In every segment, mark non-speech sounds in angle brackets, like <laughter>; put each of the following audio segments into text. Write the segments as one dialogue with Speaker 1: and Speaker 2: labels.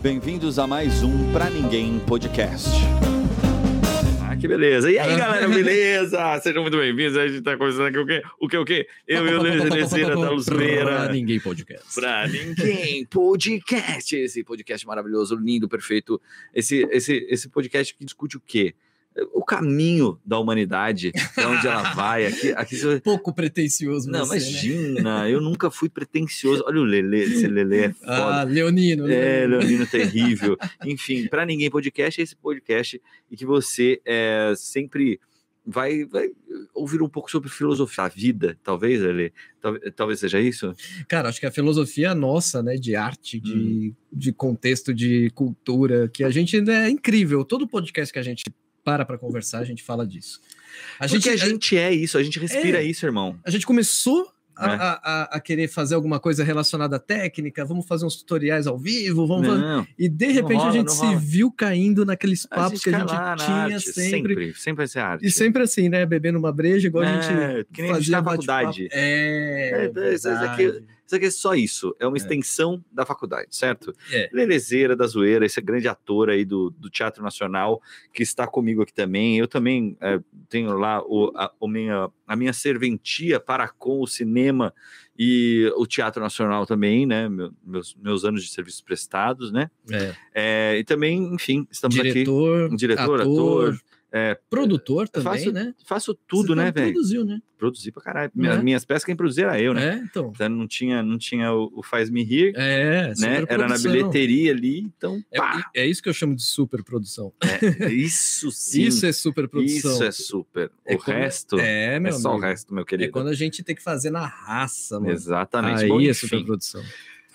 Speaker 1: Bem-vindos a mais um Pra Ninguém Podcast.
Speaker 2: Ah, que beleza. E aí,
Speaker 1: <laughs>
Speaker 2: galera, beleza? Sejam muito bem-vindos. A gente tá começando aqui o quê? O quê? O quê? Eu e o Lezeira da
Speaker 3: Pra
Speaker 2: Luzbeira.
Speaker 3: ninguém podcast.
Speaker 2: Pra ninguém. Podcast. Esse podcast maravilhoso, lindo, perfeito. Esse, esse, esse podcast que discute o quê? O caminho da humanidade, pra onde
Speaker 1: <laughs>
Speaker 2: ela vai. Aqui, aqui você-
Speaker 3: Pouco pretencioso
Speaker 2: Não,
Speaker 3: você, né?
Speaker 2: imagina, eu nunca fui pretencioso. Olha o Lele, esse Lele é foda.
Speaker 3: Ah, Leonino. <laughs>
Speaker 2: É,
Speaker 3: Leonino.
Speaker 2: Leonino terrível. Enfim, pra ninguém podcast é esse podcast e que você é, sempre vai, vai ouvir um pouco sobre filosofia, a vida, talvez, Ale. Tal- talvez seja isso.
Speaker 3: Cara, acho que a filosofia nossa, né, de arte,
Speaker 2: Hum.
Speaker 3: de, de contexto, de cultura, que a gente né, é incrível. Todo podcast que a gente para pra conversar, a gente fala disso. A
Speaker 2: A
Speaker 3: gente,
Speaker 2: gente,
Speaker 3: a,
Speaker 2: a gente é isso, a gente respira isso, irmão.
Speaker 3: a gente começou a,
Speaker 2: É.
Speaker 3: a- a- a querer fazer alguma coisa relacionada à técnica, vamos fazer uns tutoriais ao vivo, vamos. fazer-
Speaker 2: Não,
Speaker 3: E de repente
Speaker 2: rola,
Speaker 3: a gente
Speaker 2: não
Speaker 3: se
Speaker 2: rola.
Speaker 3: viu caindo naqueles
Speaker 2: a
Speaker 3: papos
Speaker 2: gente
Speaker 3: que a
Speaker 2: cai
Speaker 3: gente
Speaker 2: lá na
Speaker 3: tinha
Speaker 2: arte,
Speaker 3: sempre.
Speaker 2: sempre, sempre vai ser arte.
Speaker 3: E sempre assim, né? Bebendo uma breja, igual a gente
Speaker 2: É, que nem a gente
Speaker 3: fazia
Speaker 2: na faculdade.
Speaker 3: bate-papo. É,
Speaker 2: É, é, isso aqui- Isso aqui é só isso, é uma extensão da faculdade, certo?
Speaker 3: É.
Speaker 2: Lelezeira da Zoeira, esse grande ator aí do, do Teatro Nacional, que está comigo aqui também. Eu também é, tenho lá o- a, o minha, a minha serventia para com o cinema e o Teatro Nacional também, né? Meu- meus, meus anos de serviços prestados, né?
Speaker 3: É.
Speaker 2: É, e também, enfim, estamos aqui.
Speaker 3: Diretor,
Speaker 2: Um diretor,
Speaker 3: ator,
Speaker 2: ator, é,
Speaker 3: produtor também,
Speaker 2: faço
Speaker 3: né?
Speaker 2: Faço tudo,
Speaker 3: Você
Speaker 2: né,
Speaker 3: também
Speaker 2: velho?
Speaker 3: Produziu, né?
Speaker 2: Produzi pra caralho.
Speaker 3: Não é?
Speaker 2: Minhas, minhas peças quem produzir era eu, né?
Speaker 3: É, então.
Speaker 2: Então não tinha, não tinha o, o Faz Me Rir,
Speaker 3: É,
Speaker 2: né? Era na
Speaker 3: superprodução.
Speaker 2: bilheteria ali, então. Pá,
Speaker 3: <laughs> É, é isso que eu chamo de superprodução.
Speaker 2: isso sim.
Speaker 3: Isso é superprodução.
Speaker 2: isso é super.
Speaker 3: É
Speaker 2: o
Speaker 3: quando-
Speaker 2: resto é,
Speaker 3: É, meu
Speaker 2: só
Speaker 3: amigo.
Speaker 2: o resto, meu
Speaker 3: É
Speaker 2: querido.
Speaker 3: quando a gente tem que fazer na raça, mano.
Speaker 2: Exatamente.
Speaker 3: Aí
Speaker 2: Bom,
Speaker 3: é
Speaker 2: enfim.
Speaker 3: superprodução.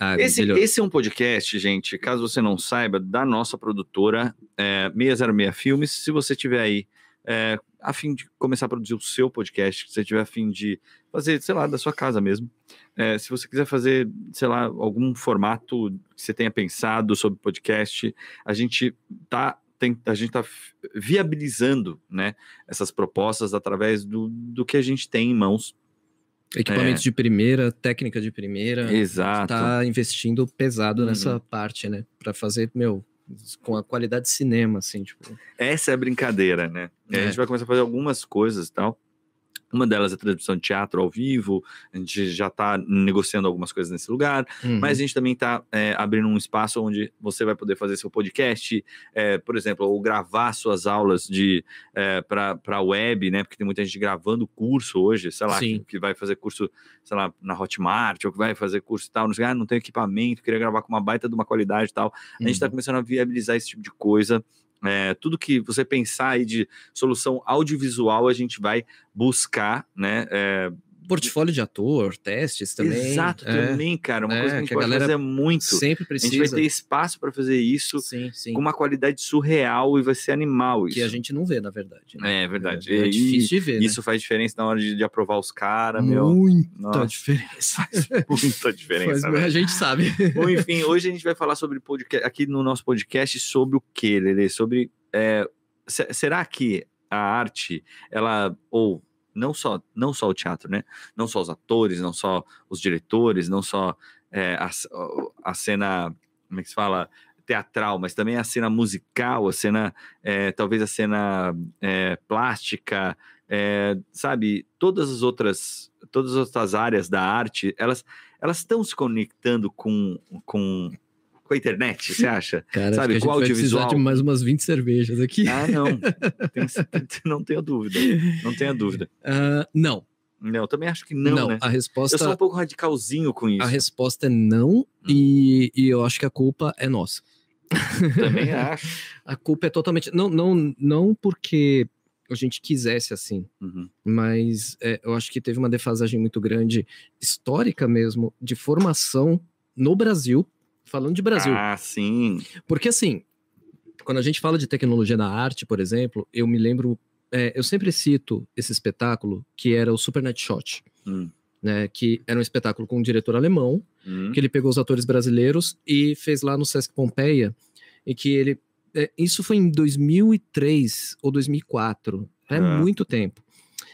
Speaker 3: Ah,
Speaker 2: Esse,
Speaker 3: melhor.
Speaker 2: esse é um podcast, gente, caso você não saiba, da nossa produtora é, 606 Filmes. Se você tiver aí é, a fim de começar a produzir o seu podcast, se você tiver a fim de fazer, sei lá, da sua casa mesmo, é, se você quiser fazer, sei lá, algum formato que você tenha pensado sobre podcast, a gente tá, tem- a gente tá fi- viabilizando, né, essas propostas através do, do que a gente tem em mãos. é.
Speaker 3: Equipamentos de primeira, técnica de primeira.
Speaker 2: Exato.
Speaker 3: tá investindo pesado
Speaker 2: Uhum.
Speaker 3: nessa parte, né? Pra fazer, meu, com a qualidade de cinema, assim, tipo.
Speaker 2: Essa é a brincadeira, né? E aí A
Speaker 3: É.
Speaker 2: gente vai começar a fazer algumas coisas e tal. Uma delas é transmissão de teatro ao vivo, a gente já está negociando algumas coisas nesse lugar, Uhum.
Speaker 3: Uhum.
Speaker 2: mas a gente também está abrindo um espaço onde você vai poder fazer seu podcast, é, por exemplo, ou gravar suas aulas de é, para web, né? Porque tem muita gente gravando curso hoje, sei lá, que,
Speaker 3: Sim.
Speaker 2: que vai fazer curso, sei lá, na Hotmart, ou que vai fazer curso e tal, não sei, ah, não tenho equipamento, queria gravar com uma baita de uma qualidade e tal. A gente tá
Speaker 3: Uhum.
Speaker 2: está começando a viabilizar esse tipo de coisa. É, tudo que você pensar aí de solução audiovisual, a gente vai buscar, né? É,
Speaker 3: Uhum. Portfólio de ator, testes também.
Speaker 2: Exato,
Speaker 3: é,
Speaker 2: também, cara. Uma
Speaker 3: É,
Speaker 2: coisa que a gente
Speaker 3: que a
Speaker 2: pode
Speaker 3: galera
Speaker 2: fazer muito.
Speaker 3: Sempre
Speaker 2: a gente
Speaker 3: precisa.
Speaker 2: vai ter espaço para fazer isso
Speaker 3: Sim, sim.
Speaker 2: com uma qualidade surreal e vai ser animal isso.
Speaker 3: Que a gente não vê, na verdade. né?
Speaker 2: É verdade.
Speaker 3: É,
Speaker 2: E-
Speaker 3: difícil de ver. né?
Speaker 2: Isso faz diferença na hora de, de aprovar os caras, meu.
Speaker 3: Muita
Speaker 2: Nossa, <laughs>
Speaker 3: diferença.
Speaker 2: muita diferença.
Speaker 3: Faz-
Speaker 2: velho.
Speaker 3: a gente sabe.
Speaker 2: Bom, enfim, hoje a gente vai falar sobre podcast, aqui no nosso podcast sobre o que, Lele? Sobre. é, se- será que a arte, ela. Ou não só, não só o teatro, né? Não só os atores, não só os diretores, não só é, a, c- o- a cena. Como é que se fala? Teatral, mas também a cena musical, a cena. é, talvez a cena é, plástica, é, sabe? Todas as outras. Todas as outras áreas da arte, elas elas estão se conectando com, com, com a internet, você
Speaker 3: <laughs>
Speaker 2: acha?
Speaker 3: Cara,
Speaker 2: Sabe,
Speaker 3: acho que a gente
Speaker 2: com
Speaker 3: vai
Speaker 2: audiovisual-
Speaker 3: precisar de mais umas 20 cervejas aqui.
Speaker 2: Ah, não. Tem- não tenha dúvida. Não tenha dúvida.
Speaker 3: Ah, não,
Speaker 2: Não, eu também acho que não,
Speaker 3: não.
Speaker 2: né?
Speaker 3: A
Speaker 2: Eu sou um
Speaker 3: resposta,
Speaker 2: pouco radicalzinho com
Speaker 3: a
Speaker 2: isso. Hum.
Speaker 3: resposta é não, e, e eu acho que a culpa é nossa. <laughs>
Speaker 2: Também acho.
Speaker 3: A culpa é totalmente. Não, não, não porque a gente quisesse assim,
Speaker 2: Uhum.
Speaker 3: mas é, eu acho que teve uma defasagem muito grande, histórica mesmo, de formação no Brasil, falando de Brasil.
Speaker 2: Ah, sim.
Speaker 3: Porque assim, quando a gente fala de tecnologia na arte, por exemplo, eu me lembro. é, eu sempre cito esse espetáculo que era o Super Night Shot,
Speaker 2: Hum,
Speaker 3: né? Que era um espetáculo com um diretor alemão,
Speaker 2: hum.
Speaker 3: que ele pegou os atores brasileiros e fez lá no Sesc Pompeia, e que ele é, isso foi em 2003 ou 2004, é,
Speaker 2: É.
Speaker 3: muito tempo.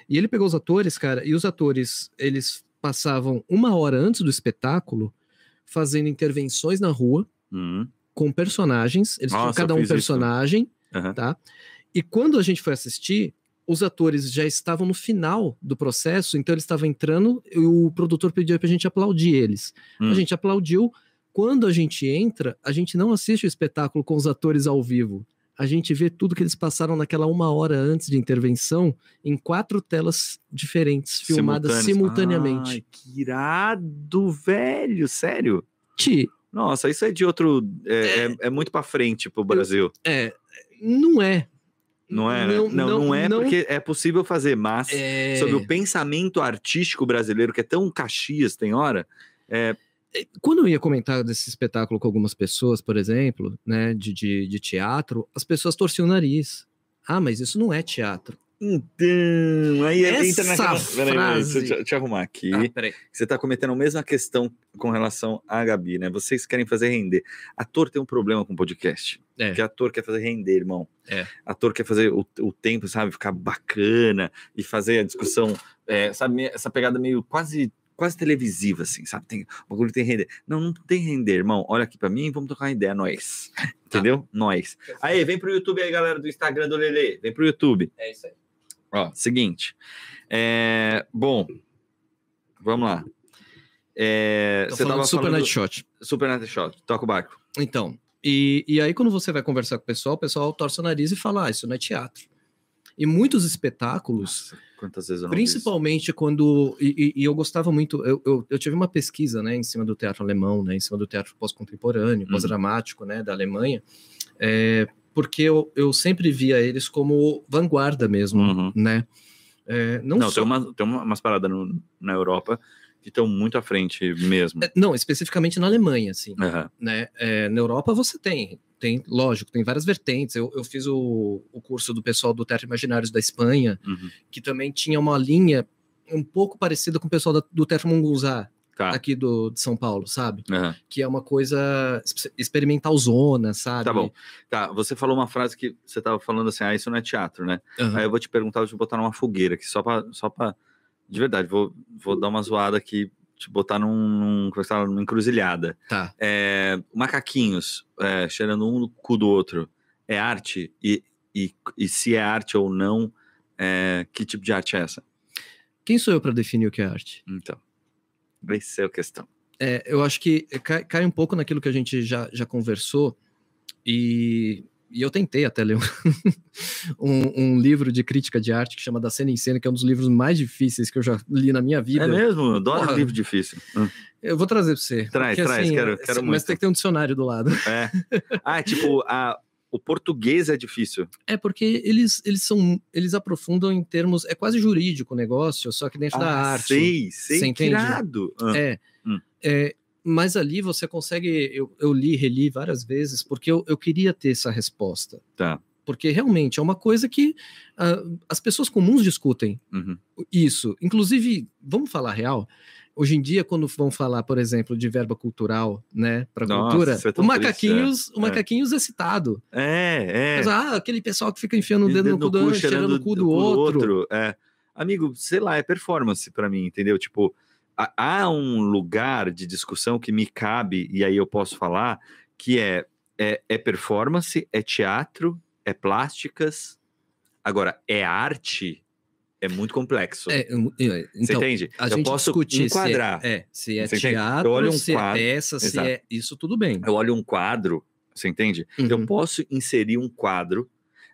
Speaker 3: E ele pegou os atores, cara, e os atores eles passavam uma hora antes do espetáculo fazendo intervenções na rua
Speaker 2: Hum.
Speaker 3: com personagens. Eles tinham
Speaker 2: Nossa,
Speaker 3: cada
Speaker 2: eu
Speaker 3: um
Speaker 2: fiz isso.
Speaker 3: personagem.
Speaker 2: Aham.
Speaker 3: tá? E quando a gente foi assistir, os atores já estavam no final do processo, então eles estavam entrando e o produtor pediu pra gente aplaudir eles.
Speaker 2: Hum.
Speaker 3: A gente aplaudiu. Quando a gente entra, a gente não assiste o espetáculo com os atores ao vivo. A gente vê tudo que eles passaram naquela uma hora antes de intervenção em quatro telas diferentes, filmadas é simultaneamente.
Speaker 2: Ai, que irado, velho, sério.
Speaker 3: Ti,
Speaker 2: Nossa, isso é de outro. É, é- é muito pra frente pro Brasil.
Speaker 3: é, não é.
Speaker 2: Não é? né? Não, não, é, porque é possível fazer, mas
Speaker 3: é...
Speaker 2: sobre o pensamento artístico brasileiro, que é tão Caxias, tem hora.
Speaker 3: É, quando eu ia comentar desse espetáculo com algumas pessoas, por exemplo, né, de, de, de teatro, as pessoas torciam o nariz. Ah, mas isso não é teatro.
Speaker 2: Então, aí
Speaker 3: Essa
Speaker 2: entra naquela. Peraí, peraí, deixa eu
Speaker 3: frase.
Speaker 2: te- deixa eu arrumar aqui.
Speaker 3: Ah, peraí.
Speaker 2: Você está cometendo a mesma questão com relação à Gabi, né? Vocês querem fazer render. Ator tem um problema com podcast.
Speaker 3: É.
Speaker 2: Porque ator quer fazer render, irmão.
Speaker 3: É.
Speaker 2: Ator quer fazer o, o tempo, sabe? Ficar bacana e fazer a discussão, é, sabe? me- Essa pegada meio quase quase televisiva, assim, sabe? Tem, o bagulho tem render. Não, não tem render, irmão. Olha aqui pra mim, vamos tocar uma ideia, nós.
Speaker 3: Tá.
Speaker 2: Entendeu? Nós. Aí, vem pro YouTube aí, galera do Instagram do Lele. Vem pro YouTube.
Speaker 3: É isso aí.
Speaker 2: Ó, seguinte. É, bom, vamos lá. É,
Speaker 3: Tô
Speaker 2: você
Speaker 3: falando
Speaker 2: tava
Speaker 3: de Super
Speaker 2: falando
Speaker 3: Night Shot.
Speaker 2: Super Night Shot, toca o barco.
Speaker 3: Então, e, e aí quando você vai conversar com o pessoal, o pessoal torce o nariz e fala, ah, isso não é teatro. E muitos espetáculos
Speaker 2: Quantas vezes eu não vi isso?
Speaker 3: Principalmente quando. E, e- e eu gostava muito. Eu, eu, eu tive uma pesquisa né, em cima do teatro alemão, né, em cima do teatro pós-contemporâneo,
Speaker 2: Uhum.
Speaker 3: pós-dramático né, da Alemanha, é, porque eu, eu sempre via eles como vanguarda mesmo.
Speaker 2: Uhum.
Speaker 3: Né? É, não,
Speaker 2: Não,
Speaker 3: só-
Speaker 2: tem, uma, tem uma- umas paradas no- na Europa que estão muito à frente mesmo.
Speaker 3: é, não, especificamente na Alemanha, assim.
Speaker 2: Aham.
Speaker 3: né? É, na Europa você tem, tem, lógico, tem várias vertentes. Eu, eu fiz o, o curso do pessoal do Teatro Imaginários da Espanha,
Speaker 2: Uhum.
Speaker 3: que também tinha uma linha um pouco parecida com o pessoal da- do Teatro Munguzá,
Speaker 2: Tá.
Speaker 3: aqui do, de São Paulo, sabe?
Speaker 2: Aham.
Speaker 3: Que é uma coisa espe- experimental zona, sabe?
Speaker 2: Tá bom. Tá, você falou uma frase que você tava falando assim, ah, isso não é teatro, né?
Speaker 3: Aham.
Speaker 2: Aí eu vou te perguntar, eu vou te botar numa fogueira aqui, só pra, só pra... De verdade, vou, vou dar uma zoada aqui, te botar num, num, como é que fala? numa encruzilhada.
Speaker 3: Tá.
Speaker 2: é, macaquinhos é, cheirando um no cu do outro é arte? E, e, e se é arte ou não, é, que tipo de arte é essa?
Speaker 3: Quem sou eu para definir o que é arte?
Speaker 2: Então, essa é a questão.
Speaker 3: É, eu acho que cai, cai um pouco naquilo que a gente já, já conversou, e, e eu tentei até ler um- <laughs> um, um livro de crítica de arte que chama Da Cena em Cena, que é um dos livros mais difíceis que eu já li na minha vida.
Speaker 2: É mesmo? Eu Adoro
Speaker 3: Porra.
Speaker 2: livro difícil. Hum,
Speaker 3: Eu vou trazer para você.
Speaker 2: Traz,
Speaker 3: porque, assim,
Speaker 2: traz, quero- quero
Speaker 3: Mas
Speaker 2: muito.
Speaker 3: tem que ter um dicionário do lado. <laughs>
Speaker 2: É. Ah, é tipo, a, o português é difícil.
Speaker 3: É porque eles, eles são eles aprofundam em termos. É quase jurídico o negócio, só que dentro da
Speaker 2: Ah,
Speaker 3: arte.
Speaker 2: Sei, sei,
Speaker 3: Você
Speaker 2: que
Speaker 3: entende? né?
Speaker 2: irado. Ah,
Speaker 3: É,
Speaker 2: Hum.
Speaker 3: é, mas ali você consegue. Eu, eu li, reli várias vezes, porque eu, eu queria ter essa resposta.
Speaker 2: Tá.
Speaker 3: Porque realmente é uma coisa que ah, as pessoas comuns discutem
Speaker 2: uhum.
Speaker 3: isso. Inclusive, vamos falar real. Hoje em dia, quando vão falar, por exemplo, de verba cultural, né, para
Speaker 2: Nossa,
Speaker 3: cultura,
Speaker 2: isso é
Speaker 3: o
Speaker 2: tão
Speaker 3: macaquinhos, o
Speaker 2: é.
Speaker 3: macaquinhos é citado.
Speaker 2: É, é.
Speaker 3: Mas, ah, aquele pessoal que fica enfiando o dedo, no cu do outro, cheirando o cu do outro.
Speaker 2: É. Amigo, sei lá, é performance pra mim, entendeu? Tipo, há- há um lugar de discussão que me cabe, e aí eu posso falar, que é, é, é performance, é teatro, é plásticas. Agora, é arte, é muito complexo.
Speaker 3: É, eu- eu-
Speaker 2: Você
Speaker 3: então,
Speaker 2: entende?
Speaker 3: a
Speaker 2: eu
Speaker 3: gente
Speaker 2: posso
Speaker 3: discute
Speaker 2: enquadrar.
Speaker 3: se é, é, se é
Speaker 2: Você entende?
Speaker 3: teatro,
Speaker 2: Eu olho um
Speaker 3: se
Speaker 2: quadro,
Speaker 3: é peça, se
Speaker 2: exato.
Speaker 3: é isso, tudo bem.
Speaker 2: Eu olho um quadro, você entende? Eu
Speaker 3: Uhum,
Speaker 2: posso inserir um quadro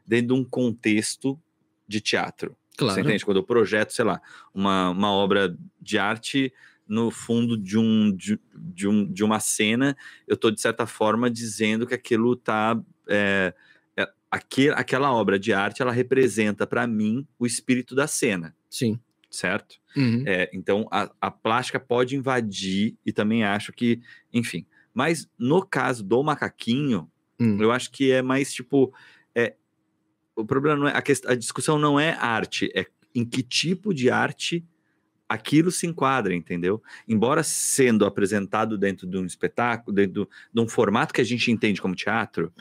Speaker 2: dentro de um contexto de teatro. Você
Speaker 3: claro.
Speaker 2: entende? Quando eu projeto, sei lá, uma, uma obra de arte no fundo de, um, de, de um, de uma cena, eu estou, de certa forma, dizendo que aquilo tá. É, é, aque- aquela obra de arte, ela representa para mim o espírito da cena,
Speaker 3: Sim.
Speaker 2: certo?
Speaker 3: Uhum.
Speaker 2: É, então a, a plástica pode invadir e também acho que, enfim. Mas no caso do macaquinho,
Speaker 3: Hum.
Speaker 2: eu acho que é mais tipo. É, o problema não é. A, quest- a discussão não é arte, é em que tipo de arte aquilo se enquadra, entendeu? Embora sendo apresentado dentro de um espetáculo, dentro do- de um formato que a gente entende como teatro,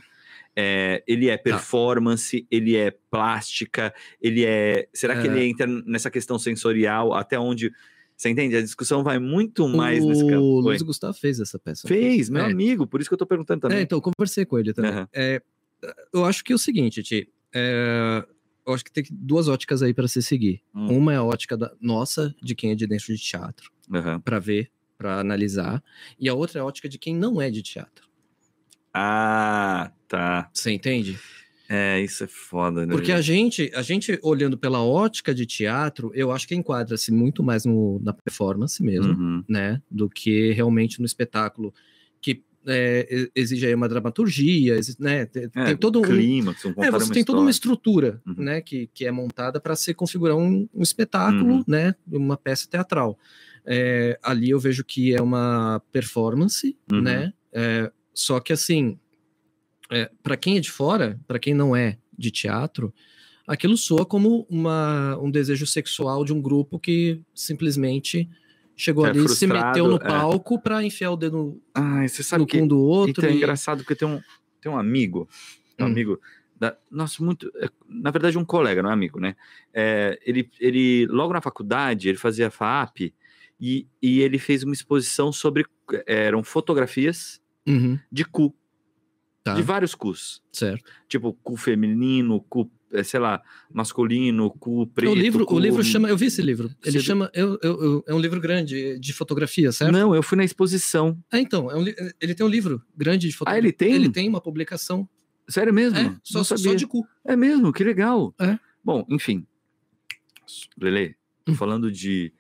Speaker 2: é, ele é performance, ele é plástica, ele é. Será que
Speaker 3: É.
Speaker 2: ele entra nessa questão sensorial até onde. Você entende? A discussão vai muito mais nesse campo.
Speaker 3: O
Speaker 2: Oi.
Speaker 3: Luiz Gustavo fez essa peça.
Speaker 2: Fez, meu
Speaker 3: É.
Speaker 2: amigo, por isso que eu tô perguntando
Speaker 3: É,
Speaker 2: também.
Speaker 3: então, eu conversei com ele também.
Speaker 2: Aham.
Speaker 3: É, eu acho que é o seguinte, Ti. é, eu acho que tem duas óticas aí para se seguir.
Speaker 2: Hum.
Speaker 3: Uma é a ótica da- nossa, de quem é de dentro de teatro,
Speaker 2: Aham.
Speaker 3: para ver, para analisar. E a outra é a ótica de quem não é de teatro.
Speaker 2: Ah, tá.
Speaker 3: Você entende?
Speaker 2: É, isso é foda, né?
Speaker 3: Porque a gente, a gente olhando pela ótica de teatro, eu acho que enquadra-se muito mais no- na performance mesmo,
Speaker 2: Uhum.
Speaker 3: né? Do que realmente no espetáculo que é, e- exige aí uma dramaturgia, exi- né? Tem,
Speaker 2: É,
Speaker 3: tem todo um,
Speaker 2: clímax, um
Speaker 3: é,
Speaker 2: contar
Speaker 3: você tem toda uma
Speaker 2: história.
Speaker 3: estrutura,
Speaker 2: Uhum.
Speaker 3: né, que, que é montada para se configurar um, um espetáculo,
Speaker 2: Uhum.
Speaker 3: né, uma peça teatral. É, ali eu vejo que é uma performance,
Speaker 2: Uhum.
Speaker 3: né? é, só que assim, para quem é de fora, para quem não é de teatro, aquilo soa como uma, um desejo sexual de um grupo que simplesmente chegou
Speaker 2: É,
Speaker 3: ali, se
Speaker 2: frustrado,
Speaker 3: meteu no
Speaker 2: é.
Speaker 3: palco pra para enfiar o dedo
Speaker 2: Ai, você sabe
Speaker 3: no
Speaker 2: que
Speaker 3: cu um do outro.
Speaker 2: Então, é
Speaker 3: e-
Speaker 2: engraçado porque tem um, tem um amigo, um
Speaker 3: Hum.
Speaker 2: amigo, da, nossa, muito, é, na verdade um colega, não é amigo, né? É, ele, ele, logo na faculdade, ele fazia FAP e, e ele fez uma exposição sobre, é, eram fotografias
Speaker 3: Uhum,
Speaker 2: de cu,
Speaker 3: tá,
Speaker 2: de vários cus,
Speaker 3: certo.
Speaker 2: tipo cu feminino, cu, eh, sei lá, masculino, cu preto.
Speaker 3: o livro,
Speaker 2: cu-
Speaker 3: o livro chama, eu vi esse livro. Ele
Speaker 2: Você-
Speaker 3: chama, eu- eu- eu- é um livro grande de fotografia, certo?
Speaker 2: Não, eu fui na exposição.
Speaker 3: Ah, então, é um li- ele tem um livro grande de
Speaker 2: Ah,
Speaker 3: fotografia.
Speaker 2: ele tem?
Speaker 3: Ele tem uma publicação.
Speaker 2: Sério mesmo?
Speaker 3: É,
Speaker 2: Não
Speaker 3: só, só
Speaker 2: sabia.
Speaker 3: de cu.
Speaker 2: É mesmo, que legal.
Speaker 3: É.
Speaker 2: Bom, enfim. Lele, tô
Speaker 3: Hum.
Speaker 2: falando de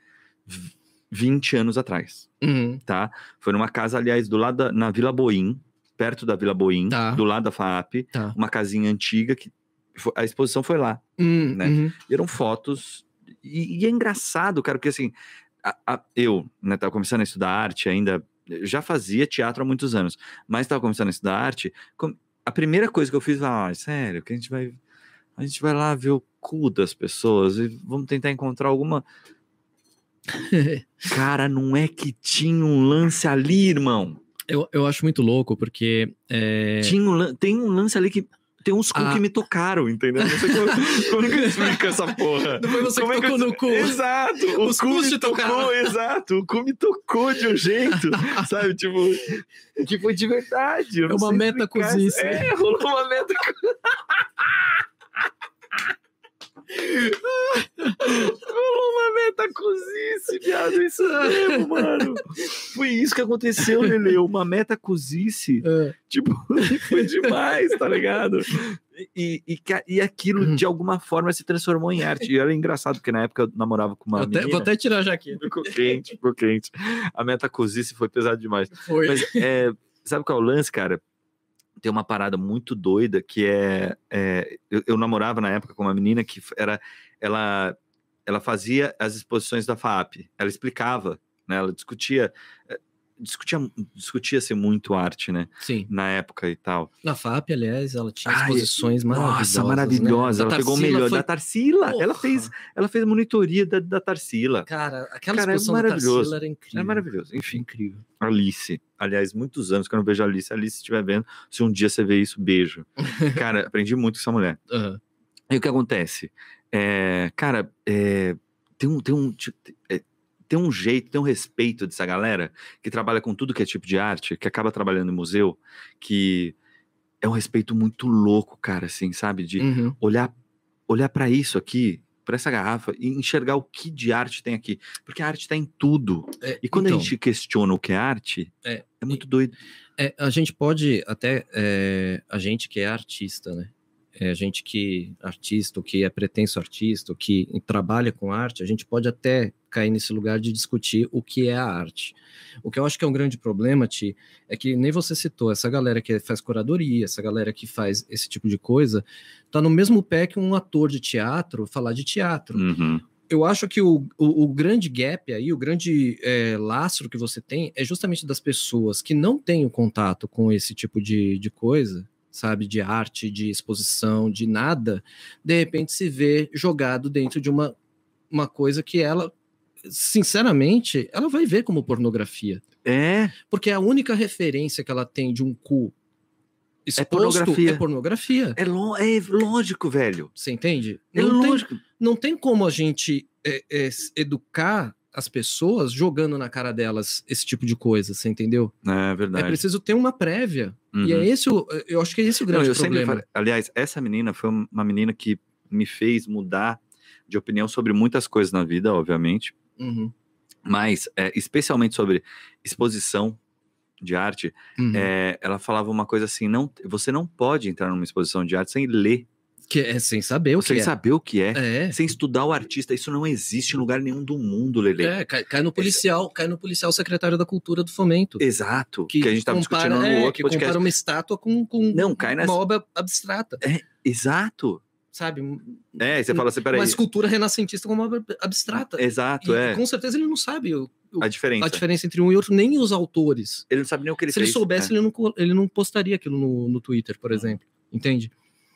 Speaker 2: v- 20 anos atrás,
Speaker 3: Uhum,
Speaker 2: tá? Foi numa casa, aliás, do lado da, na Vila Boim, perto da Vila Boim,
Speaker 3: Tá.
Speaker 2: do lado da FAP,
Speaker 3: Tá.
Speaker 2: uma casinha antiga que fo- a exposição foi lá.
Speaker 3: Hum,
Speaker 2: Né?
Speaker 3: uhum,
Speaker 2: E eram fotos e, e é engraçado, cara, porque assim, a- a- eu, né, tava começando a estudar arte ainda, eu já fazia teatro há muitos anos, mas tava começando a estudar arte, com- a primeira coisa que eu fiz, ah, sério, que a gente vai a gente vai lá ver o cu das pessoas e vamos tentar encontrar
Speaker 3: <laughs>
Speaker 2: alguma. Cara, não é que tinha um lance ali, irmão.
Speaker 3: Eu, eu acho muito louco, porque. é,
Speaker 2: <laughs> Tinha um lan- Tem um lance ali que. Tem uns cu
Speaker 3: Ah.
Speaker 2: que me tocaram, entendeu? Não sei como, como que
Speaker 3: <laughs>
Speaker 2: eu explico essa porra.
Speaker 3: Não foi você
Speaker 2: Como é
Speaker 3: que
Speaker 2: que
Speaker 3: tocou no cu.
Speaker 2: Exato, o
Speaker 3: Os
Speaker 2: cu
Speaker 3: cus
Speaker 2: me
Speaker 3: te
Speaker 2: tocou, <laughs>
Speaker 3: tocaram.
Speaker 2: exato, o cu me tocou de um jeito, sabe, tipo, que foi de verdade. eu
Speaker 3: É
Speaker 2: não
Speaker 3: uma
Speaker 2: sei
Speaker 3: meta
Speaker 2: explicar.
Speaker 3: cozice.
Speaker 2: É, rolou uma meta co- Rolou uma meta cozice, viado, é isso mesmo,
Speaker 3: <laughs>
Speaker 2: mano. Foi isso que aconteceu, Lele, uma meta cozice,
Speaker 3: é,
Speaker 2: tipo, <laughs> foi demais, tá ligado? E, e, ca- e aquilo,
Speaker 3: Hum.
Speaker 2: de alguma forma, se transformou em arte. E era engraçado, porque na época eu namorava com uma
Speaker 3: eu até-
Speaker 2: menina...
Speaker 3: vou até tirar já aqui.
Speaker 2: <laughs> Ficou quente, ficou quente. A metacozice foi pesada demais.
Speaker 3: Foi.
Speaker 2: Mas é, sabe qual é o lance, cara? Tem uma parada muito doida que é. é, eu, eu namorava na época com uma menina que f- era. Ela, ela fazia as exposições da FAP. Ela explicava, né? Ela discutia. é, Discutia, discutia-se muito arte, né?
Speaker 3: Sim.
Speaker 2: Na época e tal.
Speaker 3: Na FAP, aliás, ela tinha
Speaker 2: Ai,
Speaker 3: exposições maravilhosas.
Speaker 2: Nossa, maravilhosa.
Speaker 3: né? Da
Speaker 2: Ela pegou o
Speaker 3: Tarsila
Speaker 2: melhor
Speaker 3: foi-
Speaker 2: da Tarsila. Ela
Speaker 3: Porra.
Speaker 2: fez, ela fez monitoria da, da Tarsila.
Speaker 3: Cara, aquela
Speaker 2: Cara, é
Speaker 3: exposição da
Speaker 2: maravilhoso.
Speaker 3: Tarsila era incrível.
Speaker 2: É maravilhoso. Enfim,
Speaker 3: Incrível.
Speaker 2: Alice. Aliás, muitos anos que eu não vejo a Alice. Alice, se estiver vendo, se um dia você ver isso,
Speaker 3: <laughs>
Speaker 2: beijo. Cara, aprendi muito com essa mulher.
Speaker 3: Aham.
Speaker 2: E o que acontece? É, cara, é, tem, um, tem, um, ti- é, tem um jeito, tem um respeito dessa galera que trabalha com tudo que é tipo de arte, que acaba trabalhando em museu, que é um respeito muito louco, cara, assim, sabe? De
Speaker 3: Uhum.
Speaker 2: olhar, olhar para isso aqui, para essa garrafa, e enxergar o que de arte tem aqui. Porque a arte tá em tudo.
Speaker 3: É,
Speaker 2: E quando
Speaker 3: então,
Speaker 2: a gente questiona o que é arte,
Speaker 3: É.
Speaker 2: é, muito doido.
Speaker 3: É, a gente pode até é, a gente que é artista, né? É, a gente que artista, o que é pretenso artista, o que trabalha com arte, a gente pode até cair nesse lugar de discutir o que é a arte. O que eu acho que é um grande problema, Ti, é que nem você citou, essa galera que faz curadoria, essa galera que faz esse tipo de coisa, tá no mesmo pé que um ator de teatro falar de teatro
Speaker 2: Uhum.
Speaker 3: eu acho que o, o, o grande gap aí, o grande é, lastro que você tem é justamente das pessoas que não têm o contato com esse tipo de, de coisa, sabe? De arte, de exposição, de nada, de repente se vê jogado dentro de uma, uma coisa que ela, sinceramente, ela vai ver como pornografia.
Speaker 2: É,
Speaker 3: Porque a única referência que ela tem de um cu exposto é pornografia.
Speaker 2: pornografia. é, lo- é lógico, velho.
Speaker 3: Você entende?
Speaker 2: É
Speaker 3: Não tem
Speaker 2: lógico.
Speaker 3: não tem como a gente é, é, s- educar a- as pessoas jogando na cara delas esse tipo de coisa, você entendeu?
Speaker 2: É verdade.
Speaker 3: É preciso ter uma prévia.
Speaker 2: Uhum.
Speaker 3: E é esse o. Eu acho que é esse o
Speaker 2: Não,
Speaker 3: grande
Speaker 2: eu sempre
Speaker 3: problema.
Speaker 2: falei- aliás, essa menina foi uma menina que me fez mudar de opinião sobre muitas coisas na vida, obviamente,
Speaker 3: Uhum,
Speaker 2: mas é, especialmente sobre exposição de arte.
Speaker 3: uhum.
Speaker 2: é, ela falava uma coisa assim: não, você não pode entrar numa exposição de arte sem ler,
Speaker 3: Que é sem saber o
Speaker 2: sem
Speaker 3: que
Speaker 2: saber o que é,
Speaker 3: é. É.
Speaker 2: sem estudar o artista. Isso não existe em lugar nenhum do mundo, Lele.
Speaker 3: É, cai, cai no policial, cai no policial secretário da cultura do fomento.
Speaker 2: Exato. Que, a gente estava
Speaker 3: compara-
Speaker 2: discutindo
Speaker 3: é,
Speaker 2: no
Speaker 3: que
Speaker 2: outro podcast.
Speaker 3: compara um uma estátua com, com
Speaker 2: Não, cai nessa.
Speaker 3: uma obra abstrata,
Speaker 2: Exato.
Speaker 3: sabe?
Speaker 2: É, você fala assim, peraí.
Speaker 3: Uma escultura renascentista com uma obra abstrata.
Speaker 2: Exato,
Speaker 3: E
Speaker 2: é.
Speaker 3: com certeza ele não sabe o-
Speaker 2: A diferença.
Speaker 3: a diferença entre um e outro, nem os autores.
Speaker 2: Ele não sabe nem o que ele
Speaker 3: Se ele
Speaker 2: fez.
Speaker 3: soubesse, ele, não, co- ele não postaria aquilo no, no Twitter, por exemplo. Entende?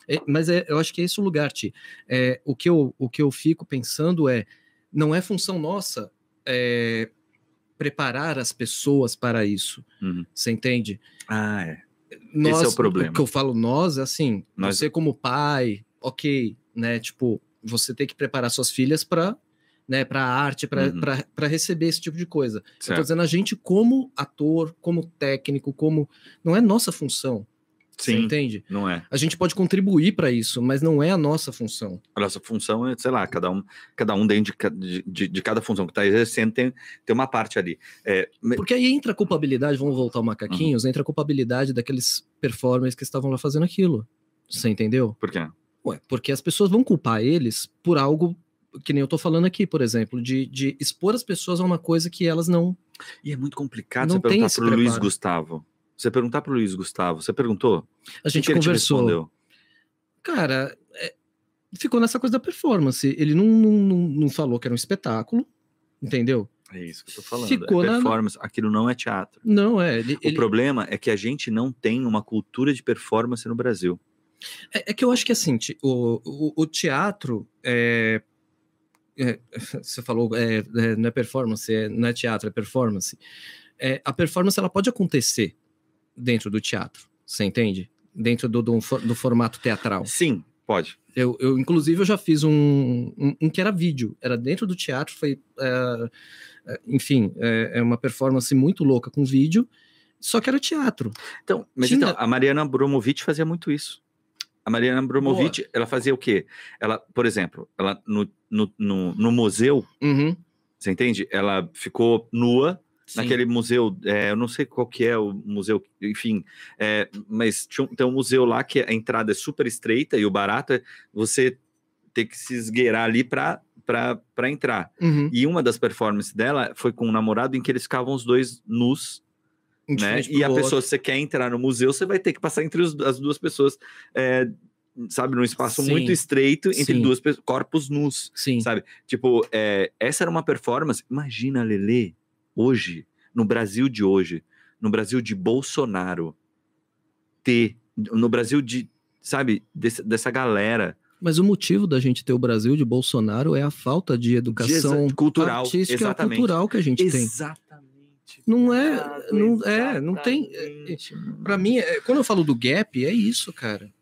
Speaker 3: É, mas é- eu acho que é esse o lugar, Ti. É, o, que eu, o que eu fico pensando é: não é função nossa é, preparar as pessoas para isso.
Speaker 2: É. Uhum.
Speaker 3: Você entende?
Speaker 2: Ah, é.
Speaker 3: Nós,
Speaker 2: é o problema.
Speaker 3: que eu falo nós, é assim,
Speaker 2: Nós-
Speaker 3: você como pai, ok, né? Tipo, você tem que preparar suas filhas para né, para arte, para
Speaker 2: Uhum.
Speaker 3: para receber esse tipo de coisa. Eu tô
Speaker 2: Certo.
Speaker 3: dizendo a gente como ator, como técnico, como não é nossa função, você
Speaker 2: Sim,
Speaker 3: entende?
Speaker 2: não é.
Speaker 3: A gente pode contribuir para isso, mas não é a nossa função.
Speaker 2: A nossa função é, sei lá, cada um, cada um dentro de ca- de, de- de cada função que está exercendo tem, tem uma parte ali. É, me-
Speaker 3: Porque aí entra a culpabilidade, vamos voltar ao
Speaker 2: Uhum.
Speaker 3: macaquinhos, entra a culpabilidade daqueles performers que estavam lá fazendo aquilo. Você entendeu?
Speaker 2: por quê?
Speaker 3: Ué, porque as pessoas vão culpar eles por algo que nem eu tô falando aqui, por exemplo, de, de expor as pessoas a uma coisa que elas não.
Speaker 2: E é muito complicado
Speaker 3: Não
Speaker 2: você
Speaker 3: tem
Speaker 2: perguntar
Speaker 3: esse
Speaker 2: pro Luiz
Speaker 3: preparo.
Speaker 2: Gustavo. Você perguntar pro Luiz Gustavo, você perguntou?
Speaker 3: A gente
Speaker 2: o que que
Speaker 3: conversou.
Speaker 2: Ele te respondeu?
Speaker 3: Cara, é, ficou nessa coisa da performance. Ele não, não, não- não falou que era um espetáculo, entendeu?
Speaker 2: É isso que eu tô falando.
Speaker 3: Ficou
Speaker 2: é
Speaker 3: na-
Speaker 2: performance, aquilo não é teatro.
Speaker 3: Não, é. Ele,
Speaker 2: O
Speaker 3: ele-
Speaker 2: problema é que a gente não tem uma cultura de performance no Brasil.
Speaker 3: é, é que eu acho que assim, ti- o, o, o teatro é, é, Você falou, é, é, não é performance, é, não é teatro, é performance. É, a performance ela pode acontecer dentro do teatro, você entende? Dentro do, do, for- do formato teatral.
Speaker 2: Sim, pode.
Speaker 3: Eu, eu, inclusive, eu já fiz um, um, um que era vídeo, era dentro do teatro, foi, é, é, enfim, é, é uma performance muito louca com vídeo, só que era teatro.
Speaker 2: Então, mas
Speaker 3: Tinha-
Speaker 2: então, a Mariana Abramovic fazia muito isso. A Mariana Abramovic, ela fazia o quê? Ela, por exemplo, ela no, no, no, no museu,
Speaker 3: Uhum,
Speaker 2: você entende? Ela ficou nua
Speaker 3: sim.
Speaker 2: naquele museu, é, eu não sei qual que é o museu, enfim, é, mas tinha, um- tem um museu lá que a entrada é super estreita e o barato é você ter que se esgueirar ali para para entrar.
Speaker 3: Uhum,
Speaker 2: E uma das performances dela foi com um namorado em que eles ficavam os dois nus
Speaker 3: um
Speaker 2: né?
Speaker 3: diferente
Speaker 2: E
Speaker 3: pro
Speaker 2: a
Speaker 3: outro.
Speaker 2: pessoa, se você quer entrar no museu, você vai ter que passar entre os- as duas pessoas, é, sabe, num espaço
Speaker 3: Sim.
Speaker 2: muito estreito, entre
Speaker 3: Sim.
Speaker 2: duas pe- corpos nus,
Speaker 3: Sim.
Speaker 2: sabe? Tipo, é, essa era uma performance. Imagina, a Lelê, hoje, no Brasil de hoje, no Brasil de Bolsonaro, ter, no Brasil de, sabe, desse- dessa galera
Speaker 3: Mas o motivo da gente ter o Brasil de Bolsonaro é a falta de
Speaker 2: de exa-
Speaker 3: educação
Speaker 2: cultural,
Speaker 3: artística
Speaker 2: exatamente.
Speaker 3: cultural que a gente tem.
Speaker 2: Exatamente.
Speaker 3: Não é-
Speaker 2: Ricardo,
Speaker 3: não- é, não tem-
Speaker 2: exatamente.
Speaker 3: Pra mim, é- quando eu falo do gap, é isso, cara.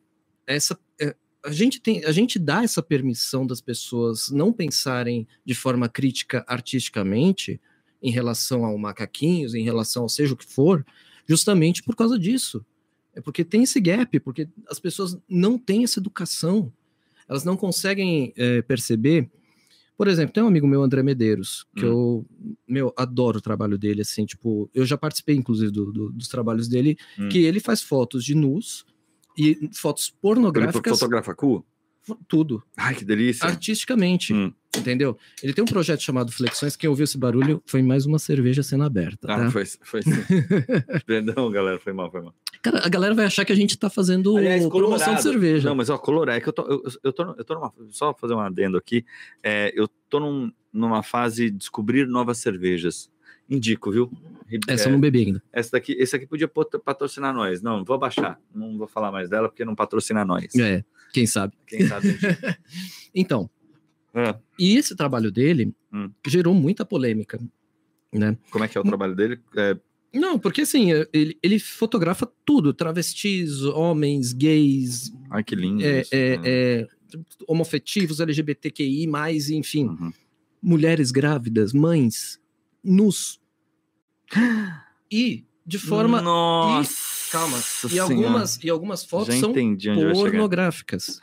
Speaker 3: Essa é, a gente tem, a gente dá essa permissão das pessoas não pensarem de forma crítica artisticamente em relação ao macaquinhos, em relação ao seja o que for, justamente por causa disso. É porque tem esse gap, porque as pessoas não têm essa educação. Elas não conseguem eh, perceber. Por exemplo, tem um amigo meu, André Medeiros,
Speaker 2: Hum.
Speaker 3: que eu, meu, adoro o trabalho dele, assim, tipo, eu já participei, inclusive, do- do- dos trabalhos dele,
Speaker 2: Hum.
Speaker 3: que ele faz fotos de nus e fotos
Speaker 2: Ele
Speaker 3: pornográficas,
Speaker 2: fotografa cu?
Speaker 3: fo- tudo,
Speaker 2: Ai, que delícia.
Speaker 3: Ah, artisticamente,
Speaker 2: Hum.
Speaker 3: entendeu? Ele tem um projeto chamado Flexões, quem ouviu esse barulho foi mais uma cerveja sendo aberta,
Speaker 2: Ah,
Speaker 3: tá?
Speaker 2: foi, foi
Speaker 3: <laughs>
Speaker 2: sim. Perdão, galera, foi mal, foi mal.
Speaker 3: Cara, a galera vai achar que a gente tá fazendo
Speaker 2: Aliás,
Speaker 3: promoção
Speaker 2: Colorado.
Speaker 3: de cerveja.
Speaker 2: Não, mas ó, Colorado, é que eu tô, eu, eu tô, eu tô numa, só fazer um adendo aqui, é, eu tô num- numa fase de descobrir novas cervejas. Indico, viu? Ri-
Speaker 3: Essa
Speaker 2: é,
Speaker 3: eu não bebi ainda.
Speaker 2: essa daqui, esse aqui podia pot- patrocinar nós. Não, vou baixar. Não vou falar mais dela porque não patrocina nós.
Speaker 3: É, quem sabe.
Speaker 2: Quem sabe. a
Speaker 3: <laughs>
Speaker 2: gente-
Speaker 3: Então,
Speaker 2: Ah,
Speaker 3: e esse trabalho dele
Speaker 2: Hum.
Speaker 3: gerou muita polêmica, né?
Speaker 2: como é que é o trabalho dele? É,
Speaker 3: Não, porque assim, ele, ele fotografa tudo: travestis, homens, gays,
Speaker 2: ai, que lindo.
Speaker 3: é,
Speaker 2: isso. hum. né?
Speaker 3: é, é, homofetivos, LGBTQI, enfim.
Speaker 2: Uhum.
Speaker 3: mulheres grávidas, mães, nus. E de forma.
Speaker 2: Nossa!
Speaker 3: Calma. E
Speaker 2: Senhora.
Speaker 3: algumas, e algumas fotos
Speaker 2: Já
Speaker 3: são
Speaker 2: entendi onde vai chegar.
Speaker 3: pornográficas.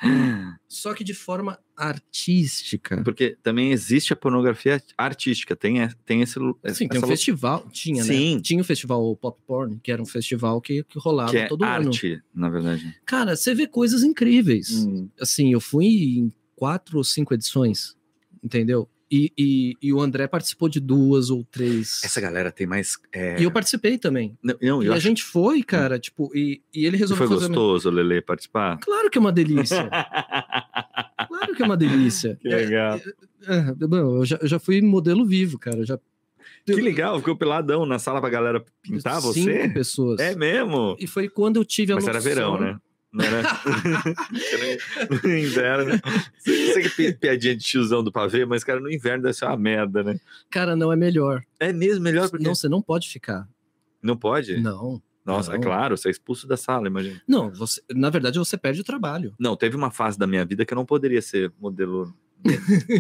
Speaker 3: Só que de forma artística.
Speaker 2: Porque também existe a pornografia artística, tem, e- tem esse. lu-
Speaker 3: Sim,
Speaker 2: essa
Speaker 3: tem um
Speaker 2: lu-
Speaker 3: festival. Tinha,
Speaker 2: Sim.
Speaker 3: né? Tinha o festival Pop Porn, que era um festival que, que rolava
Speaker 2: que é
Speaker 3: todo ano.
Speaker 2: arte, Hum. na verdade.
Speaker 3: Cara, você vê coisas incríveis. assim, eu fui em quatro ou cinco edições, entendeu? E, e, e o André participou de duas ou três.
Speaker 2: Essa galera tem mais. é,
Speaker 3: E eu participei também.
Speaker 2: Não, não,
Speaker 3: E
Speaker 2: eu
Speaker 3: a
Speaker 2: acho
Speaker 3: gente foi, cara, tipo, e, e ele
Speaker 2: que
Speaker 3: resolveu
Speaker 2: foi
Speaker 3: fazer. um uma-
Speaker 2: gostoso, Lele, participar.
Speaker 3: Claro que é
Speaker 2: <laughs>
Speaker 3: uma delícia. Claro que é uma delícia.
Speaker 2: que legal.
Speaker 3: É, é, bom, eu, já, eu já fui modelo vivo, cara. eu Já
Speaker 2: Que legal, ficou peladão na sala pra galera pintar
Speaker 3: cinco
Speaker 2: Tá, você?
Speaker 3: pessoas.
Speaker 2: É mesmo?
Speaker 3: E foi quando eu tive a
Speaker 2: Mas era
Speaker 3: noção-
Speaker 2: verão, né? Não <laughs> era. Era no inverno. Você sei que pi- piadinha de tiozão do pavê, mas, cara, no inverno deve ser uma merda, né?
Speaker 3: Cara, não é melhor.
Speaker 2: É mesmo melhor porque.
Speaker 3: Não,
Speaker 2: Não,
Speaker 3: você não pode ficar.
Speaker 2: pode?
Speaker 3: Não.
Speaker 2: Nossa, é
Speaker 3: não.
Speaker 2: claro, você é expulso da sala, imagina.
Speaker 3: Não, você, na verdade você perde o trabalho. <laughs>
Speaker 2: Não, teve uma fase da minha vida que eu não poderia ser modelo.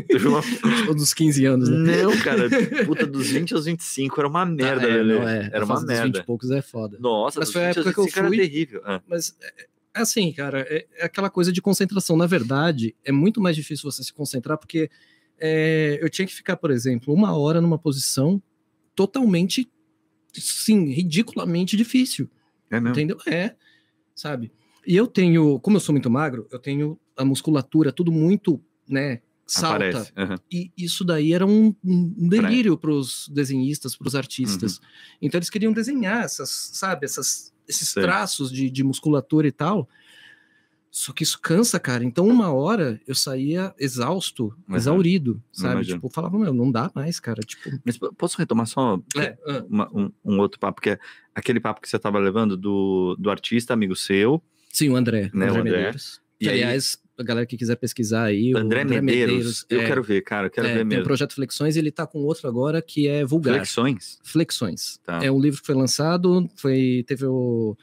Speaker 2: teve uma...
Speaker 3: Ou dos 15 anos, né?
Speaker 2: <laughs> Não, cara, puta, dos 20 aos 25 era uma merda,
Speaker 3: Ah, é,
Speaker 2: Lelê.
Speaker 3: não, é.
Speaker 2: Era
Speaker 3: A
Speaker 2: uma
Speaker 3: fase dos 20
Speaker 2: merda.
Speaker 3: e poucos é foda.
Speaker 2: Nossa,
Speaker 3: Mas
Speaker 2: dos
Speaker 3: foi a
Speaker 2: 20 aos
Speaker 3: época que eu
Speaker 2: 25 era
Speaker 3: fui.
Speaker 2: terrível. Ah,
Speaker 3: Mas é, é assim, cara, é, é aquela coisa de concentração. Na verdade, é muito mais difícil você se concentrar, porque é, eu tinha que ficar, por exemplo, uma hora numa posição totalmente, sim, ridiculamente difícil.
Speaker 2: é mesmo.
Speaker 3: Entendeu? É, sabe? E eu tenho, como eu sou muito magro, eu tenho a musculatura, tudo muito, né? Salta.
Speaker 2: Aparece. É. aham.
Speaker 3: E isso daí era um, um delírio para os desenhistas, para os
Speaker 2: Uhum.
Speaker 3: artistas. Então eles queriam desenhar essas, sabe, essas, esses
Speaker 2: Sei.
Speaker 3: traços de, de musculatura e tal. Só que isso cansa, cara. Então, uma hora eu saía exausto,
Speaker 2: Uhum.
Speaker 3: exaurido, sabe?
Speaker 2: imagino.
Speaker 3: Tipo, eu falava, meu, não dá mais, cara. Tipo,
Speaker 2: Mas po- posso retomar só
Speaker 3: é, ah,
Speaker 2: uma- um, um outro papo, que é aquele papo que você estava levando do, do artista, amigo seu.
Speaker 3: sim, o André.
Speaker 2: Né, o André.
Speaker 3: Medeiros.
Speaker 2: E
Speaker 3: Que,
Speaker 2: aí-
Speaker 3: aliás, a galera que quiser pesquisar aí. o
Speaker 2: André, Medeiros. Eu
Speaker 3: é,
Speaker 2: quero ver, cara, eu quero
Speaker 3: é,
Speaker 2: ver
Speaker 3: Tem o
Speaker 2: mesmo.
Speaker 3: projeto Flexões e ele tá com outro agora que é Vulgar.
Speaker 2: Flexões?
Speaker 3: Flexões.
Speaker 2: Tá.
Speaker 3: É um livro que foi lançado, foi, teve o,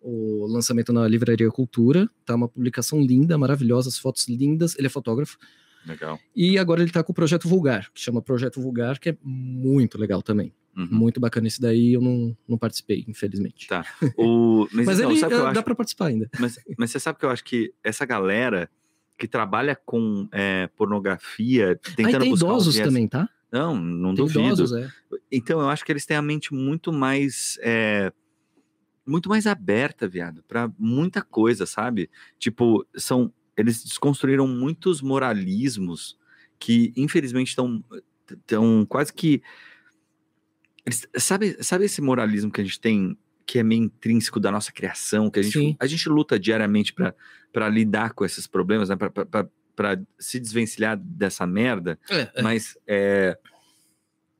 Speaker 3: o lançamento na Livraria Cultura, tá? Uma publicação linda, maravilhosa, as fotos lindas. Ele é fotógrafo.
Speaker 2: Legal.
Speaker 3: E agora ele tá com o Projeto Vulgar, que chama Projeto Vulgar, que é muito legal também.
Speaker 2: Uhum.
Speaker 3: Muito bacana esse daí, eu não, não participei, infelizmente.
Speaker 2: Tá. O, mas
Speaker 3: Mas
Speaker 2: então,
Speaker 3: ele
Speaker 2: sabe o que eu
Speaker 3: eh,
Speaker 2: acho?
Speaker 3: dá pra participar ainda.
Speaker 2: Mas, mas você sabe que eu acho que essa galera que trabalha com é, pornografia,
Speaker 3: Aí
Speaker 2: tentando
Speaker 3: tem
Speaker 2: buscar um
Speaker 3: idosos
Speaker 2: viés-
Speaker 3: também, tá?
Speaker 2: Não, não
Speaker 3: Tem
Speaker 2: duvido.
Speaker 3: idosos, é.
Speaker 2: Então, eu acho que eles têm a mente muito mais. é, muito mais aberta, viado, pra muita coisa, sabe? Tipo, são. Eles desconstruíram muitos moralismos que, infelizmente, estão. Estão quase que. Eles, sabe, sabe esse moralismo que a gente tem, que é meio intrínseco da nossa criação, que a gente,
Speaker 3: Sim.
Speaker 2: a gente luta diariamente pra pra lidar com esses problemas, né? Pra- pra- pra- pra se desvencilhar dessa merda?
Speaker 3: É, é.
Speaker 2: mas é,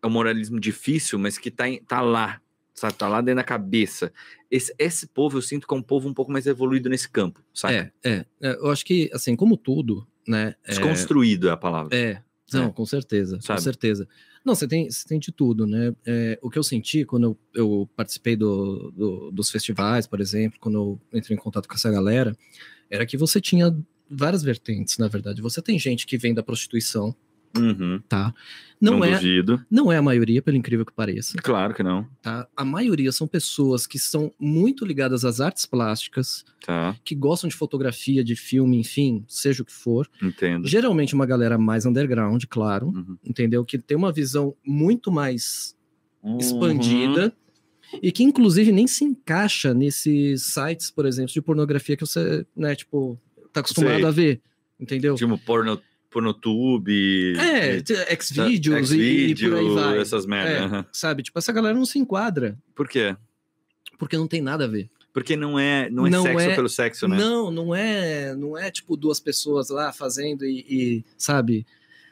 Speaker 2: é um moralismo difícil, mas que tá, em- tá lá, sabe? Tá lá dentro da cabeça. Esse, esse povo eu sinto que é um povo um pouco mais evoluído nesse campo, sabe?
Speaker 3: É, é, é, eu acho que, assim, como tudo, né? é,
Speaker 2: Desconstruído é a palavra.
Speaker 3: É, não,
Speaker 2: É.
Speaker 3: com certeza,
Speaker 2: Sabe?
Speaker 3: com certeza. Não, você tem, você tem de tudo, né? É, o que eu senti quando eu, eu participei do, do- dos festivais, por exemplo, quando eu entrei em contato com essa galera, era que você tinha várias vertentes, na verdade. Você tem gente que vem da prostituição,
Speaker 2: Uhum,
Speaker 3: tá? Não, é,
Speaker 2: duvido.
Speaker 3: não é a maioria, pelo incrível que pareça,
Speaker 2: Claro que não.
Speaker 3: tá? A maioria são pessoas que são muito ligadas às artes plásticas,
Speaker 2: Tá,
Speaker 3: que gostam de fotografia, de filme, enfim, seja o que for.
Speaker 2: entendo.
Speaker 3: Geralmente uma galera mais underground, claro
Speaker 2: Uhum.
Speaker 3: entendeu? Que tem uma visão muito mais
Speaker 2: Uhum.
Speaker 3: expandida e que inclusive nem se encaixa nesses sites, por exemplo, de pornografia que você, né, tipo, tá acostumado
Speaker 2: Sei.
Speaker 3: a ver, entendeu?
Speaker 2: Tipo porno, pornotube.
Speaker 3: é,
Speaker 2: e-
Speaker 3: t- Xvideos e, e por aí
Speaker 2: Xvideos,
Speaker 3: vai.
Speaker 2: essas merdas. aham.
Speaker 3: Sabe? Tipo, essa galera não se enquadra
Speaker 2: Por quê?
Speaker 3: porque não tem nada a ver.
Speaker 2: Porque não é, não é
Speaker 3: Não
Speaker 2: sexo
Speaker 3: é-
Speaker 2: pelo sexo, né?
Speaker 3: Não, não é, não é tipo duas pessoas lá fazendo e, e, sabe?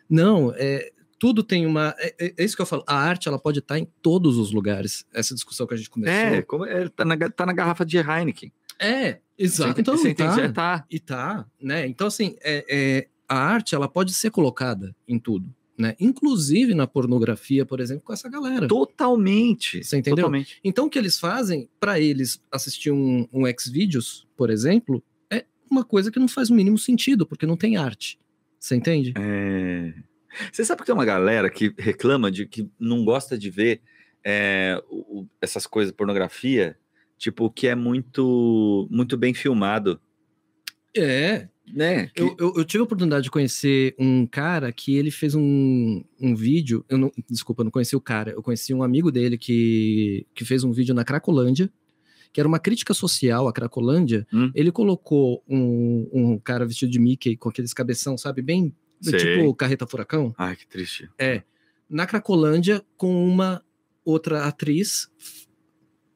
Speaker 3: Não, é tudo tem uma. É, é- é isso que eu falo. A arte ela pode estar em todos os lugares. Essa discussão que a gente começou.
Speaker 2: É, como, é, tá, na, ga- tá na garrafa de Heineken.
Speaker 3: É,
Speaker 2: Você
Speaker 3: exato.
Speaker 2: ente-
Speaker 3: Então,
Speaker 2: você entende? É,
Speaker 3: tá,
Speaker 2: tá.
Speaker 3: e tá, né? Então, assim, é, é, a arte ela pode ser colocada em tudo, né? Inclusive na pornografia, por exemplo, com essa galera.
Speaker 2: Totalmente.
Speaker 3: É. Você entendeu?
Speaker 2: Totalmente.
Speaker 3: Então, o que eles fazem para eles assistir um, um Xvideos, por exemplo, é uma coisa que não faz o mínimo sentido, porque não tem arte. Você entende?
Speaker 2: É... Você sabe que tem uma galera que reclama de que não gosta de ver é, o- o- essas coisas, pornografia, tipo, que é muito, muito bem filmado,
Speaker 3: É,
Speaker 2: né? Que-
Speaker 3: eu, eu- eu tive a oportunidade de conhecer um cara que ele fez um, um vídeo. Eu não, desculpa, eu não conheci o cara. Eu conheci um amigo dele que, que fez um vídeo na Cracolândia, que era uma crítica social à Cracolândia.
Speaker 2: Hum.
Speaker 3: Ele colocou um, um cara vestido de Mickey com aqueles cabeção, sabe? Bem
Speaker 2: Sei.
Speaker 3: tipo Carreta Furacão.
Speaker 2: Ai, que triste.
Speaker 3: Na Cracolândia, com uma outra atriz f-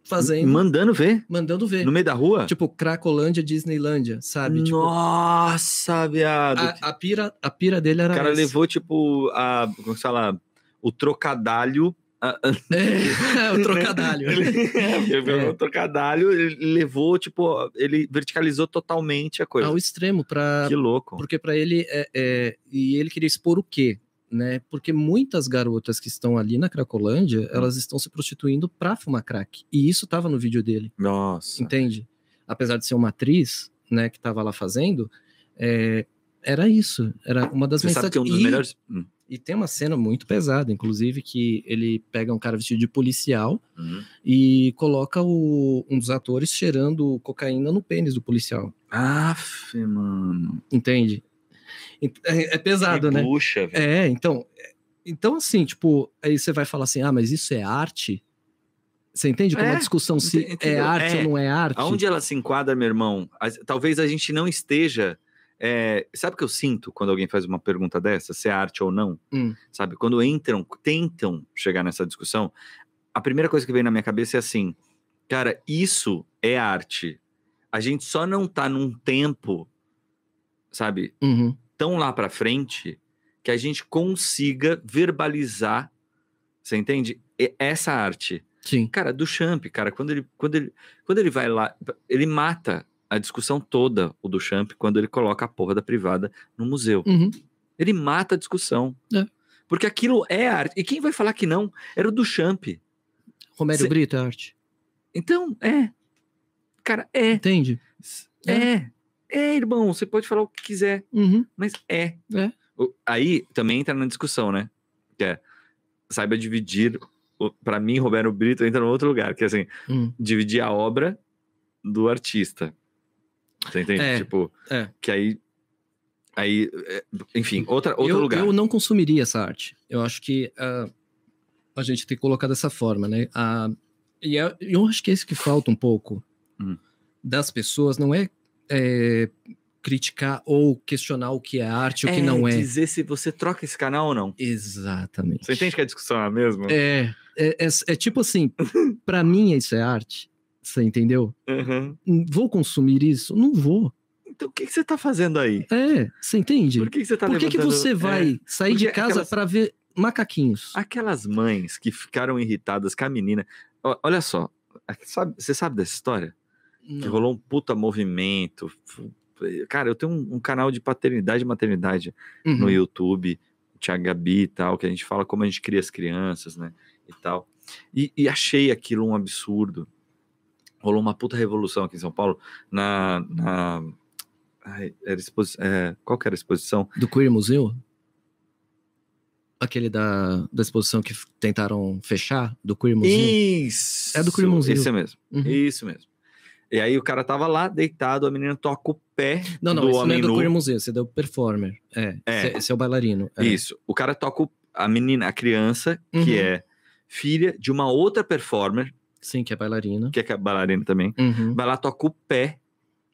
Speaker 3: fazendo,
Speaker 2: Mandando ver,
Speaker 3: mandando ver.
Speaker 2: no meio da rua?
Speaker 3: Tipo, Cracolândia, Disneylândia, sabe? Tipo, Ah,
Speaker 2: Nossa, viado.
Speaker 3: a, a pira, a pira dele era.
Speaker 2: o cara
Speaker 3: essa.
Speaker 2: levou, tipo, a, como se fala, o
Speaker 3: <laughs>
Speaker 2: trocadalho. a- a-
Speaker 3: É, <laughs> o
Speaker 2: <laughs>
Speaker 3: trocadalho.
Speaker 2: Ele- ele pegou
Speaker 3: É.
Speaker 2: o trocadalho, ele levou, tipo, ele verticalizou totalmente a coisa.
Speaker 3: <laughs> Ao extremo, pra,
Speaker 2: que louco.
Speaker 3: porque para ele. É, é- e ele queria expor o quê? Né? Porque muitas garotas que estão ali na
Speaker 2: Hum.
Speaker 3: Cracolândia, elas estão se prostituindo pra fumar crack. E isso tava no vídeo dele.
Speaker 2: Nossa.
Speaker 3: entende? Apesar de ser uma atriz, né, que estava lá fazendo, é, era isso, era uma das
Speaker 2: Você sabe
Speaker 3: mensagens.
Speaker 2: que é um dos
Speaker 3: e,
Speaker 2: melhores. Hum.
Speaker 3: e tem uma cena muito pesada, inclusive, que ele pega um cara vestido de policial
Speaker 2: Uhum.
Speaker 3: e coloca o- um dos atores cheirando cocaína no pênis do policial,
Speaker 2: Aff, mano.
Speaker 3: entende? Ent- É, é pesado,
Speaker 2: Que
Speaker 3: né?
Speaker 2: bucha, velho.
Speaker 3: É, então, é- então assim, tipo, aí você vai falar assim, ah, mas isso é arte? Você entende como
Speaker 2: É,
Speaker 3: a discussão se
Speaker 2: ente-
Speaker 3: é
Speaker 2: entendeu?
Speaker 3: arte
Speaker 2: É.
Speaker 3: ou não é arte?
Speaker 2: Aonde ela se enquadra, meu irmão? As- Talvez a gente não esteja. é, Sabe o que eu sinto quando alguém faz uma pergunta dessa, se é arte ou não?
Speaker 3: Hum.
Speaker 2: Sabe? Quando entram, tentam chegar nessa discussão, a primeira coisa que vem na minha cabeça é assim: cara, isso é arte. A gente só não tá num tempo, sabe,
Speaker 3: Uhum.
Speaker 2: tão lá pra frente que a gente consiga verbalizar, você entende? E- Essa arte.
Speaker 3: Sim,
Speaker 2: Cara, do Champ, cara, quando ele, quando ele, quando ele vai lá, ele mata a discussão toda, o do Champ, quando ele coloca a porra da privada no museu.
Speaker 3: uhum.
Speaker 2: Ele mata a discussão.
Speaker 3: É.
Speaker 2: Porque aquilo é arte. E quem vai falar que não? Era o do Champ.
Speaker 3: Romério
Speaker 2: Cê-
Speaker 3: Brito é arte.
Speaker 2: Então, é. Cara, é.
Speaker 3: Entende?
Speaker 2: É. É, irmão, você pode falar o que quiser,
Speaker 3: Uhum.
Speaker 2: mas é.
Speaker 3: É.
Speaker 2: O- Aí também entra na discussão, né? Que é, saiba dividir. o- Pra mim, Roberto Brito entra em outro lugar, que é assim,
Speaker 3: Hum.
Speaker 2: dividir a obra do artista. Você entende?
Speaker 3: É,
Speaker 2: tipo,
Speaker 3: é.
Speaker 2: que aí. Aí, é, enfim, outra, outro
Speaker 3: eu,
Speaker 2: lugar.
Speaker 3: eu não consumiria essa arte. Eu acho que ah, a gente tem que colocar dessa forma, né? Ah, e é- eu acho que é isso que falta um pouco
Speaker 2: Hum.
Speaker 3: das pessoas, não é, é, criticar ou questionar o que é arte e o que não é.
Speaker 2: Dizer se você troca esse canal ou não.
Speaker 3: Exatamente.
Speaker 2: Você entende que a discussão é a mesma?
Speaker 3: É, é, é, é
Speaker 2: <laughs>
Speaker 3: tipo assim, pra mim isso é arte. Você entendeu?
Speaker 2: Uhum.
Speaker 3: Vou consumir isso? Não vou.
Speaker 2: Então o que, que você tá fazendo aí?
Speaker 3: É, você entende?
Speaker 2: Por que, que você tá
Speaker 3: Por que, que
Speaker 2: levantando-
Speaker 3: você vai
Speaker 2: É,
Speaker 3: sair
Speaker 2: Porque
Speaker 3: de casa
Speaker 2: aquelas-
Speaker 3: pra ver macaquinhos?
Speaker 2: Aquelas mães que ficaram irritadas com a menina. Ó, Olha só, a- sabe- você sabe dessa história? que
Speaker 3: Não.
Speaker 2: rolou um puta movimento. Fu- Cara, eu tenho um, um canal de paternidade e maternidade
Speaker 3: Uhum.
Speaker 2: no YouTube, Tia Gabi e tal, que a gente fala como a gente cria as crianças, né? E tal. E, e achei aquilo um absurdo. Rolou uma puta revolução aqui em São Paulo na. na- ai, era exposi- é, qual que era a exposição?
Speaker 3: Do Queer Museu? Aquele da, da exposição que f- tentaram fechar, do Queer Museu?
Speaker 2: Isso!
Speaker 3: É do Crime Museu.
Speaker 2: Isso mesmo,
Speaker 3: Uhum.
Speaker 2: isso mesmo. E aí o cara tava lá, deitado, a menina toca o pé
Speaker 3: Não, não,
Speaker 2: do
Speaker 3: esse não
Speaker 2: homem
Speaker 3: é do
Speaker 2: nu.
Speaker 3: Queer Museu, esse é do Performer. É,
Speaker 2: É.
Speaker 3: Esse, é- esse é o bailarino. é.
Speaker 2: Isso. O cara toca o- a menina, a criança,
Speaker 3: Uhum.
Speaker 2: que é filha de uma outra performer,
Speaker 3: Sim, que é bailarina.
Speaker 2: que é que é bailarina também.
Speaker 3: Uhum.
Speaker 2: Vai lá, toca o pé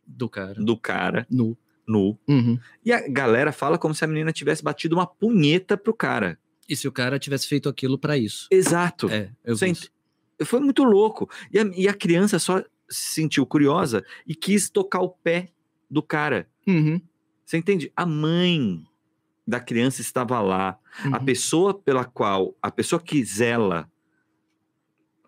Speaker 3: Do cara.
Speaker 2: do cara
Speaker 3: Nu.
Speaker 2: nu.
Speaker 3: Uhum.
Speaker 2: E a galera fala como se a menina tivesse batido uma punheta pro cara.
Speaker 3: E se o cara tivesse feito aquilo pra isso?
Speaker 2: Exato.
Speaker 3: É, eu
Speaker 2: Você
Speaker 3: vi.
Speaker 2: ent-
Speaker 3: isso.
Speaker 2: Foi muito louco. E a, e a criança só se sentiu curiosa e quis tocar o pé do cara.
Speaker 3: Uhum.
Speaker 2: Você entende? A mãe da criança estava lá. A
Speaker 3: Uhum.
Speaker 2: pessoa pela qual, a pessoa que zela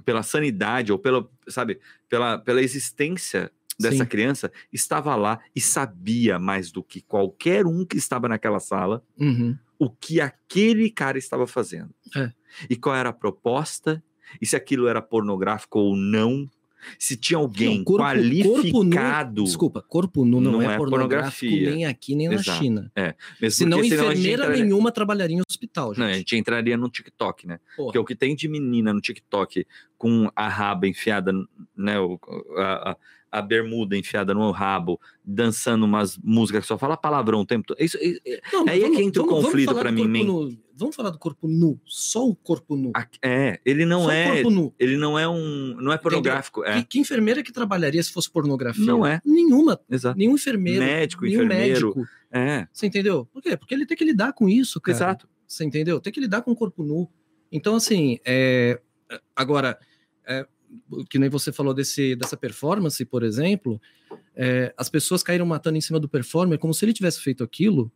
Speaker 2: pela sanidade ou pela, sabe, pela, pela existência dessa
Speaker 3: Sim.
Speaker 2: criança, estava lá e sabia mais do que qualquer um que estava naquela sala
Speaker 3: Uhum.
Speaker 2: o que aquele cara estava fazendo.
Speaker 3: É.
Speaker 2: E qual era a proposta, e se aquilo era pornográfico ou não, Se tinha alguém
Speaker 3: Não, corpo- corpo nu-
Speaker 2: qualificado.
Speaker 3: Desculpa, corpo nu não,
Speaker 2: Não
Speaker 3: é,
Speaker 2: é
Speaker 3: pornográfico
Speaker 2: pornografia.
Speaker 3: nem aqui nem
Speaker 2: Exato.
Speaker 3: na China.
Speaker 2: mesmo
Speaker 3: Senão,
Speaker 2: porque a gente
Speaker 3: enfermeira
Speaker 2: entraria-
Speaker 3: nenhuma trabalharia em hospital, gente.
Speaker 2: Não, é. a gente entraria no TikTok, né?
Speaker 3: Porra.
Speaker 2: Porque o que tem de menina no TikTok com a raba enfiada, né? o- A, a- a bermuda enfiada no rabo, dançando umas músicas que só fala palavrão o tempo todo. Isso, isso-
Speaker 3: Não,
Speaker 2: Aí é que entra o conflito
Speaker 3: falar
Speaker 2: pra
Speaker 3: do
Speaker 2: mim,
Speaker 3: corpo
Speaker 2: men.
Speaker 3: nu. Vamos falar do corpo nu, só o corpo nu.
Speaker 2: a- é, ele não
Speaker 3: só o
Speaker 2: é.
Speaker 3: corpo nu.
Speaker 2: Ele não é um. Não é pornográfico.
Speaker 3: Que, que enfermeira que trabalharia se fosse pornografia?
Speaker 2: Não é.
Speaker 3: Nenhuma,
Speaker 2: É, exato.
Speaker 3: nenhum enfermeiro,
Speaker 2: Médico,
Speaker 3: nenhum
Speaker 2: enfermeiro.
Speaker 3: médico.
Speaker 2: É,
Speaker 3: Você entendeu? Por quê? Porque ele tem que lidar com isso, cara.
Speaker 2: exato.
Speaker 3: Você entendeu? Tem que lidar com o corpo nu. Então, assim, é, agora, é, que nem você falou desse, dessa performance, por exemplo, é, as pessoas caíram matando em cima do performer como se ele tivesse feito aquilo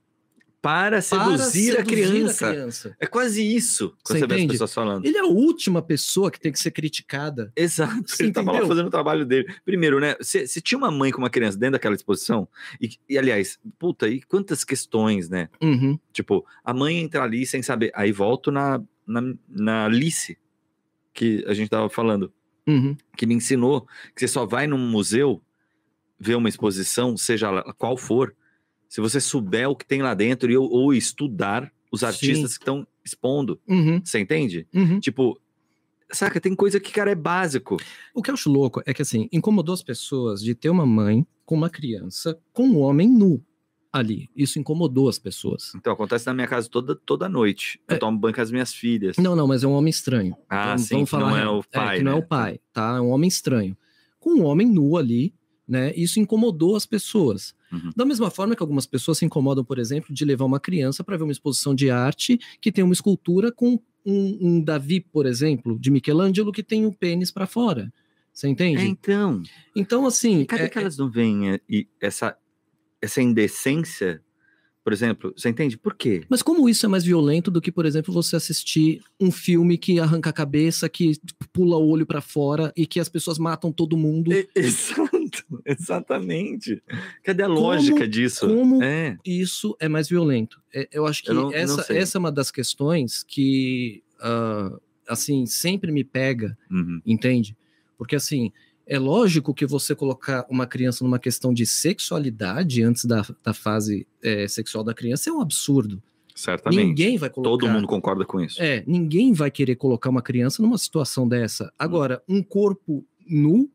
Speaker 2: Para
Speaker 3: para
Speaker 2: seduzir, a, criança.
Speaker 3: criança.
Speaker 2: É quase isso que
Speaker 3: Você
Speaker 2: você, vê as
Speaker 3: entende?
Speaker 2: pessoas falando.
Speaker 3: Ele é a última pessoa que tem que ser criticada.
Speaker 2: Exato,
Speaker 3: Você
Speaker 2: ele estava lá
Speaker 3: entendeu?
Speaker 2: fazendo o trabalho dele. Primeiro, né? Se, se tinha uma mãe com uma criança dentro daquela exposição, e, e, aliás, puta, e quantas questões, né?
Speaker 3: Uhum.
Speaker 2: Tipo, a mãe entra ali sem saber. Aí volto na, na, na Alice, que a gente tava falando,
Speaker 3: Uhum.
Speaker 2: que me ensinou que você só vai num museu ver uma exposição, seja lá qual for, se você souber o que tem lá dentro e, ou, ou estudar os
Speaker 3: Sim.
Speaker 2: artistas que estão expondo.
Speaker 3: Uhum.
Speaker 2: Você entende?
Speaker 3: Uhum.
Speaker 2: Tipo, saca, tem coisa que, cara, é básico.
Speaker 3: O que eu acho louco é que, assim, incomodou as pessoas de ter uma mãe com uma criança com um homem nu ali. Isso incomodou as pessoas.
Speaker 2: Então, acontece na minha casa toda, toda noite. Eu
Speaker 3: É.
Speaker 2: tomo banho com as minhas filhas.
Speaker 3: Não, não, mas é um homem estranho.
Speaker 2: Ah, sim, que não é o pai,
Speaker 3: que não é
Speaker 2: né?
Speaker 3: o pai, tá? É um homem estranho. Com um homem nu ali, né? Isso incomodou as pessoas.
Speaker 2: Uhum.
Speaker 3: Da mesma forma que algumas pessoas se incomodam, por exemplo, de levar uma criança para ver uma exposição de arte que tem uma escultura com um, um Davi, por exemplo, de Michelangelo, que tem o pênis para fora. Você
Speaker 2: É,
Speaker 3: entende?
Speaker 2: então,
Speaker 3: Então, assim.
Speaker 2: cadê
Speaker 3: é-
Speaker 2: que elas não veem é, e essa, essa indecência? Por exemplo, você entende? Por quê?
Speaker 3: Mas como isso é mais violento do que, por exemplo, você assistir um filme que arranca a cabeça, que pula o olho para fora e que as pessoas matam todo mundo?
Speaker 2: <laughs> Exato, <laughs> exatamente. Cadê a
Speaker 3: Como-
Speaker 2: lógica disso?
Speaker 3: Como
Speaker 2: É,
Speaker 3: isso é mais violento. É, eu acho que
Speaker 2: Eu não- não
Speaker 3: essa,
Speaker 2: sei.
Speaker 3: essa é uma das questões que, ah, assim, sempre me pega,
Speaker 2: uhum,
Speaker 3: entende? Porque, assim, é lógico que você colocar uma criança numa questão de sexualidade antes da, da fase eh, sexual da criança é um absurdo.
Speaker 2: certamente.
Speaker 3: Ninguém vai colocar.
Speaker 2: Todo mundo concorda com isso.
Speaker 3: É, ninguém vai querer colocar uma criança numa situação dessa. Agora, um corpo nu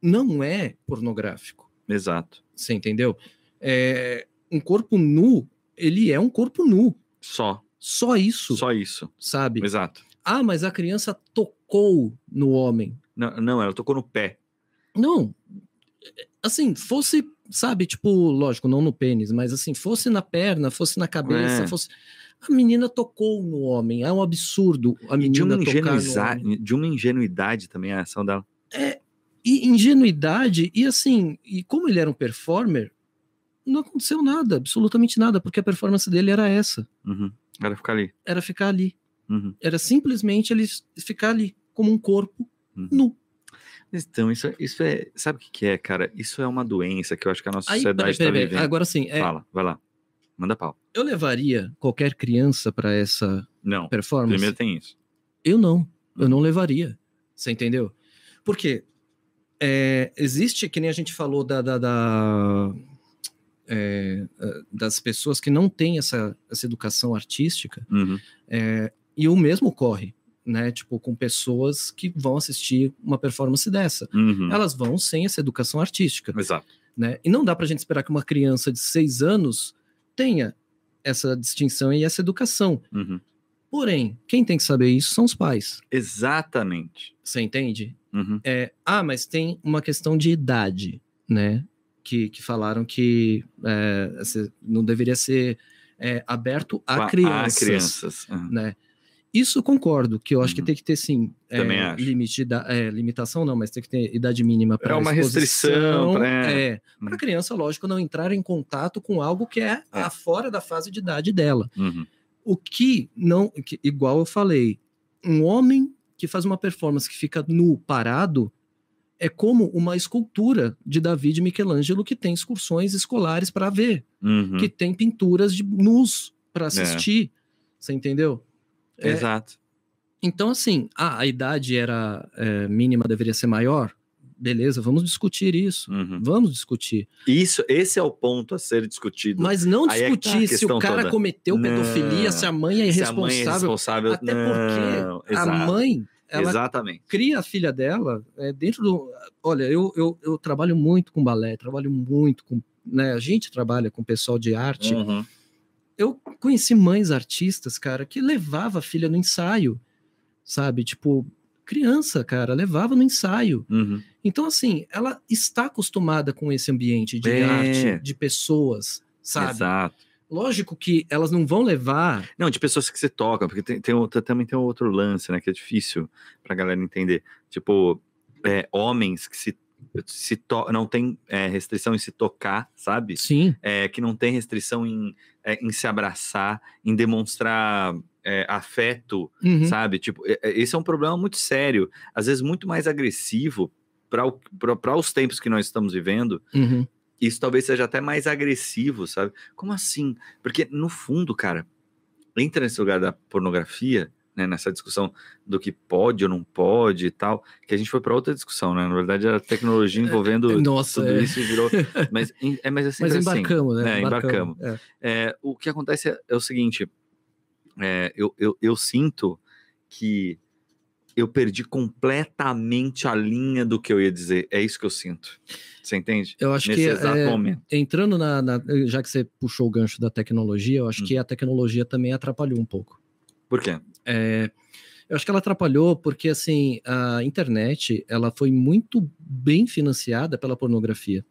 Speaker 3: não é pornográfico.
Speaker 2: Exato.
Speaker 3: Você entendeu? É, um corpo nu, ele é um corpo nu.
Speaker 2: Só,
Speaker 3: Só isso,
Speaker 2: só isso.
Speaker 3: sabe?
Speaker 2: Exato.
Speaker 3: Ah, mas a criança tocou no homem.
Speaker 2: Não, não, ela tocou no pé.
Speaker 3: Não. Assim, fosse, sabe, tipo, lógico, não no pênis, mas assim, fosse na perna, fosse na cabeça,
Speaker 2: É.
Speaker 3: fosse. A menina tocou no homem. É um absurdo a
Speaker 2: E de
Speaker 3: menina
Speaker 2: uma,
Speaker 3: tocar no
Speaker 2: ingenuiza-
Speaker 3: homem.
Speaker 2: de uma ingenuidade também a ação dela.
Speaker 3: E ingenuidade, e assim, e como ele era um performer, não aconteceu nada, absolutamente nada, porque a performance dele era essa.
Speaker 2: Uhum. Ela fica ali.
Speaker 3: Era ficar ali.
Speaker 2: Uhum,
Speaker 3: era simplesmente ele ficar ali como um corpo
Speaker 2: uhum.
Speaker 3: nu.
Speaker 2: Então, isso, isso é. Sabe o que, que é, cara? Isso é uma doença que eu acho que a nossa
Speaker 3: Aí,
Speaker 2: sociedade
Speaker 3: peraí,
Speaker 2: está
Speaker 3: peraí, peraí.
Speaker 2: vivendo.
Speaker 3: agora sim, é,
Speaker 2: Fala, vai lá. Manda pau.
Speaker 3: eu levaria qualquer criança para essa
Speaker 2: Não.
Speaker 3: performance?
Speaker 2: Primeiro tem isso.
Speaker 3: Eu não, eu não levaria. Você entendeu? Porque é, existe, que nem a gente falou da, da- da, é, eh, das pessoas que não têm essa, essa educação artística,
Speaker 2: Uhum.
Speaker 3: é, e o mesmo ocorre, né? Tipo, com pessoas que vão assistir uma performance dessa.
Speaker 2: Uhum.
Speaker 3: Elas vão sem essa educação artística.
Speaker 2: Exato.
Speaker 3: né? E não dá para a gente esperar que uma criança de seis anos tenha essa distinção e essa educação.
Speaker 2: Uhum.
Speaker 3: Porém, quem tem que saber isso são os pais.
Speaker 2: Exatamente.
Speaker 3: Você entende?
Speaker 2: Uhum.
Speaker 3: É, ah, mas tem uma questão de idade, né? Que, que falaram que é, essa- não deveria ser é, aberto
Speaker 2: Ah,
Speaker 3: a crianças.
Speaker 2: A crianças. Uhum.
Speaker 3: Né? Isso eu concordo, que eu acho que
Speaker 2: Uhum.
Speaker 3: tem que ter sim é,
Speaker 2: Também acho.
Speaker 3: limite de ida- é, limitação, não, mas tem que ter idade mínima para
Speaker 2: É uma restrição, pra-
Speaker 3: é, para
Speaker 2: Uhum.
Speaker 3: a criança, lógico, não entrar em contato com algo que é, a fora da fase de idade dela.
Speaker 2: Uhum.
Speaker 3: O que não, que- igual eu falei, um homem que faz uma performance que fica nu, parado, é como uma escultura de Davi de Michelangelo que tem excursões escolares para ver,
Speaker 2: Uhum. É.
Speaker 3: que tem pinturas de nus para assistir. Você entendeu? é-
Speaker 2: Exato.
Speaker 3: Então, assim, ah, a idade era é, mínima, deveria eh, ser maior? beleza, vamos discutir isso.
Speaker 2: Uhum.
Speaker 3: Vamos discutir.
Speaker 2: Isso, esse é o ponto a ser discutido.
Speaker 3: Mas não
Speaker 2: Aí é que tá a
Speaker 3: discutir se o
Speaker 2: questão
Speaker 3: cara
Speaker 2: toda.
Speaker 3: cometeu
Speaker 2: Não.
Speaker 3: pedofilia, se a mãe é
Speaker 2: Se a mãe é
Speaker 3: irresponsável.
Speaker 2: responsável.
Speaker 3: Até
Speaker 2: não,
Speaker 3: porque a
Speaker 2: exato,
Speaker 3: mãe, ela
Speaker 2: Exatamente.
Speaker 3: cria a filha dela é, dentro do. Olha, eu, eu, eu trabalho muito com balé, trabalho muito com. Né, a gente trabalha com pessoal de arte.
Speaker 2: Uhum.
Speaker 3: Eu conheci mães artistas, cara, que levava a filha no ensaio, sabe? Tipo, criança, cara, levava no ensaio.
Speaker 2: Uhum.
Speaker 3: Então, assim, ela está acostumada com esse ambiente de
Speaker 2: É.
Speaker 3: arte, de pessoas, sabe?
Speaker 2: Exato.
Speaker 3: Lógico que elas não vão levar.
Speaker 2: Não, de pessoas que se tocam, porque tem, tem outra- também tem outro lance, né? Que é difícil pra galera entender. Tipo, é, homens que se, se to- não tem é, restrição em se tocar, sabe?
Speaker 3: Sim.
Speaker 2: É, que não tem restrição em, é, em se abraçar, em demonstrar é, afeto,
Speaker 3: Uhum.
Speaker 2: sabe? Tipo, é- é- esse é um problema muito sério, às vezes muito mais agressivo para os tempos que nós estamos vivendo
Speaker 3: Uhum.
Speaker 2: isso talvez seja até mais agressivo, sabe? Como assim? Porque, no fundo, cara, entra nesse lugar da pornografia, né, nessa discussão do que pode ou não pode e tal, que a gente foi para outra discussão, né? Na verdade, era tecnologia envolvendo
Speaker 3: Nossa,
Speaker 2: tudo
Speaker 3: é.
Speaker 2: isso e
Speaker 3: <laughs>
Speaker 2: virou. Mas em- é, mas é
Speaker 3: mas
Speaker 2: sempre assim.
Speaker 3: embarcamos, né?
Speaker 2: É, embarcamos.
Speaker 3: É.
Speaker 2: É, o que acontece é, é o seguinte: é, eu, eu, eu sinto que eu perdi completamente a linha do que eu ia dizer. É isso que eu sinto. Você entende?
Speaker 3: Eu acho
Speaker 2: Nesse
Speaker 3: que
Speaker 2: exato
Speaker 3: é,
Speaker 2: momento.
Speaker 3: entrando na, na- já que você puxou o gancho da tecnologia, eu acho
Speaker 2: Hum.
Speaker 3: que a tecnologia também atrapalhou um pouco.
Speaker 2: Por quê?
Speaker 3: É, eu acho que ela atrapalhou porque assim a internet ela foi muito bem financiada pela pornografia,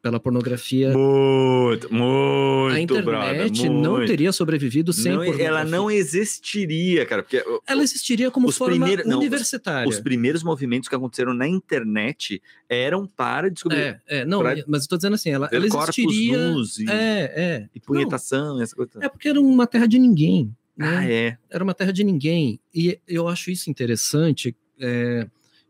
Speaker 3: pela pornografia.
Speaker 2: Muito, muito,
Speaker 3: a internet não teria um sobrevivido sem
Speaker 2: Não,
Speaker 3: pornografia.
Speaker 2: ela não existiria, cara, porque ó,
Speaker 3: Ela existiria como
Speaker 2: Os
Speaker 3: forma
Speaker 2: primeiros- não, os-
Speaker 3: universitária.
Speaker 2: os primeiros movimentos que aconteceram na internet eram para descobrir
Speaker 3: É, é, não,
Speaker 2: pra-
Speaker 3: mas eu tô dizendo assim, ela,
Speaker 2: ver
Speaker 3: ela
Speaker 2: corpos
Speaker 3: existiria.
Speaker 2: nus e,
Speaker 3: É, é.
Speaker 2: e punhetação e essa coisa. toda.
Speaker 3: É porque era uma terra de ninguém. né?
Speaker 2: ah, é.
Speaker 3: Era uma terra de ninguém. E eu acho isso interessante. é,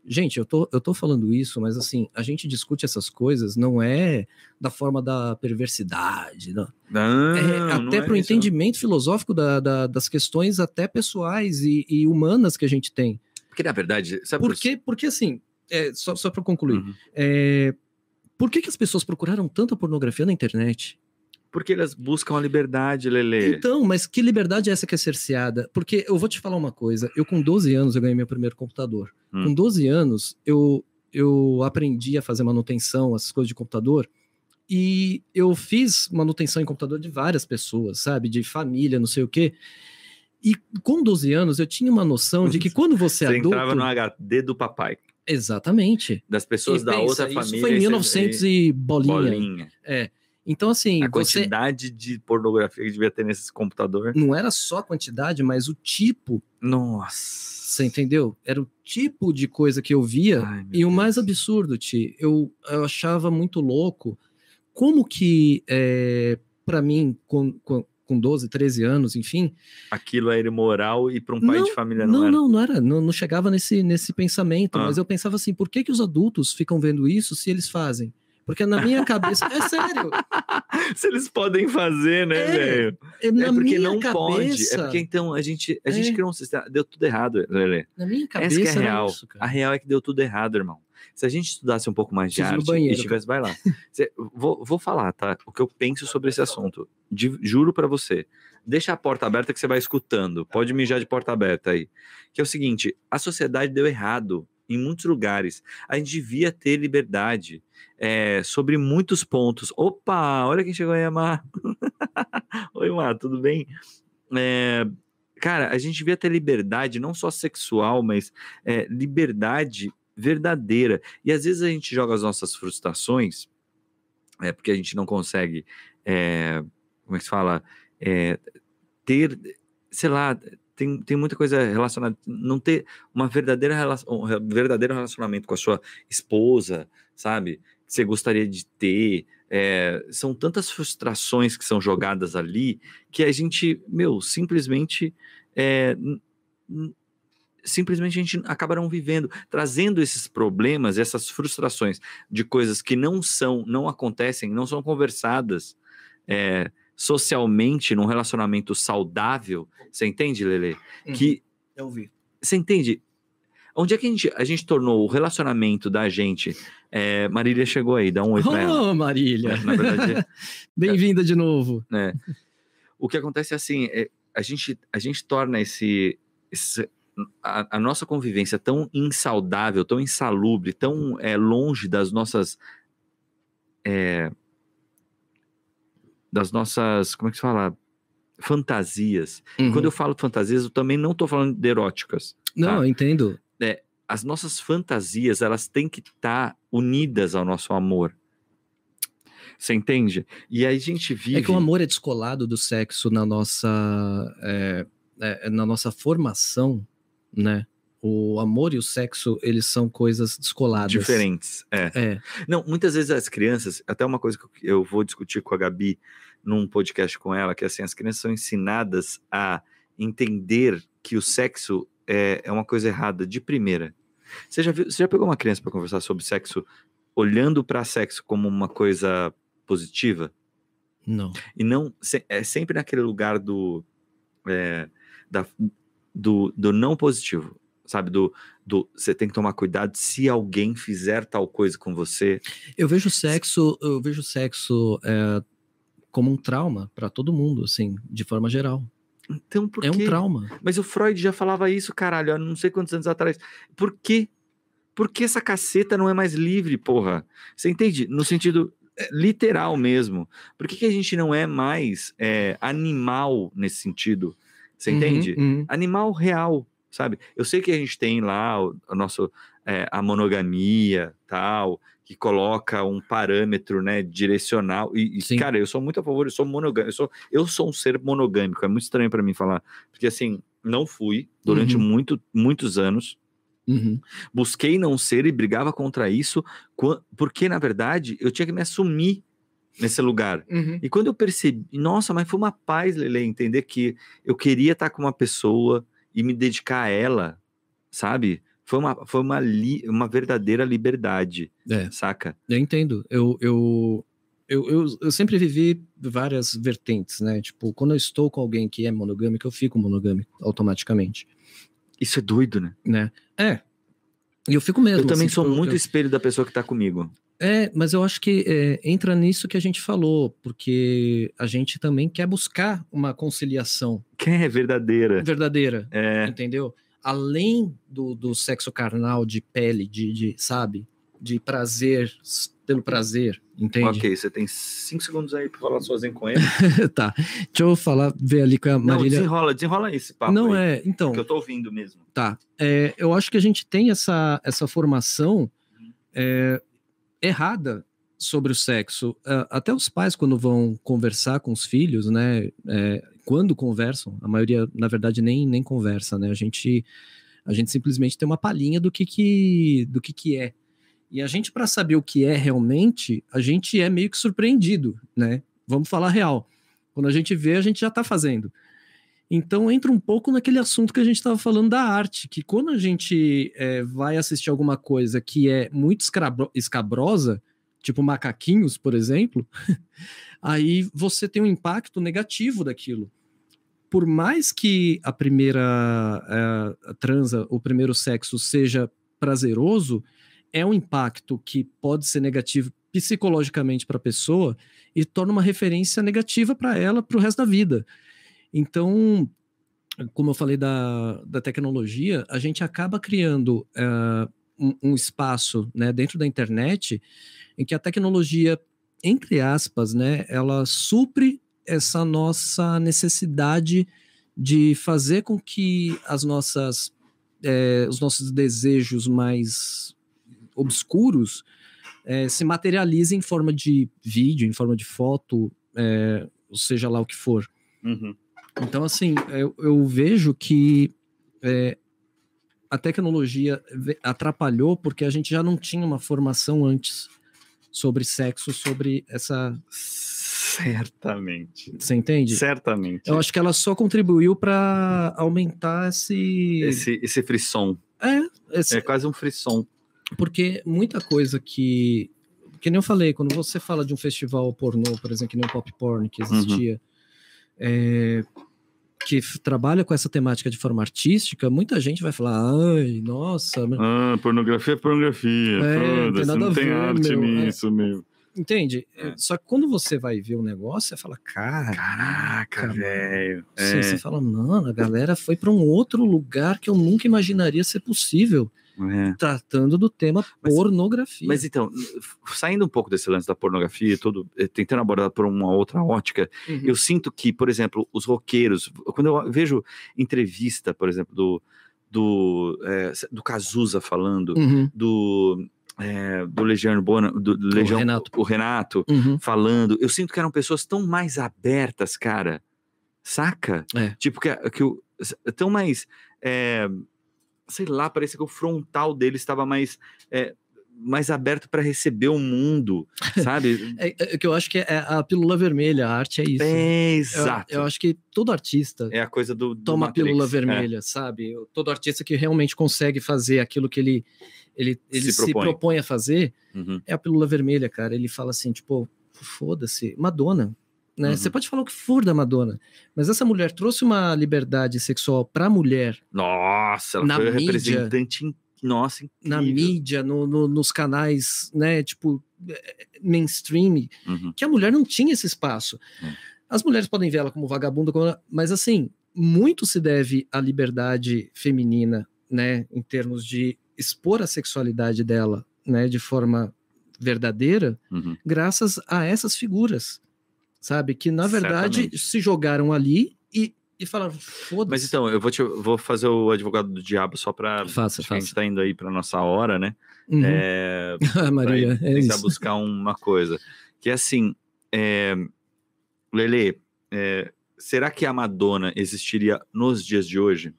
Speaker 3: Gente, eu tô, eu tô falando isso, mas assim, a gente discute essas coisas não é da forma da perversidade, não.
Speaker 2: Não,
Speaker 3: É,
Speaker 2: não
Speaker 3: até
Speaker 2: é
Speaker 3: para o
Speaker 2: isso,
Speaker 3: entendimento filosófico da- da- das questões até pessoais e, e humanas que a gente tem.
Speaker 2: não. Porque, na verdade, sabe por
Speaker 3: Porque, porque assim, é, só, só para
Speaker 2: quê?
Speaker 3: concluir,
Speaker 2: Uhum.
Speaker 3: é, por que, que as pessoas procuraram tanta pornografia na internet?
Speaker 2: Porque elas buscam a liberdade, Lele.
Speaker 3: Então, mas que liberdade é essa que é cerceada? Porque eu vou te falar uma coisa: eu, com 12 anos, eu ganhei meu primeiro computador.
Speaker 2: Hum.
Speaker 3: Com 12 anos, eu, eu aprendi a fazer manutenção, essas coisas de computador. E eu fiz manutenção em computador de várias pessoas, sabe? De família, não sei o quê. E com 12 anos, eu tinha uma noção
Speaker 2: <laughs>
Speaker 3: de que quando você é
Speaker 2: Você
Speaker 3: adulto.
Speaker 2: entrava no HD do papai,
Speaker 3: Exatamente.
Speaker 2: das pessoas
Speaker 3: E
Speaker 2: da
Speaker 3: pensa,
Speaker 2: outra
Speaker 3: isso
Speaker 2: família.
Speaker 3: foi em
Speaker 2: e você-
Speaker 3: 1900 e bolinha.
Speaker 2: bolinha.
Speaker 3: Então, assim,
Speaker 2: A
Speaker 3: você
Speaker 2: quantidade de pornografia que devia ter nesse computador.
Speaker 3: não era só a quantidade, mas o tipo,
Speaker 2: Nossa.
Speaker 3: você entendeu? Era o tipo de coisa que eu via.
Speaker 2: Ai, meu
Speaker 3: e o mais
Speaker 2: Deus.
Speaker 3: absurdo, Ti, eu, eu achava muito louco como que, é, para mim, com, com, com 12, 13 anos, enfim,
Speaker 2: Aquilo era imoral e para um pai de família não,
Speaker 3: não,
Speaker 2: era.
Speaker 3: não, não era, não, não chegava nesse, nesse pensamento,
Speaker 2: Ah.
Speaker 3: mas eu pensava assim, por que, que os adultos ficam vendo isso se eles fazem? Porque na minha cabeça, é sério,
Speaker 2: Se eles podem fazer, né,
Speaker 3: É,
Speaker 2: velho?
Speaker 3: é, na
Speaker 2: é porque
Speaker 3: minha
Speaker 2: não
Speaker 3: cabeça,
Speaker 2: pode. É porque então a gente, a
Speaker 3: É.
Speaker 2: gente criou um sistema. Deu tudo errado, Lelê.
Speaker 3: na minha
Speaker 2: Essa
Speaker 3: cabeça
Speaker 2: que é
Speaker 3: era
Speaker 2: real.
Speaker 3: isso,
Speaker 2: a
Speaker 3: cara.
Speaker 2: real é que deu tudo errado, irmão. Se a gente estudasse um pouco mais de
Speaker 3: Preciso ir no
Speaker 2: arte
Speaker 3: banheiro, né?
Speaker 2: e tivesse. Vai lá. Cê- vou, vou falar, tá? O que eu penso sobre esse assunto. De- juro pra você. Deixa a porta aberta que você vai escutando.
Speaker 3: Tá.
Speaker 2: Pode mijar de porta aberta aí. Que é o seguinte: a sociedade deu errado em muitos lugares. A gente devia ter liberdade é, sobre muitos pontos. Opa, olha quem chegou aí, Amar. <laughs> Oi, Mar, tudo bem? É, cara, a gente devia ter liberdade, não só sexual, mas é, liberdade verdadeira. E às vezes a gente joga as nossas frustrações, é porque a gente não consegue, é, como é que se fala, É, ter, sei lá, tem, tem muita coisa relacionada, não ter uma verdadeira relação, um re- verdadeiro relacionamento com a sua esposa, sabe? Que você gostaria de ter. é, são tantas frustrações que são jogadas ali que a gente, meu, simplesmente é, n- n- simplesmente a gente acaba não vivendo, trazendo esses problemas, essas frustrações de coisas que não são, não acontecem, não são conversadas é, socialmente num relacionamento saudável. Você entende, Lele?
Speaker 3: Uhum.
Speaker 2: Que
Speaker 3: Eu vi.
Speaker 2: você entende? Onde é que a gente, a gente tornou o relacionamento da gente? É, Marília chegou aí, dá um oi É. pra ela.
Speaker 3: Oh, Marília!
Speaker 2: Na verdade,
Speaker 3: Bem-vinda de novo.
Speaker 2: né? O que acontece é assim, é, a, gente, a gente torna esse, esse- a, a nossa convivência tão insaudável, tão insalubre, tão é, longe das nossas é, das nossas, como é que se fala? Fantasias. E
Speaker 3: Uhum.
Speaker 2: Quando eu falo fantasias, eu também não estou falando de eróticas.
Speaker 3: Não,
Speaker 2: tá.
Speaker 3: eu entendo.
Speaker 2: As nossas fantasias, elas têm que estar unidas ao nosso amor. Você entende? E aí a gente vive...
Speaker 3: É que o amor é descolado do sexo na nossa, é, é, na nossa formação, né? O amor e o sexo, eles são coisas descoladas.
Speaker 2: Diferentes, é.
Speaker 3: É.
Speaker 2: Não, muitas vezes as crianças, até uma coisa que eu- eu vou discutir com a Gabi num podcast com ela, que é assim, as crianças são ensinadas a entender que o sexo é, é uma coisa errada de primeira. Você já, viu, você já pegou uma criança para conversar sobre sexo olhando para sexo como uma coisa positiva?
Speaker 3: Não.
Speaker 2: E não se- é sempre naquele lugar do é, da- do, do não positivo, sabe? Do do você tem que tomar cuidado se alguém fizer tal coisa com você.
Speaker 3: Eu vejo o sexo, eu vejo o sexo é, como um trauma para todo mundo, assim, de forma geral.
Speaker 2: Então por
Speaker 3: é um
Speaker 2: quê?
Speaker 3: trauma.
Speaker 2: Mas o Freud já falava isso, caralho, há não sei quantos anos atrás. Por quê? Por que essa caceta não é mais livre, porra? Você entende? No sentido é, literal mesmo. Por que, que a gente não é mais é, animal nesse sentido? Você entende?
Speaker 3: Uhum, uhum.
Speaker 2: animal real, sabe? Eu sei que a gente tem lá o, o nosso é, a monogamia tal que coloca um parâmetro, né, direcional e, e,
Speaker 3: Sim.
Speaker 2: cara, eu sou muito a favor, eu sou monogâmico, eu sou, eu sou um ser monogâmico, é muito estranho pra mim falar, porque assim não fui durante
Speaker 3: Uhum.
Speaker 2: muito, muitos anos,
Speaker 3: Uhum.
Speaker 2: busquei não ser e brigava contra isso, quan- porque na verdade eu tinha que me assumir nesse lugar.
Speaker 3: Uhum.
Speaker 2: E quando eu percebi, nossa, mas foi uma paz, Lele, entender que eu queria estar com uma pessoa e me dedicar a ela, sabe? Foi uma, foi uma, li, uma verdadeira liberdade,
Speaker 3: É.
Speaker 2: saca?
Speaker 3: Eu entendo. Eu, eu, eu, eu, eu sempre vivi várias vertentes, né? Tipo, quando eu estou com alguém que é monogâmico, eu fico monogâmico automaticamente,
Speaker 2: Isso é doido, né?
Speaker 3: né? É. E eu fico mesmo.
Speaker 2: Eu também
Speaker 3: assim,
Speaker 2: sou
Speaker 3: tipo,
Speaker 2: muito
Speaker 3: eu-
Speaker 2: espelho da pessoa que tá comigo.
Speaker 3: É, mas eu acho que é, entra nisso que a gente falou, porque a gente também quer buscar uma conciliação
Speaker 2: Quem é verdadeira?
Speaker 3: verdadeira,
Speaker 2: É,
Speaker 3: entendeu? Além do, do sexo carnal, de pele, de, de, sabe? De prazer, s- pelo prazer, entende?
Speaker 2: ok, você tem cinco segundos aí pra falar sozinho com ele.
Speaker 3: <laughs> tá. Deixa eu falar, ver ali com a
Speaker 2: Não,
Speaker 3: Marília.
Speaker 2: desenrola, desenrola esse papo.
Speaker 3: Não
Speaker 2: aí,
Speaker 3: é, então,
Speaker 2: Que eu tô ouvindo mesmo.
Speaker 3: tá. É, eu acho que a gente tem essa, essa formação é, errada sobre o sexo. Ah, Até os pais, quando vão conversar com os filhos, né? é, quando conversam, a maioria, na verdade, nem, nem conversa, né? A gente, a gente simplesmente tem uma palhinha do que, que, do que, que é. E a gente, para saber o que é realmente, a gente é meio que surpreendido, né? Vamos falar real. Quando a gente vê, a gente já está fazendo. Então entra um pouco naquele assunto que a gente estava falando da arte, que quando a gente eh, vai assistir alguma coisa que é muito escrabro- escabrosa, tipo macaquinhos, por exemplo, <laughs> aí você tem um impacto negativo daquilo. Por mais que a primeira eh, transa, o primeiro sexo seja prazeroso, é um impacto que pode ser negativo psicologicamente para a pessoa e torna uma referência negativa para ela para o resto da vida. Então, como eu falei da, da tecnologia, a gente acaba criando eh, um, um espaço né, dentro da internet em que a tecnologia, entre aspas, né, ela supre essa nossa necessidade de fazer com que as nossas, eh, os nossos desejos mais obscuros eh, se materializem em forma de vídeo, em forma de foto, eh, ou seja lá o que for.
Speaker 2: Uhum.
Speaker 3: Então, assim, eu, eu vejo que é, a tecnologia ve- atrapalhou porque a gente já não tinha uma formação antes sobre sexo, sobre essa.
Speaker 2: Certamente.
Speaker 3: Você entende?
Speaker 2: Certamente.
Speaker 3: Eu acho que ela só contribuiu para aumentar esse.
Speaker 2: Esse, esse frisson.
Speaker 3: É, esse-
Speaker 2: É quase um frisson.
Speaker 3: Porque muita coisa que. Que nem eu falei, quando você fala
Speaker 2: Uhum.
Speaker 3: de um festival pornô, por exemplo, que nem o pop porn que existia, é, que f- trabalha com essa temática de forma artística, muita gente vai falar, ai, nossa, mas-"
Speaker 4: Ah, pornografia é pornografia.
Speaker 3: É, não tem
Speaker 4: Foda-se,
Speaker 3: nada
Speaker 4: não
Speaker 3: a
Speaker 4: tem
Speaker 3: ver,
Speaker 4: arte
Speaker 3: meu, é.
Speaker 4: nisso, meu.
Speaker 3: entende?
Speaker 2: É.
Speaker 3: Só que quando você vai ver o negócio, você fala, cara,
Speaker 2: Caraca,
Speaker 3: Cara,
Speaker 2: velho.
Speaker 3: Sim,
Speaker 2: É.
Speaker 3: você fala, mano, a galera foi para um outro lugar que eu nunca imaginaria ser possível,
Speaker 2: É.
Speaker 3: tratando do tema
Speaker 2: Mas-
Speaker 3: pornografia.
Speaker 2: Mas então, saindo um pouco desse lance da pornografia, e todo, eh, tentando abordar por uma outra ótica,
Speaker 3: Uhum.
Speaker 2: Eu sinto que, por exemplo, os roqueiros, quando eu vejo entrevista, por exemplo, do, do, eh, do Cazuza falando,
Speaker 3: Uhum,
Speaker 2: do, eh, do Legião Bona, do, do Legião,
Speaker 3: Renato.
Speaker 2: o Renato
Speaker 3: uhum.
Speaker 2: falando, eu sinto que eram pessoas tão mais abertas, cara, saca?
Speaker 3: É.
Speaker 2: Tipo, que, que o- tão mais, eh, sei lá, parece que o frontal dele estava mais... eh, mais aberto para receber o
Speaker 3: <laughs>
Speaker 2: mundo, sabe?
Speaker 3: É, é, é que eu acho que é a pílula vermelha, a arte é isso.
Speaker 2: É,
Speaker 3: Eu-
Speaker 2: exato.
Speaker 3: Eu, acho que todo artista
Speaker 2: É a coisa do. do
Speaker 3: toma a
Speaker 2: Matrix.
Speaker 3: pílula
Speaker 2: É.
Speaker 3: vermelha, sabe? Todo artista que realmente consegue fazer aquilo que ele, ele, ele
Speaker 2: Se
Speaker 3: se,
Speaker 2: propõe.
Speaker 3: propõe a fazer
Speaker 2: Uhum.
Speaker 3: é a pílula vermelha, cara. Ele fala assim, tipo, foda-se, Madonna. Né?
Speaker 2: Uhum.
Speaker 3: Você pode falar o que for da Madonna, mas essa mulher trouxe uma liberdade sexual pra mulher
Speaker 2: Nossa, ela
Speaker 3: Na
Speaker 2: foi a
Speaker 3: mídia.
Speaker 2: representante. in- Nossa, incrível.
Speaker 3: na mídia, no- no- nos canais, né, tipo, eh, mainstream,
Speaker 2: Uhum.
Speaker 3: que a mulher não tinha esse espaço.
Speaker 2: É.
Speaker 3: As mulheres podem ver ela como vagabunda, como ela- mas assim, muito se deve à liberdade feminina, né, em termos de expor a sexualidade dela, né, de forma verdadeira,
Speaker 2: Uhum.
Speaker 3: graças a essas figuras, sabe, que na verdade
Speaker 2: Certamente.
Speaker 3: se jogaram ali e, e falaram, foda-se.
Speaker 2: Mas então, eu vou, te- vou fazer o advogado do diabo só para.
Speaker 3: faça,
Speaker 2: A gente
Speaker 3: faça.
Speaker 2: tá indo aí para nossa hora, né?
Speaker 3: Uhum.
Speaker 2: É,
Speaker 3: <laughs> Ah, Maria,
Speaker 2: pra
Speaker 3: é
Speaker 2: ir tentar
Speaker 3: isso.
Speaker 2: buscar uma coisa. Que é assim, é, Lele, é, será que a Madonna existiria nos dias de hoje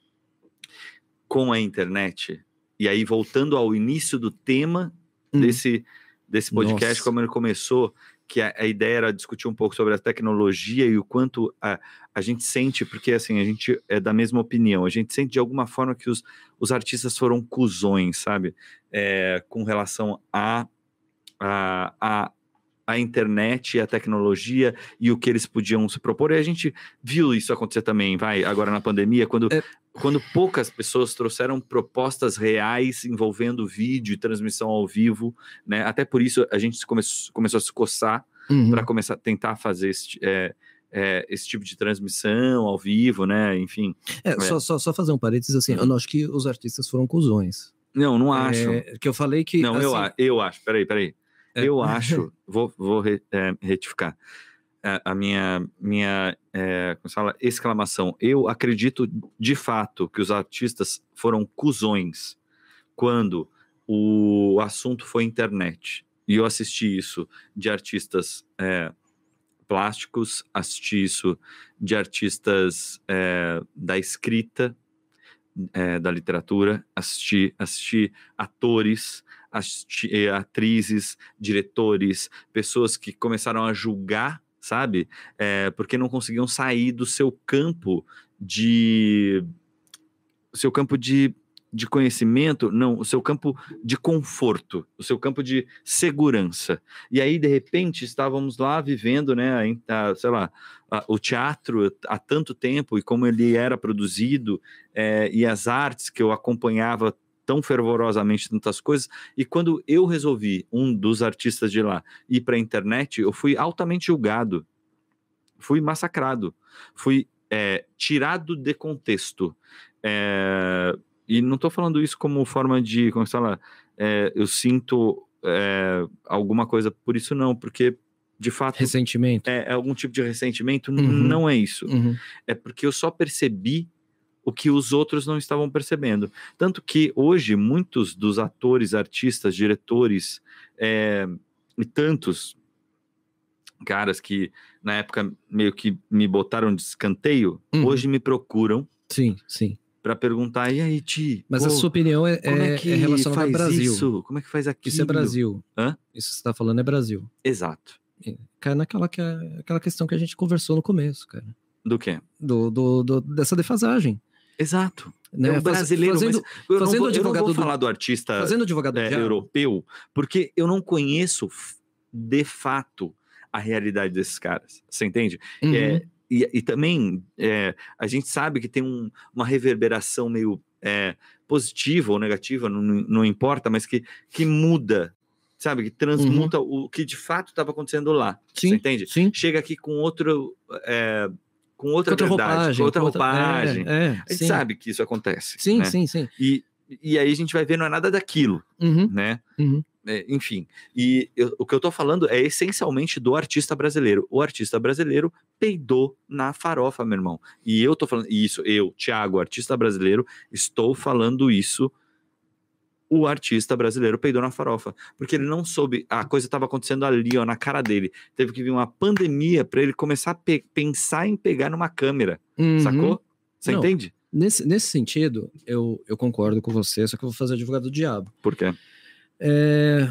Speaker 2: com a internet? E aí, voltando ao início do tema
Speaker 3: Hum.
Speaker 2: desse, desse podcast,
Speaker 3: Nossa.
Speaker 2: como ele começou, que a, a ideia era discutir um pouco sobre a tecnologia e o quanto a, a gente sente, porque assim, a gente é da mesma opinião, a gente sente de alguma forma que os, os artistas foram cuzões, sabe? É, com relação a, a, a, a internet, a tecnologia e o que eles podiam se propor. E a gente viu isso acontecer também, vai, agora na pandemia, quando,
Speaker 3: É.
Speaker 2: quando poucas pessoas trouxeram propostas reais envolvendo vídeo e transmissão ao vivo, né? Até por isso a gente come- começou a se coçar
Speaker 3: Uhum.
Speaker 2: para começar a tentar fazer esse, ti- é, é, esse tipo de transmissão ao vivo, né? Enfim.
Speaker 3: É,
Speaker 2: É.
Speaker 3: Só, só, só fazer um parênteses assim, eu não acho que os artistas foram cuzões.
Speaker 2: Uhum. Não, não acho.
Speaker 3: É, que eu falei que.
Speaker 2: Não, eu,
Speaker 3: assim,
Speaker 2: a- eu acho. Peraí, peraí.
Speaker 3: É. <laughs>
Speaker 2: Eu acho. Vou, vou re- é, retificar. A, a minha, minha é, como se fala? exclamação. Eu acredito de fato que os artistas foram cuzões quando o assunto foi internet. E eu assisti isso de artistas é, plásticos, assisti isso de artistas é, da escrita, é, da literatura, assisti, assisti atores, assisti, eh, atrizes, diretores, pessoas que começaram a julgar, sabe? É, porque não conseguiam sair do seu campo de. seu campo de, de conhecimento, não, o seu campo de conforto, o seu campo de segurança. E aí, de repente, estávamos lá vivendo, né, a in- a, sei lá, a- o teatro há tanto tempo e como ele era produzido eh, e as artes que eu acompanhava tão fervorosamente tantas coisas e quando eu resolvi, um dos artistas de lá, ir para a internet, eu fui altamente julgado, fui massacrado, fui é, tirado de contexto. É, e não estou falando isso como forma de, como se fala, é, eu sinto é, alguma coisa por isso, não, porque de fato
Speaker 3: Ressentimento.
Speaker 2: é, é algum tipo de ressentimento,
Speaker 3: Uhum.
Speaker 2: não é isso
Speaker 3: Uhum.
Speaker 2: é porque eu só percebi o que os outros não estavam percebendo. Tanto que hoje muitos dos atores, artistas, diretores eh, e tantos caras que na época meio que me botaram de escanteio,
Speaker 3: Uhum.
Speaker 2: hoje me procuram
Speaker 3: Sim, sim.
Speaker 2: para perguntar: e aí, Ti?
Speaker 3: Mas a
Speaker 2: pô,
Speaker 3: sua opinião é,
Speaker 2: como é,
Speaker 3: é,
Speaker 2: que
Speaker 3: é relacionada
Speaker 2: faz
Speaker 3: ao Brasil.
Speaker 2: isso? Como é que faz aquilo?
Speaker 3: Isso é Brasil.
Speaker 2: Hã?
Speaker 3: Isso que você está falando é Brasil.
Speaker 2: Exato.
Speaker 3: Cai naquela que é- aquela questão que a gente conversou no começo, cara.
Speaker 2: Do quê?
Speaker 3: Do, do- do- dessa defasagem.
Speaker 2: Exato. É
Speaker 3: Né?
Speaker 2: um
Speaker 3: Faz-
Speaker 2: brasileiro, mas
Speaker 3: fazendo,
Speaker 2: Eu,
Speaker 3: Fazendo
Speaker 2: não, vou, eu não
Speaker 3: advogado
Speaker 2: vou
Speaker 3: do-
Speaker 2: falar do artista
Speaker 3: fazendo advogado
Speaker 2: é,
Speaker 3: diabo.
Speaker 2: europeu, porque eu não conheço f- de fato a realidade desses caras. Você entende?
Speaker 3: Uhum.
Speaker 2: É, e, e também é, a gente sabe que tem um- uma reverberação meio é, positiva ou negativa, não, não importa, mas que, que muda, sabe? Que transmuta o que de fato estava acontecendo lá. Você
Speaker 3: Uhum. Sim,
Speaker 2: entende?
Speaker 3: sim.
Speaker 2: Chega aqui com outro. é, com outra,
Speaker 3: Com outra
Speaker 2: verdade,
Speaker 3: roupagem.
Speaker 2: com outra
Speaker 3: com
Speaker 2: roupagem.
Speaker 3: É, é,
Speaker 2: A gente
Speaker 3: sim.
Speaker 2: sabe que isso acontece.
Speaker 3: Sim,
Speaker 2: né?
Speaker 3: sim, sim.
Speaker 2: E, e aí a gente vai ver, não é nada daquilo,
Speaker 3: Uhum,
Speaker 2: né?
Speaker 3: uhum.
Speaker 2: É, enfim, e eu- o que eu tô falando é essencialmente do artista brasileiro. O artista brasileiro peidou na farofa, meu irmão. E eu tô falando isso, eu, Thiago, artista brasileiro, estou falando isso. O artista brasileiro peidou na farofa, porque ele não soube, a coisa estava acontecendo ali, ó, na cara dele. Teve que vir uma pandemia para ele começar a pe- pensar em pegar numa câmera,
Speaker 3: Uhum.
Speaker 2: sacou? Você
Speaker 3: Não.
Speaker 2: entende?
Speaker 3: Nesse, nesse sentido, eu, eu concordo com você, só que eu vou fazer advogado do diabo.
Speaker 2: Por quê?
Speaker 3: É,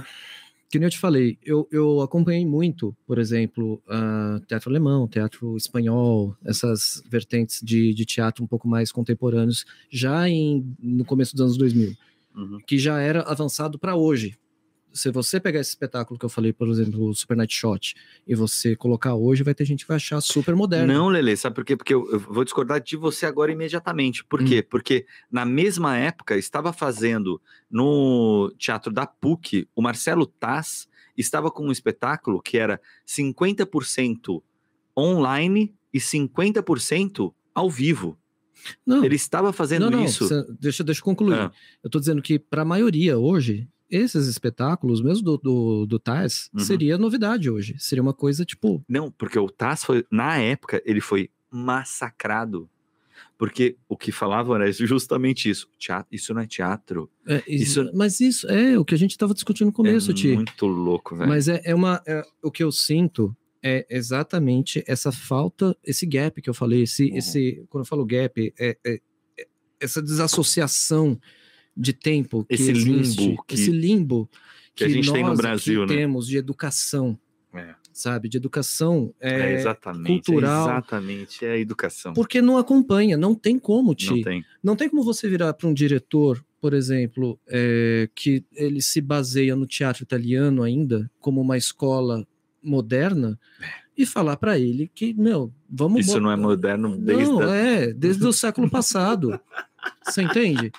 Speaker 3: que nem eu te falei, eu, eu acompanhei muito, por exemplo, ah, teatro alemão, teatro espanhol, essas vertentes de, de teatro um pouco mais contemporâneos, já em, no começo dos anos 2000,
Speaker 2: Uhum.
Speaker 3: que já era avançado para hoje. Se você pegar esse espetáculo que eu falei, por exemplo, o Super Night Shot, e você colocar hoje, vai ter gente que vai achar super moderno.
Speaker 2: Não, Lele, sabe por quê? Porque eu, eu vou discordar de você agora imediatamente. Por quê?
Speaker 3: Hum.
Speaker 2: Porque na mesma época estava fazendo no Teatro da PUC, o Marcelo Taz estava com um espetáculo que era 50% online e 50% ao vivo.
Speaker 3: Não,
Speaker 2: Ele estava fazendo
Speaker 3: não, não,
Speaker 2: isso.
Speaker 3: cê- deixa, deixa eu concluir.
Speaker 2: Ah,
Speaker 3: Eu tô dizendo que, para a maioria hoje, esses espetáculos, mesmo do, do, do Tais,
Speaker 2: Uhum.
Speaker 3: seria novidade hoje. Seria uma coisa tipo.
Speaker 2: Não, porque o Taz foi, na época, ele foi massacrado. Porque o que falavam era justamente isso. Teatro, isso não é teatro.
Speaker 3: é, isso,
Speaker 2: Isso-
Speaker 3: Mas isso é o que a gente tava discutindo no começo,
Speaker 2: é
Speaker 3: Ti.
Speaker 2: muito louco, velho.
Speaker 3: Mas é, é uma. é, o que eu sinto é exatamente essa falta, esse gap que eu falei. Esse,
Speaker 2: Uhum.
Speaker 3: esse, quando eu falo gap, é, é- é essa desassociação de tempo que
Speaker 2: Esse
Speaker 3: existe,
Speaker 2: limbo que-
Speaker 3: esse limbo
Speaker 4: que a gente tem no
Speaker 3: nós aqui
Speaker 4: Brasil, né?
Speaker 3: temos de educação,
Speaker 2: É.
Speaker 3: sabe, de educação
Speaker 2: É,
Speaker 3: é,
Speaker 2: exatamente.
Speaker 3: cultural.
Speaker 2: É exatamente, é a educação.
Speaker 3: Porque não acompanha, não tem como, Ti.
Speaker 2: Não
Speaker 3: Não tem,
Speaker 2: tem.
Speaker 3: como você virar para um diretor, por exemplo, é, que ele se baseia no teatro italiano ainda, como uma escola moderna, e falar para ele que, meu, vamos.
Speaker 2: É. Isso
Speaker 3: bot-
Speaker 2: não é moderno desde
Speaker 3: Não,
Speaker 2: a-
Speaker 3: é, desde o século passado. Você entende?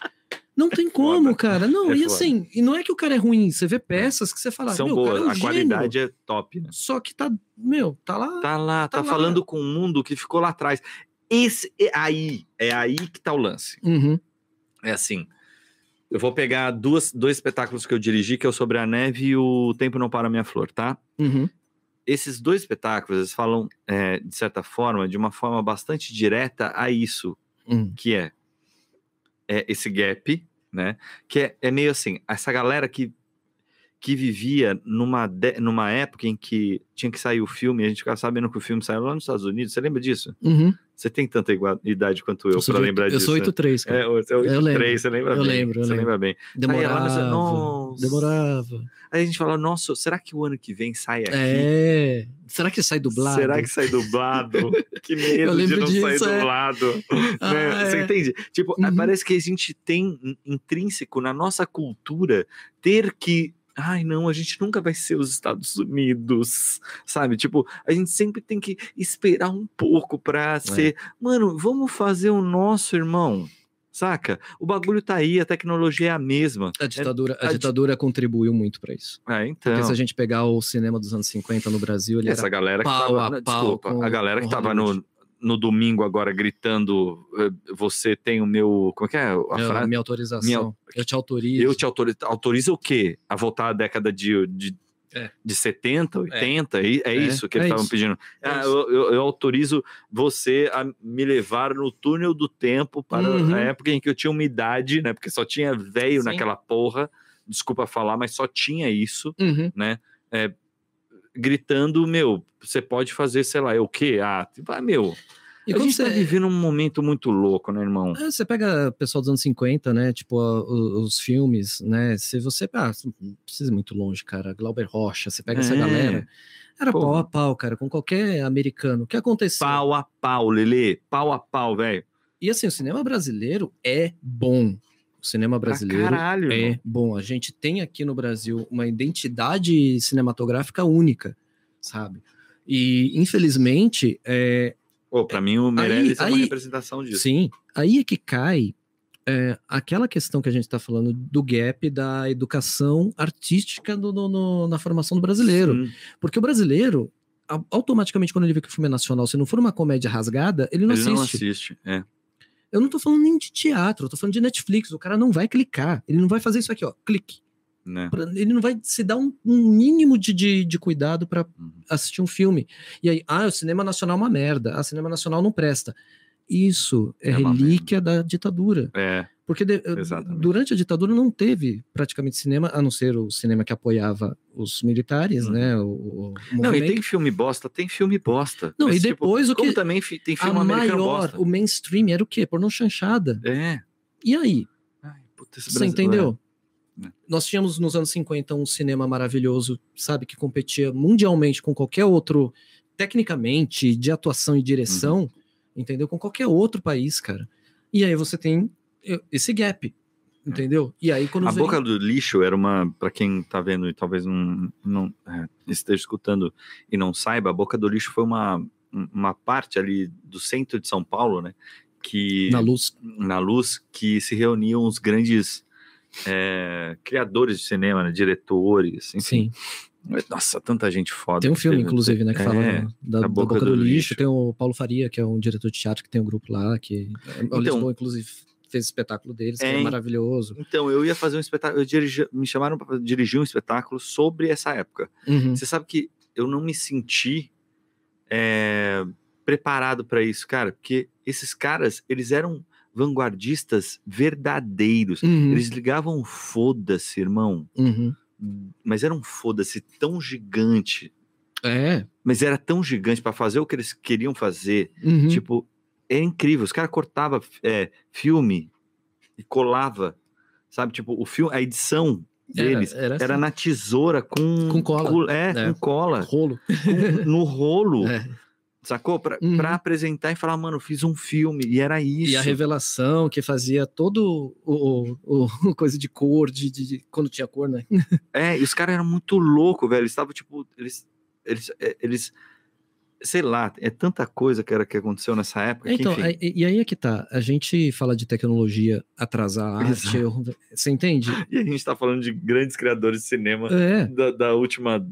Speaker 3: Não tem como,
Speaker 2: foda.
Speaker 3: cara. Não,
Speaker 2: É
Speaker 3: e
Speaker 2: foda.
Speaker 3: assim, e não é que o cara é ruim, você vê peças que você fala,
Speaker 2: São
Speaker 3: meu, o
Speaker 2: boas,
Speaker 3: cara é um
Speaker 2: a
Speaker 3: gênio,
Speaker 2: qualidade é top. né?
Speaker 3: Só que tá, meu, tá lá.
Speaker 2: Tá lá, tá,
Speaker 3: Tá lá.
Speaker 2: falando com o mundo que ficou lá atrás. Esse é aí, é aí que tá o lance.
Speaker 3: Uhum,
Speaker 2: É assim. Eu vou pegar duas, dois espetáculos que eu dirigi, que é o Sobre a Neve e o Tempo Não Para Minha Flor, tá?
Speaker 3: uhum,
Speaker 2: esses dois espetáculos eles falam, é, de certa forma, de uma forma bastante direta a isso,
Speaker 3: Hum.
Speaker 2: que é, é esse gap, né? Que é, é meio assim, essa galera que, que vivia numa, de- numa época em que tinha que sair o filme, e a gente ficava sabendo que o filme saiu lá nos Estados Unidos, você lembra disso?
Speaker 3: uhum.
Speaker 2: Você tem tanta igua- idade quanto eu
Speaker 3: sou
Speaker 2: para
Speaker 3: de-
Speaker 2: lembrar
Speaker 3: Eu
Speaker 2: disso.
Speaker 3: sou 8-3, cara.
Speaker 2: né? É, você é oito
Speaker 3: Eu
Speaker 2: e
Speaker 3: lembro.
Speaker 2: três, você lembra
Speaker 3: Eu
Speaker 2: bem.
Speaker 3: lembro, eu
Speaker 2: você lembra bem. Aí lá no-
Speaker 3: Demorava.
Speaker 2: é, Nossa.
Speaker 3: Demorava.
Speaker 2: Aí a gente fala, nossa, será que o ano que vem sai aqui?
Speaker 3: É. Será que sai dublado?
Speaker 2: Será que sai
Speaker 3: <laughs>
Speaker 2: dublado? que medo de
Speaker 3: lembro
Speaker 2: não sair
Speaker 3: disso, é.
Speaker 2: dublado. né?
Speaker 3: Ah,
Speaker 2: Você
Speaker 3: é.
Speaker 2: entende? Tipo,
Speaker 3: Uhum.
Speaker 2: parece que a gente tem in- intrínseco na nossa cultura ter que. Ai, não, a gente nunca vai ser os Estados Unidos, sabe? Tipo, a gente sempre tem que esperar um pouco pra
Speaker 3: É.
Speaker 2: ser. Mano, vamos fazer o nosso, irmão. Saca? O bagulho tá aí, a tecnologia é a mesma.
Speaker 3: A ditadura,
Speaker 2: É, a
Speaker 3: a
Speaker 2: di-
Speaker 3: ditadura contribuiu muito pra isso.
Speaker 2: Ah,
Speaker 3: É, Porque se
Speaker 2: então.
Speaker 3: a gente pegar o cinema dos anos 50 no Brasil, ele
Speaker 2: Essa
Speaker 3: era
Speaker 2: galera que
Speaker 3: pau
Speaker 2: tava,
Speaker 3: a
Speaker 2: não,
Speaker 3: pau
Speaker 2: desculpa,
Speaker 3: com-
Speaker 2: a galera que
Speaker 3: com
Speaker 2: tava
Speaker 3: Hollywood.
Speaker 2: no, no domingo agora gritando eh, você tem o meu, como é que é a
Speaker 3: "Eu-
Speaker 2: frase?
Speaker 3: minha autorização.
Speaker 2: Minha-
Speaker 3: Eu te autorizo.
Speaker 2: Eu te autorizo, autoriza o quê? A voltar à década de, de,
Speaker 3: É.
Speaker 2: de 70, 80? É, é isso que
Speaker 3: é
Speaker 2: eles estavam
Speaker 3: isso.
Speaker 2: pedindo.
Speaker 3: É
Speaker 2: Ah,
Speaker 3: isso.
Speaker 2: eu, eu- eu autorizo você a me levar no túnel do tempo para
Speaker 3: Uhum.
Speaker 2: a época em que eu tinha uma idade, né? Porque só tinha velho
Speaker 3: Sim.
Speaker 2: naquela porra, desculpa falar, mas só tinha isso
Speaker 3: Uhum.
Speaker 2: gritando, meu, você pode fazer, sei lá, é o quê? Ah, tipo, ah, meu,
Speaker 3: E
Speaker 2: a
Speaker 3: quando
Speaker 2: gente tá
Speaker 3: você,
Speaker 2: vivendo um momento muito louco, né, irmão?
Speaker 3: É, você pega o pessoal dos anos 50, né? Tipo, a- o- os, filmes, né? Se você. Ah, não precisa ir muito longe, cara. Glauber Rocha, você pega essa
Speaker 2: É.
Speaker 3: galera. Era
Speaker 2: Pô.
Speaker 3: pau a pau, cara, com qualquer americano. O que aconteceu?
Speaker 2: Pau a pau, Lelê. Pau a pau, velho.
Speaker 3: E assim, o cinema brasileiro é bom. O cinema
Speaker 2: Pra
Speaker 3: brasileiro
Speaker 2: caralho, irmão.
Speaker 3: É, bom, a gente tem aqui no Brasil uma identidade cinematográfica única, sabe? E, infelizmente, é,
Speaker 2: Pô, pra mim, o Meirelles é uma
Speaker 3: aí-
Speaker 2: representação disso.
Speaker 3: Sim, aí é que cai é, aquela questão que a gente está falando do gap da educação artística do- no- no- na formação do brasileiro.
Speaker 2: Sim.
Speaker 3: Porque o brasileiro, a- automaticamente, quando ele vê que o filme é nacional, se não for uma comédia rasgada, ele não
Speaker 2: Ele não
Speaker 3: assiste.
Speaker 2: assiste. É.
Speaker 3: Eu não tô falando nem de teatro, eu tô falando de Netflix. O cara não vai clicar, ele não vai fazer isso aqui, ó, clique.
Speaker 2: Né?
Speaker 3: Pra- Ele não vai se dar um, um mínimo de, de, de cuidado para
Speaker 2: Uhum.
Speaker 3: assistir um filme. E aí, ah, o cinema nacional é uma merda, ah, o cinema nacional não presta. Isso é,
Speaker 2: É uma
Speaker 3: relíquia da ditadura.
Speaker 2: É.
Speaker 3: Porque de- eh,
Speaker 2: Exatamente.
Speaker 3: durante a ditadura não teve praticamente cinema, a não ser o cinema que apoiava os militares,
Speaker 2: Uhum.
Speaker 3: né? O, o
Speaker 2: Não, e
Speaker 3: movimento.
Speaker 2: tem filme bosta, tem filme bosta.
Speaker 3: Não,
Speaker 2: Mas,
Speaker 3: e
Speaker 2: tipo,
Speaker 3: depois o
Speaker 2: como
Speaker 3: que-
Speaker 2: também fi- tem
Speaker 3: a
Speaker 2: filme americano
Speaker 3: maior,
Speaker 2: bosta.
Speaker 3: o mainstream era o quê? Pornô chanchada.
Speaker 2: É.
Speaker 3: E aí?
Speaker 2: Ai, puta, esse
Speaker 3: Você
Speaker 2: Brasil-
Speaker 3: entendeu?
Speaker 2: É.
Speaker 3: Nós tínhamos nos anos 50 um cinema maravilhoso, sabe, que competia mundialmente com qualquer outro, tecnicamente, de atuação e direção,
Speaker 2: Uhum.
Speaker 3: entendeu? Com qualquer outro país, cara. E aí você tem eh, esse gap, entendeu? E aí quando
Speaker 2: É. A
Speaker 3: vem-
Speaker 2: Boca do Lixo era uma, para quem tá vendo e talvez não, não é, esteja escutando e não saiba, a Boca do Lixo foi uma, uma parte ali do centro de São Paulo, né? Que
Speaker 3: na luz.
Speaker 2: na luz que se reuniam os grandes é, criadores de cinema, né, diretores, enfim.
Speaker 3: Sim.
Speaker 2: Nossa, tanta gente foda.
Speaker 3: Tem um
Speaker 2: que
Speaker 3: filme,
Speaker 2: teve-
Speaker 3: inclusive, né, que
Speaker 2: É,
Speaker 3: fala da- da, da boca, do, lixo. Tem o Paulo Faria, que é um diretor de teatro que tem um grupo lá, que
Speaker 2: Então
Speaker 3: o Lisboa, inclusive, fez espetáculo deles, que
Speaker 2: É,
Speaker 3: é
Speaker 2: en-
Speaker 3: maravilhoso.
Speaker 2: Então, eu ia fazer um espetáculo, eu dirigi- me chamaram para dirigir um espetáculo sobre essa época.
Speaker 3: Uhum.
Speaker 2: Você sabe que eu não me senti é, preparado para isso, cara, porque esses caras, eles eram vanguardistas verdadeiros.
Speaker 3: Uhum.
Speaker 2: Eles ligavam um foda-se, irmão,
Speaker 3: Uhum.
Speaker 2: mas era um foda-se tão gigante,
Speaker 3: É.
Speaker 2: mas era tão gigante para fazer o que eles queriam fazer.
Speaker 3: Uhum.
Speaker 2: Tipo, era incrível. Os caras cortavam é, filme e colava, sabe? Tipo, o filme, a edição deles
Speaker 3: Era,
Speaker 2: era, na tesoura com,
Speaker 3: É, assim. Com cola.
Speaker 2: col- é,
Speaker 3: É.
Speaker 2: com cola,
Speaker 3: rolo.
Speaker 2: com- no rolo,
Speaker 3: <laughs> É.
Speaker 2: sacou? Pra,
Speaker 3: Uhum.
Speaker 2: pra apresentar e falar, mano, fiz um filme e era isso.
Speaker 3: E a revelação que fazia todo o, o- o- <laughs> coisa de cor, de, de- de- quando tinha cor, né?
Speaker 2: É, e os caras eram muito loucos, velho. Eles estavam, tipo, eles, eles, é, eles. Sei lá, é tanta coisa que, era, que aconteceu nessa época.
Speaker 3: Então,
Speaker 2: que, enfim,
Speaker 3: aí- e, aí é que tá. A gente fala de tecnologia atrasar
Speaker 2: <laughs>
Speaker 3: a arte. eu- Você entende?
Speaker 2: E <laughs> a gente tá falando de grandes criadores de cinema
Speaker 3: É.
Speaker 2: da, da última.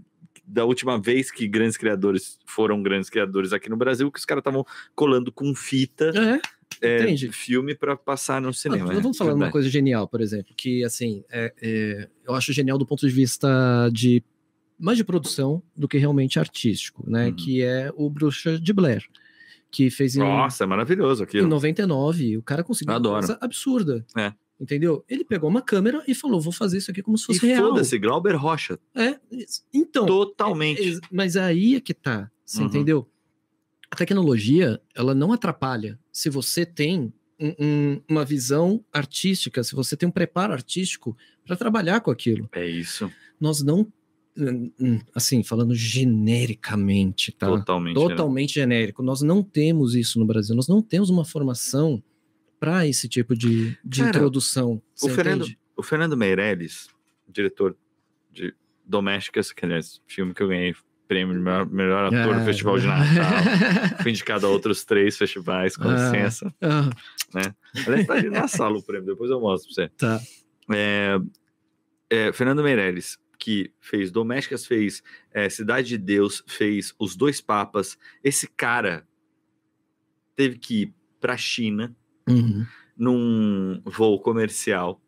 Speaker 2: Da última vez que grandes criadores foram grandes criadores aqui no Brasil, que os caras estavam colando com fita
Speaker 3: É.
Speaker 2: é,
Speaker 3: entende?
Speaker 2: filme pra passar no
Speaker 3: Ah,
Speaker 2: cinema. né?
Speaker 3: vamos falar de uma
Speaker 2: Verdade.
Speaker 3: coisa genial, por exemplo, que assim, é- é, eu acho genial do ponto de vista de mais de produção do que realmente artístico, né?
Speaker 2: Uhum.
Speaker 3: Que é o Bruxa de Blair, que fez em
Speaker 2: Nossa, é maravilhoso
Speaker 3: Em
Speaker 2: aquilo.
Speaker 3: 99, o cara conseguiu uma
Speaker 2: Adoro.
Speaker 3: coisa absurda.
Speaker 2: É.
Speaker 3: Entendeu? Ele pegou uma câmera e falou: vou fazer isso aqui como se
Speaker 2: E
Speaker 3: fosse real.
Speaker 2: foda-se, Glauber Rocha,
Speaker 3: É, então.
Speaker 2: totalmente.
Speaker 3: é- Mas aí é que tá. Você
Speaker 2: Uhum.
Speaker 3: entendeu? A tecnologia, ela não atrapalha se você tem um- um- uma visão artística, se você tem um preparo artístico para trabalhar com aquilo.
Speaker 2: É isso,
Speaker 3: Nós não. hum, hum, Assim, falando genericamente, tá?
Speaker 2: totalmente. né?
Speaker 3: totalmente genérico. Nós não temos isso no Brasil. Nós não temos uma formação para esse tipo de, de
Speaker 2: Cara,
Speaker 3: introdução.
Speaker 2: O
Speaker 3: Você
Speaker 2: Fernando,
Speaker 3: entende?
Speaker 2: o Fernando Meirelles, diretor de Domésticas, que aliás, filme que eu ganhei prêmio de melhor, melhor ator no
Speaker 3: É.
Speaker 2: Festival de Natal. Fui indicado a outros três festivais, com
Speaker 3: Ah.
Speaker 2: licença.
Speaker 3: <laughs> Ah,
Speaker 2: Aliás, tá ali na sala o prêmio, depois eu mostro pra você.
Speaker 3: tá.
Speaker 2: É, Fernando Meirelles, que fez Domésticas, fez é, Cidade de Deus, fez Os Dois Papas. Esse cara teve que ir pra China
Speaker 3: Uhum.
Speaker 2: num voo comercial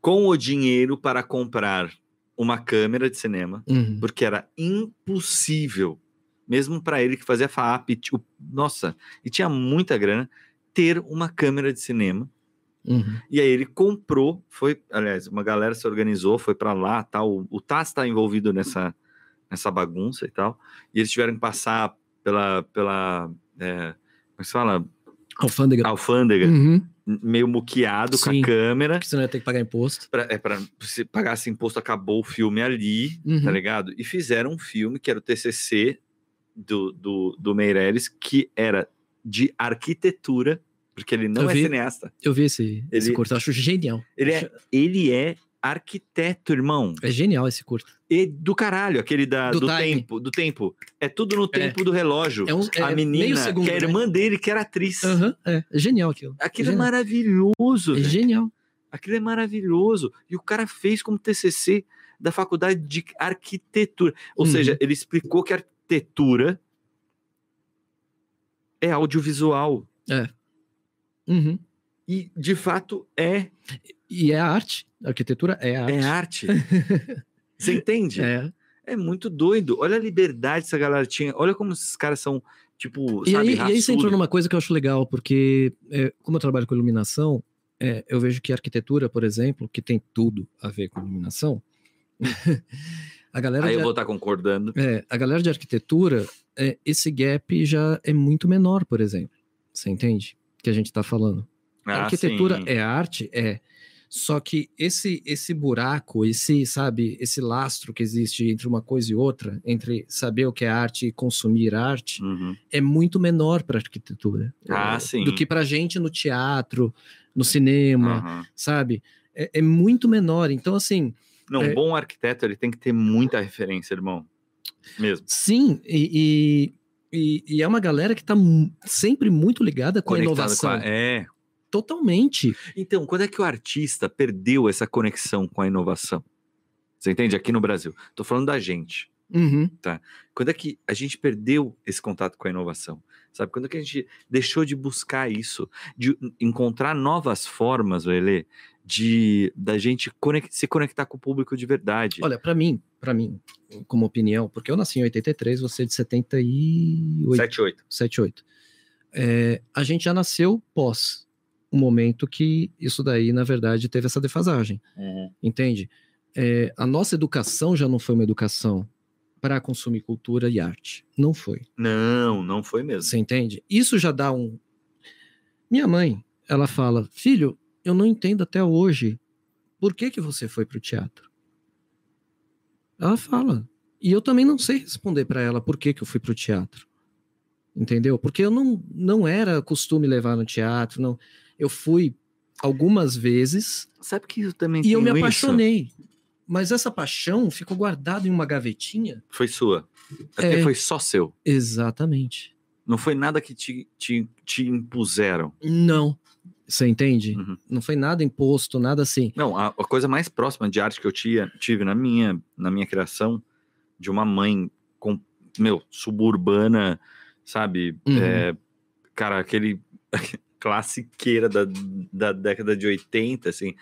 Speaker 2: com o dinheiro para comprar uma câmera de cinema,
Speaker 3: Uhum.
Speaker 2: porque era impossível, mesmo para ele que fazia FAAP, ti- o- nossa, e tinha muita grana, ter uma câmera de cinema.
Speaker 3: Uhum.
Speaker 2: E aí ele comprou, foi, aliás, uma galera se organizou, foi para lá, tal. O Taz está envolvido nessa, nessa bagunça e tal. E eles tiveram que passar pela, pela, é, como que se fala,
Speaker 3: Alfândega.
Speaker 2: Ah, alfândega
Speaker 3: Uhum.
Speaker 2: meio muqueado com
Speaker 3: Sim.
Speaker 2: a câmera.
Speaker 3: Porque senão ia ter que pagar imposto.
Speaker 2: Pra, é pra se pagasse imposto, acabou o filme ali,
Speaker 3: Uhum.
Speaker 2: tá ligado? E fizeram um filme que era o TCC do, do, do Meirelles, que era de arquitetura, porque ele não
Speaker 3: Eu
Speaker 2: é
Speaker 3: vi.
Speaker 2: cineasta.
Speaker 3: Eu vi esse, esse
Speaker 2: Ele-
Speaker 3: curto, eu acho genial.
Speaker 2: Ele é, ele é arquiteto, irmão.
Speaker 3: É genial esse curto.
Speaker 2: E do caralho, aquele da, do,
Speaker 3: Do time.
Speaker 2: tempo, do tempo. É tudo no tempo do relógio.
Speaker 3: É um, é
Speaker 2: a
Speaker 3: meio
Speaker 2: menina,
Speaker 3: segundo,
Speaker 2: que é a
Speaker 3: né?
Speaker 2: irmã dele, que era atriz.
Speaker 3: Aham, é. é genial aquilo.
Speaker 2: Aquilo é
Speaker 3: Genial.
Speaker 2: maravilhoso,
Speaker 3: É
Speaker 2: velho.
Speaker 3: genial.
Speaker 2: Aquilo é maravilhoso. E o cara fez como TCC da faculdade de arquitetura. Ou
Speaker 3: Uhum.
Speaker 2: seja, ele explicou que arquitetura é audiovisual.
Speaker 3: Uhum.
Speaker 2: E, de fato, é,
Speaker 3: E é a arte. A arquitetura é a arte.
Speaker 2: é arte. <laughs> Você entende? É.
Speaker 3: É.
Speaker 2: muito doido. Olha a liberdade que essa galera tinha. Olha como esses caras são, tipo,
Speaker 3: E,
Speaker 2: sabe,
Speaker 3: aí, e aí você entrou
Speaker 2: raçudo.
Speaker 3: numa coisa que eu acho legal, porque é, como eu trabalho com iluminação, é, eu vejo que a arquitetura, por exemplo, que tem tudo a ver com iluminação, <laughs> a galera
Speaker 2: Aí
Speaker 3: de
Speaker 2: eu vou estar concordando.
Speaker 3: É, a galera de arquitetura, é, esse gap já é muito menor, por exemplo. Você entende? Que a gente está falando. a
Speaker 2: Ah,
Speaker 3: arquitetura
Speaker 2: sim.
Speaker 3: é arte, é. Só que esse esse buraco, esse, sabe, esse lastro que existe entre uma coisa e outra, entre saber o que é arte e consumir arte,
Speaker 2: Uhum.
Speaker 3: é muito menor para arquitetura.
Speaker 2: Ah,
Speaker 3: É,
Speaker 2: sim.
Speaker 3: Do que para gente no teatro, no cinema,
Speaker 2: Aham.
Speaker 3: sabe? É, é muito menor. Então, assim,
Speaker 2: Não, um
Speaker 3: É.
Speaker 2: bom arquiteto, ele tem que ter muita referência, irmão. Mesmo.
Speaker 3: Sim, e, e, e- e é uma galera que está sempre muito ligada com a
Speaker 2: Conectado
Speaker 3: inovação.
Speaker 2: a- É,
Speaker 3: Totalmente.
Speaker 2: Então, quando é que o artista perdeu essa conexão com a inovação? Você entende? Aqui no Brasil. Estou falando da gente.
Speaker 3: Uhum.
Speaker 2: Quando é que a gente perdeu esse contato com a inovação? Sabe? Quando é que a gente deixou de buscar isso? De encontrar novas formas, Lele, de da gente conec- se conectar com o público de verdade.
Speaker 3: Olha, para mim, para mim, como opinião, porque eu nasci em 83, você é de 78,
Speaker 2: 78.
Speaker 3: 78. É, a gente já nasceu pós o momento que isso daí, na verdade, teve essa defasagem. entende? É, a nossa educação já não foi uma educação para consumir cultura e arte. Não foi.
Speaker 2: Não, não foi mesmo.
Speaker 3: Você entende? Isso já dá um. Minha mãe, ela fala: Filho, eu não entendo até hoje por que, que você foi para o teatro. Ela fala. E eu também não sei responder para ela por que, que eu fui para o teatro. Entendeu? Porque eu não, não era costume levar no teatro. não. Eu fui algumas vezes
Speaker 2: Sabe que eu também
Speaker 3: e eu me
Speaker 2: tenho isso?
Speaker 3: apaixonei. Mas essa paixão ficou guardada em uma gavetinha?
Speaker 2: Foi sua. Até
Speaker 3: É.
Speaker 2: foi só seu.
Speaker 3: Exatamente.
Speaker 2: Não foi nada que te, te, te impuseram.
Speaker 3: Não. Você entende?
Speaker 2: Uhum.
Speaker 3: Não foi nada imposto, nada assim.
Speaker 2: Não, a, a coisa mais próxima de arte que eu tinha, tive na minha, na minha criação, de uma mãe com, meu, suburbana, sabe?
Speaker 3: Uhum.
Speaker 2: É, cara, aquele <laughs> classiqueira da, da década de 80, assim.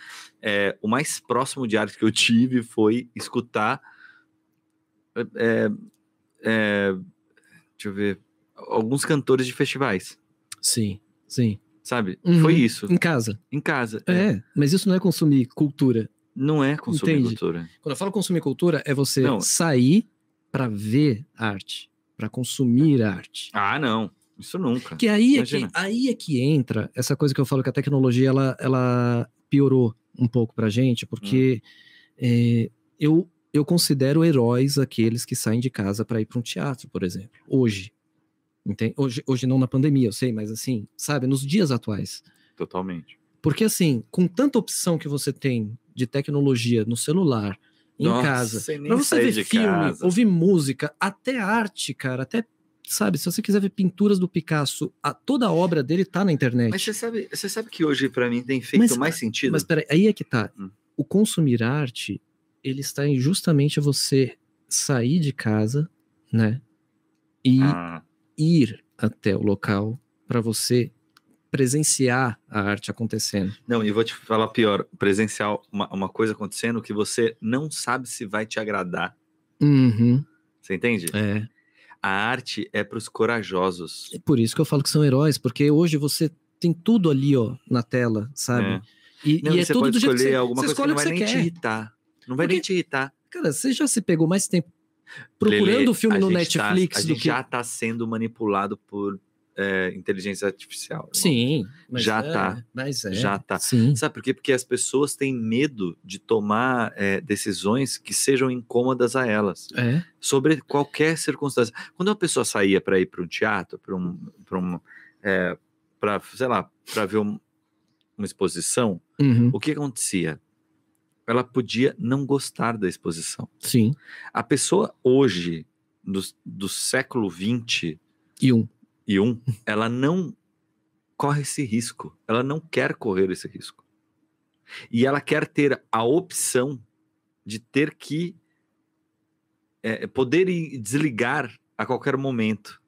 Speaker 2: é, o mais próximo de arte que eu tive foi escutar. é, é, deixa eu ver. Alguns cantores de festivais,
Speaker 3: Sim, sim.
Speaker 2: sabe?
Speaker 3: Uhum.
Speaker 2: Foi isso,
Speaker 3: Em casa.
Speaker 2: em casa.
Speaker 3: É. mas isso não é consumir cultura.
Speaker 2: Não é consumir
Speaker 3: Entendi.
Speaker 2: cultura.
Speaker 3: Quando eu falo consumir cultura, é você
Speaker 2: Não.
Speaker 3: sair para ver arte, para consumir arte.
Speaker 2: Ah, não. Isso nunca.
Speaker 3: Que aí é que,
Speaker 2: Imagina.
Speaker 3: aí é que entra essa coisa que eu falo que a tecnologia ela, ela piorou um pouco pra gente, porque
Speaker 2: Hum.
Speaker 3: é, eu, eu considero heróis aqueles que saem de casa para ir para um teatro, por exemplo, hoje. Entende? Hoje, hoje não na pandemia, eu sei, mas assim, sabe, nos dias atuais.
Speaker 2: Totalmente.
Speaker 3: Porque assim, com tanta opção que você tem de tecnologia no celular, em
Speaker 2: Nossa,
Speaker 3: casa,
Speaker 2: sem nem
Speaker 3: Pra você
Speaker 2: sair
Speaker 3: ver
Speaker 2: de
Speaker 3: filme,
Speaker 2: casa.
Speaker 3: ouvir música, até arte, cara, até, sabe, se você quiser ver pinturas do Picasso, a, toda a obra dele tá na internet.
Speaker 2: Mas você sabe, você sabe que hoje pra mim tem feito
Speaker 3: Mas-
Speaker 2: mais sentido?
Speaker 3: Mas peraí, aí é que tá.
Speaker 2: Hum.
Speaker 3: O consumir arte, ele está em justamente você sair de casa, né? E
Speaker 2: Ah,
Speaker 3: ir até o local para você presenciar a arte acontecendo.
Speaker 2: não, e vou te falar pior, presencial, uma, uma coisa acontecendo que você não sabe se vai te agradar.
Speaker 3: Uhum.
Speaker 2: Você entende?
Speaker 3: É.
Speaker 2: A arte é pros corajosos.
Speaker 3: É por isso que eu falo que são heróis, porque hoje você tem tudo ali, ó, na tela, sabe?
Speaker 2: É.
Speaker 3: E,
Speaker 2: Não,
Speaker 3: e
Speaker 2: e
Speaker 3: é
Speaker 2: você
Speaker 3: tudo
Speaker 2: pode
Speaker 3: do jeito
Speaker 2: escolher
Speaker 3: que você,
Speaker 2: alguma
Speaker 3: você
Speaker 2: coisa que
Speaker 3: escolhe
Speaker 2: não
Speaker 3: o
Speaker 2: vai
Speaker 3: que você
Speaker 2: nem te
Speaker 3: quer.
Speaker 2: irritar. Não vai
Speaker 3: Porque-
Speaker 2: nem te irritar.
Speaker 3: Cara, você já se pegou mais tempo
Speaker 2: Lelê,
Speaker 3: procurando o filme
Speaker 2: a
Speaker 3: no
Speaker 2: gente tá-
Speaker 3: Netflix
Speaker 2: a
Speaker 3: do
Speaker 2: gente
Speaker 3: que...
Speaker 2: já tá sendo manipulado por é, inteligência artificial. irmão.
Speaker 3: Sim, mas
Speaker 2: Já
Speaker 3: é,
Speaker 2: tá.
Speaker 3: Mas é.
Speaker 2: Já tá.
Speaker 3: Sim.
Speaker 2: Sabe por quê? Porque as pessoas têm medo de tomar eh, decisões que sejam incômodas a elas,
Speaker 3: É.
Speaker 2: sobre qualquer circunstância. Quando uma pessoa saía para ir para um teatro, para um, para um, eh, pra, sei lá, para ver um- uma exposição,
Speaker 3: Uhum.
Speaker 2: o que acontecia? ela podia não gostar da exposição.
Speaker 3: Sim.
Speaker 2: A pessoa hoje, do, do século XXI,
Speaker 3: E um.
Speaker 2: ela não corre esse risco. Ela não quer correr esse risco. E ela quer ter a opção de ter que é, poder ir- desligar a qualquer momento.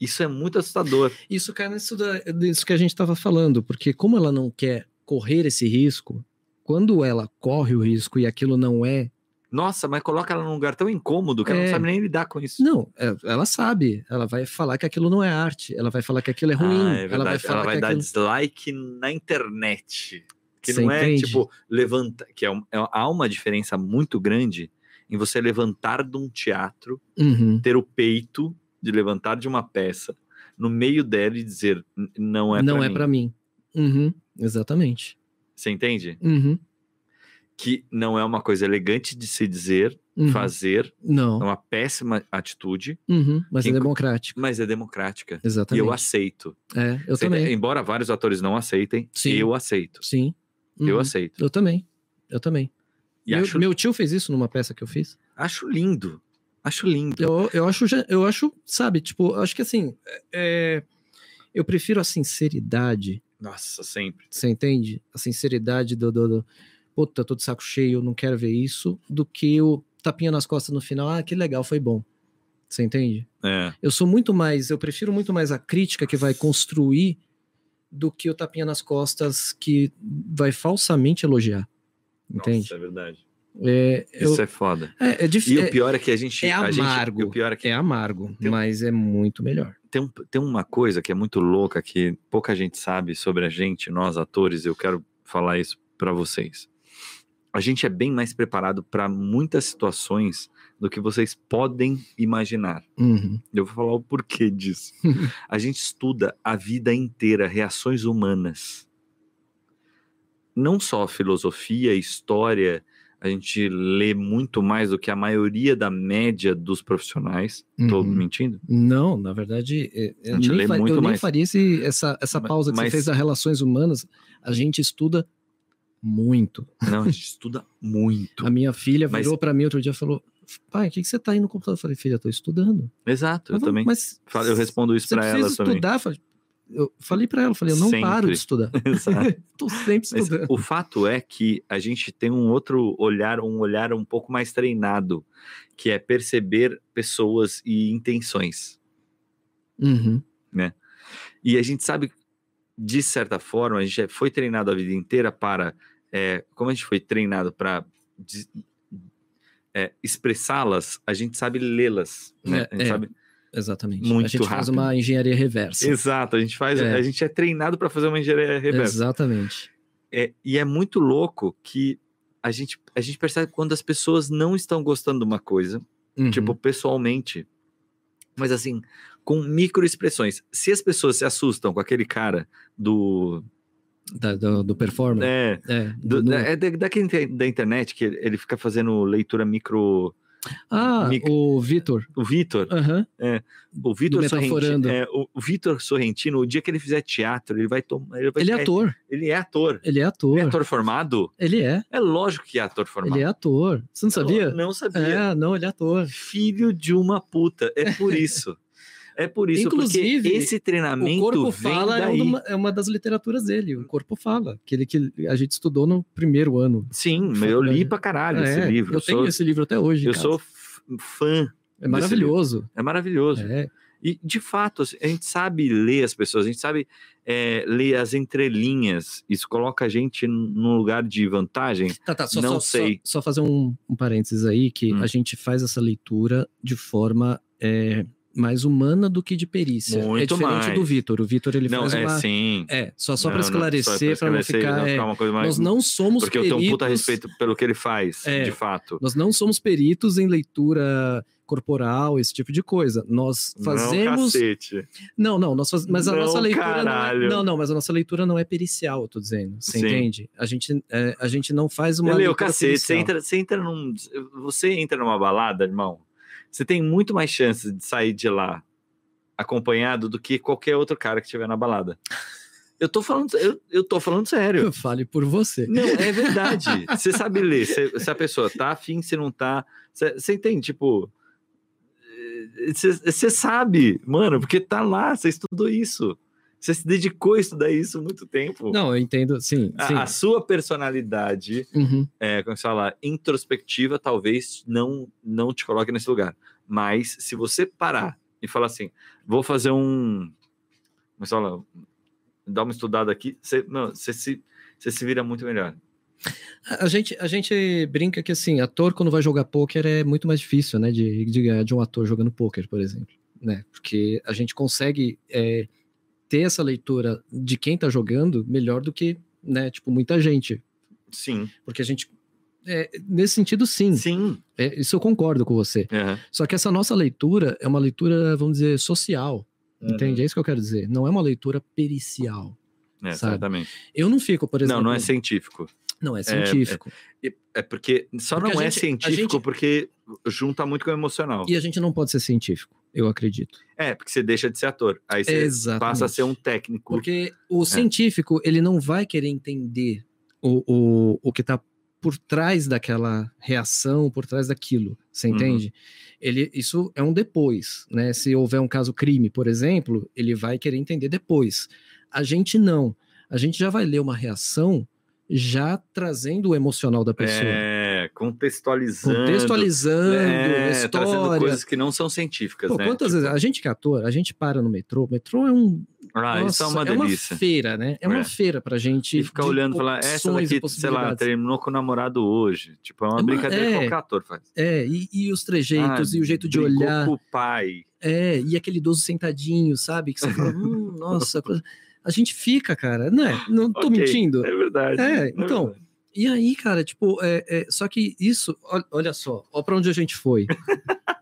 Speaker 2: Isso é muito assustador.
Speaker 3: Isso cai nisso, da- disso que a gente estava falando, porque como ela não quer correr esse risco, quando ela corre o risco e aquilo não é.
Speaker 2: Nossa, mas coloca ela num lugar tão incômodo que ela
Speaker 3: É.
Speaker 2: não sabe nem lidar com isso.
Speaker 3: Não, é- ela sabe. Ela vai falar que aquilo não é arte. Ela vai falar que aquilo é ruim.
Speaker 2: Ah, é verdade.
Speaker 3: ela vai falar que
Speaker 2: dar
Speaker 3: aquilo.
Speaker 2: dislike na internet. Que
Speaker 3: Você
Speaker 2: não é
Speaker 3: entende?
Speaker 2: tipo levanta, que é, um- é- há uma diferença muito grande em você levantar de um teatro,
Speaker 3: Uhum.
Speaker 2: ter o peito de levantar de uma peça no meio dela e dizer "N- não é
Speaker 3: Não
Speaker 2: pra
Speaker 3: é
Speaker 2: mim".
Speaker 3: pra mim. Uhum, Exatamente.
Speaker 2: Você entende?
Speaker 3: Uhum,
Speaker 2: Que não é uma coisa elegante de se dizer,
Speaker 3: uhum.
Speaker 2: fazer, é
Speaker 3: Não.
Speaker 2: uma péssima atitude,
Speaker 3: Uhum, Mas é
Speaker 2: Inclu-
Speaker 3: democrático.
Speaker 2: mas é democrática.
Speaker 3: Exatamente.
Speaker 2: E eu aceito.
Speaker 3: É, eu
Speaker 2: Você
Speaker 3: também.
Speaker 2: entende? Embora vários atores não aceitem,
Speaker 3: Sim.
Speaker 2: eu aceito.
Speaker 3: Sim.
Speaker 2: Eu
Speaker 3: Uhum.
Speaker 2: aceito.
Speaker 3: Eu também. Eu também.
Speaker 2: E
Speaker 3: meu,
Speaker 2: acho
Speaker 3: meu tio fez isso numa peça que eu fiz.
Speaker 2: Acho lindo. Acho lindo.
Speaker 3: Eu, eu acho, já- eu acho, sabe, tipo, eu acho que assim, é, eu prefiro a sinceridade,
Speaker 2: Nossa, sempre.
Speaker 3: você entende? A sinceridade do, do, do puta, tô de saco cheio, não quero ver isso, do que o tapinha nas costas no final, ah, que legal, foi bom. Você entende?
Speaker 2: É.
Speaker 3: Eu sou muito mais, eu prefiro muito mais a crítica que vai construir do que o tapinha nas costas que vai falsamente elogiar. Entende?
Speaker 2: Nossa, é verdade.
Speaker 3: É, eu-
Speaker 2: Isso é foda.
Speaker 3: é, é
Speaker 2: E
Speaker 3: difícil.
Speaker 2: o pior é que a gente.
Speaker 3: é
Speaker 2: a gente-
Speaker 3: amargo.
Speaker 2: o pior é que
Speaker 3: É amargo,
Speaker 2: Tem um-
Speaker 3: mas é muito melhor.
Speaker 2: tem, um- tem uma coisa que é muito louca que pouca gente sabe sobre a gente, nós atores, eu quero falar isso pra vocês. A gente é bem mais preparado pra muitas situações do que vocês podem imaginar.
Speaker 3: Uhum.
Speaker 2: Eu vou falar o porquê disso. a gente estuda a vida inteira reações humanas. Não só filosofia, história, a gente lê muito mais do que a maioria da média dos profissionais. Estou
Speaker 3: Uhum.
Speaker 2: mentindo?
Speaker 3: Não, na verdade, é- é,
Speaker 2: gente
Speaker 3: nem
Speaker 2: lê
Speaker 3: fa- eu
Speaker 2: muito
Speaker 3: nem
Speaker 2: mais.
Speaker 3: faria esse- essa, essa
Speaker 2: Ma-
Speaker 3: pausa que você
Speaker 2: mas-
Speaker 3: fez das relações humanas. A gente estuda muito.
Speaker 2: Não, a gente estuda muito.
Speaker 3: A minha filha
Speaker 2: Mas-
Speaker 3: virou pra mim outro dia e falou: Pai, o que, que você tá aí no computador? Eu falei: Filha, eu tô estudando.
Speaker 2: Exato, eu
Speaker 3: Ela falou,
Speaker 2: também.
Speaker 3: Mas
Speaker 2: falo- Eu respondo isso
Speaker 3: você
Speaker 2: para
Speaker 3: precisa
Speaker 2: ela também.
Speaker 3: estudar? Eu falei- Eu falei pra ela: eu falei, Eu não paro
Speaker 2: Sempre.
Speaker 3: de estudar.
Speaker 2: <laughs> Exato.
Speaker 3: <laughs> Tô sempre
Speaker 2: Mas
Speaker 3: estudando.
Speaker 2: o fato é que a gente tem um outro olhar, um olhar um pouco mais treinado, que é perceber pessoas e intenções.
Speaker 3: Uhum,
Speaker 2: E a gente sabe, de certa forma, a gente é- foi treinado a vida inteira para. é, como a gente foi treinado para des- é, expressá-las, a gente sabe lê-las. Né?
Speaker 3: É,
Speaker 2: a gente
Speaker 3: é.
Speaker 2: sabe...
Speaker 3: Exatamente. a
Speaker 2: Muito
Speaker 3: gente faz
Speaker 2: rápido.
Speaker 3: uma engenharia reversa.
Speaker 2: Exato, a gente faz.
Speaker 3: É.
Speaker 2: A gente é treinado para fazer uma engenharia reversa.
Speaker 3: Exatamente.
Speaker 2: É, e é muito louco que a gente, a gente percebe quando as pessoas não estão gostando de uma coisa,
Speaker 3: Uhum.
Speaker 2: tipo, pessoalmente. Mas assim, com microexpressões. Se as pessoas se assustam com aquele cara do.
Speaker 3: Da- do, do performer.
Speaker 2: É,
Speaker 3: É,
Speaker 2: Do-
Speaker 3: do- do-
Speaker 2: da- é da- daquele inte- da internet que ele fica fazendo leitura micro.
Speaker 3: Ah,
Speaker 2: Mic-
Speaker 3: o Vitor.
Speaker 2: O Vitor.
Speaker 3: Aham.
Speaker 2: O Vitor Sorrentino.
Speaker 3: Metaforando.
Speaker 2: é, o o Vitor Sorrentino, o dia que ele fizer teatro, ele vai tomar. Ele, vai-
Speaker 3: Ele é
Speaker 2: é-
Speaker 3: ator.
Speaker 2: ele é ator.
Speaker 3: Ele é ator.
Speaker 2: Ele é ator formado?
Speaker 3: Ele é.
Speaker 2: É lógico que é ator formado.
Speaker 3: Ele é ator. Você não
Speaker 2: Eu
Speaker 3: sabia?
Speaker 2: Tá Não sabia.
Speaker 3: É, não, ele é ator.
Speaker 2: Filho de uma puta. É
Speaker 3: <laughs>
Speaker 2: por isso. É por isso,
Speaker 3: Inclusive,
Speaker 2: porque esse treinamento
Speaker 3: O Corpo
Speaker 2: vem
Speaker 3: Fala é
Speaker 2: daí.
Speaker 3: uma, é uma das literaturas dele. O Corpo Fala, aquele que a gente estudou no primeiro ano.
Speaker 2: Sim, eu li pra caralho esse
Speaker 3: É,
Speaker 2: livro.
Speaker 3: Eu
Speaker 2: Eu
Speaker 3: tenho
Speaker 2: sou,
Speaker 3: esse livro até hoje. em
Speaker 2: eu
Speaker 3: casa.
Speaker 2: sou f- fã.
Speaker 3: É maravilhoso.
Speaker 2: É maravilhoso.
Speaker 3: É.
Speaker 2: E, de fato, assim, a gente sabe ler as pessoas, a gente sabe eh, ler as entrelinhas. Isso coloca a gente n- num lugar de vantagem.
Speaker 3: Tá, tá. Só,
Speaker 2: Não
Speaker 3: só-
Speaker 2: sei.
Speaker 3: Só, só fazer um, um parênteses aí, que
Speaker 2: Hum.
Speaker 3: a gente faz essa leitura de forma. é, mais humana do que de perícia. é
Speaker 2: Muito
Speaker 3: diferente
Speaker 2: mais.
Speaker 3: do Vitor. O Vitor ele
Speaker 2: não,
Speaker 3: faz
Speaker 2: é
Speaker 3: uma.
Speaker 2: sim.
Speaker 3: É, só, só
Speaker 2: Não,
Speaker 3: para
Speaker 2: não,
Speaker 3: esclarecer, para não
Speaker 2: esclarecer,
Speaker 3: ficar. é,
Speaker 2: uma coisa mais.
Speaker 3: nós não somos
Speaker 2: porque eu
Speaker 3: peritos.
Speaker 2: tenho um puta respeito pelo que ele faz,
Speaker 3: É.
Speaker 2: de fato.
Speaker 3: Nós não somos peritos em leitura corporal, esse tipo de coisa. Nós
Speaker 2: Não, é um
Speaker 3: fazemos.
Speaker 2: cacete.
Speaker 3: Não, não, nós faz... mas a
Speaker 2: Não,
Speaker 3: nossa leitura não é...
Speaker 2: caralho.
Speaker 3: não, não, mas a nossa leitura não é pericial, eu tô dizendo. Você
Speaker 2: Sim.
Speaker 3: entende? A gente, é, a gente não faz uma
Speaker 2: Ele é o
Speaker 3: leitura
Speaker 2: cacete. Você
Speaker 3: pericial.
Speaker 2: entra, você, entra num, você entra numa balada, irmão, você tem muito mais chance de sair de lá acompanhado do que qualquer outro cara que estiver na balada. Eu tô falando, eu, eu tô falando sério.
Speaker 3: Eu fale por você.
Speaker 2: Não, é verdade. Você sabe ler se, se a pessoa tá afim, se não tá. Você você entende? Tipo. eh, Você você sabe, mano, porque tá lá, você estudou isso. Você se dedicou a estudar isso há muito tempo.
Speaker 3: Não, eu entendo, sim,
Speaker 2: A-
Speaker 3: sim.
Speaker 2: a sua personalidade
Speaker 3: Uhum.
Speaker 2: é, como se fala, introspectiva, talvez não não te coloque nesse lugar. Mas se você parar e falar assim, vou fazer um, como se fala, dar uma estudada aqui, você, não, você se você se vira muito melhor.
Speaker 3: A a gente, a gente brinca que assim, ator quando vai jogar pôquer é muito mais difícil, né, de, de ganhar de um ator jogando pôquer, por exemplo, né? Porque a gente consegue é, ter essa leitura de quem tá jogando melhor do que, né, tipo muita gente,
Speaker 2: Sim,
Speaker 3: porque a gente é, nesse sentido, sim.
Speaker 2: sim.
Speaker 3: É, isso eu concordo com você.
Speaker 2: é.
Speaker 3: Só que essa nossa leitura é uma leitura, vamos dizer, social.
Speaker 2: Uhum.
Speaker 3: Entende? É isso que eu quero dizer. Não é uma leitura pericial.
Speaker 2: É,
Speaker 3: Sabe?
Speaker 2: exatamente.
Speaker 3: Eu não fico, por exemplo.
Speaker 2: Não, não é científico.
Speaker 3: não, é científico.
Speaker 2: É porque só
Speaker 3: Porque
Speaker 2: não
Speaker 3: a
Speaker 2: é
Speaker 3: gente- a
Speaker 2: científico
Speaker 3: gente-
Speaker 2: porque junta muito com o emocional.
Speaker 3: E a gente não pode ser científico, eu acredito.
Speaker 2: É, porque você deixa de ser ator. Aí você
Speaker 3: Exatamente.
Speaker 2: passa a ser um É. técnico.
Speaker 3: Porque o científico, ele não vai querer entender o, o, o que está por trás daquela reação, por trás daquilo, você
Speaker 2: Uhum.
Speaker 3: entende? Ele, isso é um depois, né? Se houver um caso crime, por exemplo, ele vai querer entender depois. A gente não. A gente já vai ler uma reação já trazendo o emocional da pessoa.
Speaker 2: É, contextualizando.
Speaker 3: Contextualizando a
Speaker 2: É, trazendo
Speaker 3: história.
Speaker 2: coisas que não são científicas,
Speaker 3: Pô,
Speaker 2: né?
Speaker 3: quantas vezes a gente que é ator, a gente para no metrô. O metrô é um
Speaker 2: Ah, isso é
Speaker 3: Nossa,
Speaker 2: uma delícia.
Speaker 3: feira, né? É uma
Speaker 2: É.
Speaker 3: feira pra gente.
Speaker 2: e ficar
Speaker 3: de
Speaker 2: olhando e falar, essa
Speaker 3: opções e
Speaker 2: daqui, sei lá,
Speaker 3: possibilidades.
Speaker 2: terminou com o namorado hoje. Tipo, é uma
Speaker 3: É uma-
Speaker 2: brincadeira que
Speaker 3: é.
Speaker 2: qualquer ator faz.
Speaker 3: É, e, e os trejeitos,
Speaker 2: Ah,
Speaker 3: e o jeito de
Speaker 2: brincou
Speaker 3: olhar.
Speaker 2: com o pai.
Speaker 3: É, e aquele idoso sentadinho, sabe? Que você fala,
Speaker 2: <laughs>
Speaker 3: hum, nossa, coisa- a gente fica, cara, né? Não tô
Speaker 2: Ok,
Speaker 3: mentindo.
Speaker 2: É verdade.
Speaker 3: É,
Speaker 2: verdade.
Speaker 3: então, E aí, cara, tipo, é, é, só que isso, ol- olha só, ó pra onde a gente foi. <laughs>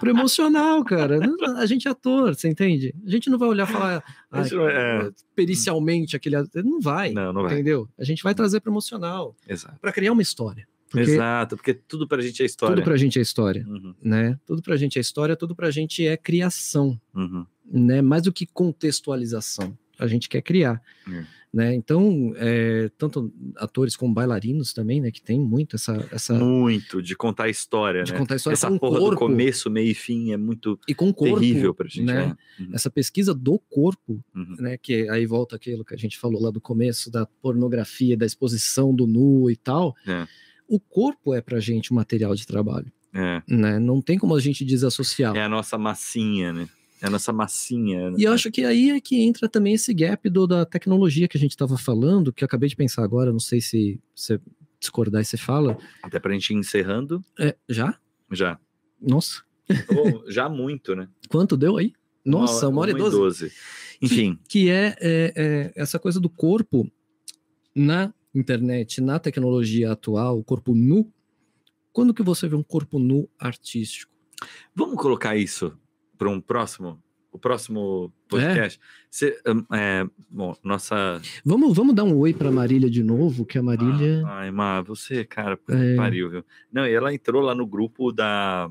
Speaker 3: Pro emocional, cara. Não- A gente é ator, você entende? A gente não vai olhar e falar "Ai,
Speaker 2: Isso é-
Speaker 3: pericialmente aquele. ator", Não vai,
Speaker 2: Não, não vai.
Speaker 3: entendeu? A gente vai trazer pro emocional,
Speaker 2: Exato.
Speaker 3: pra criar uma história. Porque
Speaker 2: Exato, porque tudo pra gente é história.
Speaker 3: tudo pra gente é história,
Speaker 2: Uhum,
Speaker 3: né? Tudo pra gente é história, tudo pra gente é criação,
Speaker 2: uhum.
Speaker 3: né? Mais do que contextualização. A gente quer criar,
Speaker 2: É.
Speaker 3: né? Então, é, tanto atores como bailarinos também, né? Que tem muito essa... essa
Speaker 2: Muito de contar história,
Speaker 3: Tá. de
Speaker 2: né?
Speaker 3: contar a história
Speaker 2: Essa
Speaker 3: com o
Speaker 2: porra
Speaker 3: corpo
Speaker 2: do começo, meio e fim é muito
Speaker 3: e com o corpo,
Speaker 2: terrível pra gente.
Speaker 3: né?
Speaker 2: né? Uhum,
Speaker 3: Essa pesquisa do corpo,
Speaker 2: uhum.
Speaker 3: né? Que aí volta aquilo que a gente falou lá do começo, da pornografia, da exposição do nu e tal.
Speaker 2: É.
Speaker 3: O corpo é pra gente um material de trabalho,
Speaker 2: É.
Speaker 3: né? Não tem como a gente desassociar.
Speaker 2: É a nossa massinha, né? É a nossa massinha. né?
Speaker 3: E eu acho que aí é que entra também esse gap do, da tecnologia que a gente estava falando, que eu acabei de pensar agora, não sei se você discordar e você fala.
Speaker 2: Até pra gente ir encerrando,
Speaker 3: É, já?
Speaker 2: já.
Speaker 3: Nossa,
Speaker 2: Ou Tá já muito, né?
Speaker 3: quanto deu aí? <laughs> Nossa, uma hora e doze.
Speaker 2: Enfim,
Speaker 3: Que é, é, é essa coisa do corpo na internet, na tecnologia atual, o corpo nu. Quando que você vê um corpo nu artístico?
Speaker 2: vamos colocar isso para um próximo, o próximo podcast. Cê, hum, é, bom, nossa.
Speaker 3: Vamos, vamos dar um oi para Marília de novo, que a Marília.
Speaker 2: Ah, Ai, Má, você, cara, puta
Speaker 3: É.
Speaker 2: que pariu, viu? Não, e ela entrou lá no grupo da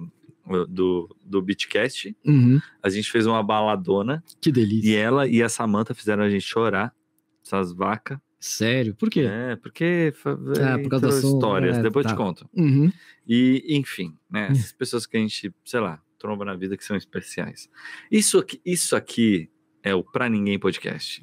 Speaker 2: do, do Beatcast.
Speaker 3: Uhum,
Speaker 2: A gente fez uma baladona
Speaker 3: que delícia.
Speaker 2: e ela e a Samantha fizeram a gente chorar. Essas vacas.
Speaker 3: Sério, por quê?
Speaker 2: É, porque. fa-
Speaker 3: Ah, por causa do
Speaker 2: entrou
Speaker 3: som,
Speaker 2: histórias.
Speaker 3: é,
Speaker 2: Depois eu
Speaker 3: tá.
Speaker 2: te conto.
Speaker 3: Uhum.
Speaker 2: E, enfim,
Speaker 3: Hum.
Speaker 2: né? Essas pessoas que a gente, sei lá, tromba na vida que são especiais. Isso aqui, isso aqui é o Pra Ninguém
Speaker 3: <laughs>
Speaker 2: Podcast.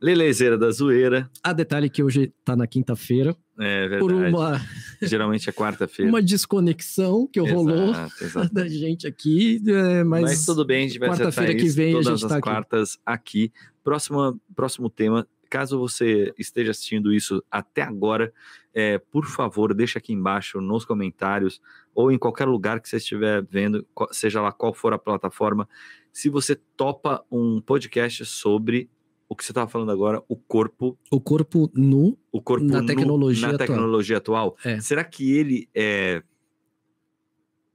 Speaker 2: Lelezeira da Zoeira.
Speaker 3: Há detalhe que hoje tá na quinta-feira,
Speaker 2: É verdade.
Speaker 3: por uma,
Speaker 2: Geralmente é quarta-feira.
Speaker 3: uma desconexão que
Speaker 2: Exato,
Speaker 3: rolou
Speaker 2: exato.
Speaker 3: <laughs> da gente aqui, é, mas,
Speaker 2: Mas, tudo bem, a gente vai acertar
Speaker 3: quarta-feira que
Speaker 2: isso
Speaker 3: vem a
Speaker 2: todas
Speaker 3: gente
Speaker 2: as
Speaker 3: tá aqui.
Speaker 2: quartas aqui. Próxima, próximo tema. Caso você esteja assistindo isso até agora, é, por favor, deixa aqui embaixo nos comentários ou em qualquer lugar que você estiver vendo, qual- seja lá qual for a plataforma, se você topa um podcast sobre o que você estava falando agora, o corpo,
Speaker 3: o corpo nu,
Speaker 2: o corpo
Speaker 3: Na
Speaker 2: nu
Speaker 3: tecnologia
Speaker 2: na
Speaker 3: atual.
Speaker 2: tecnologia atual.
Speaker 3: É.
Speaker 2: Será que ele é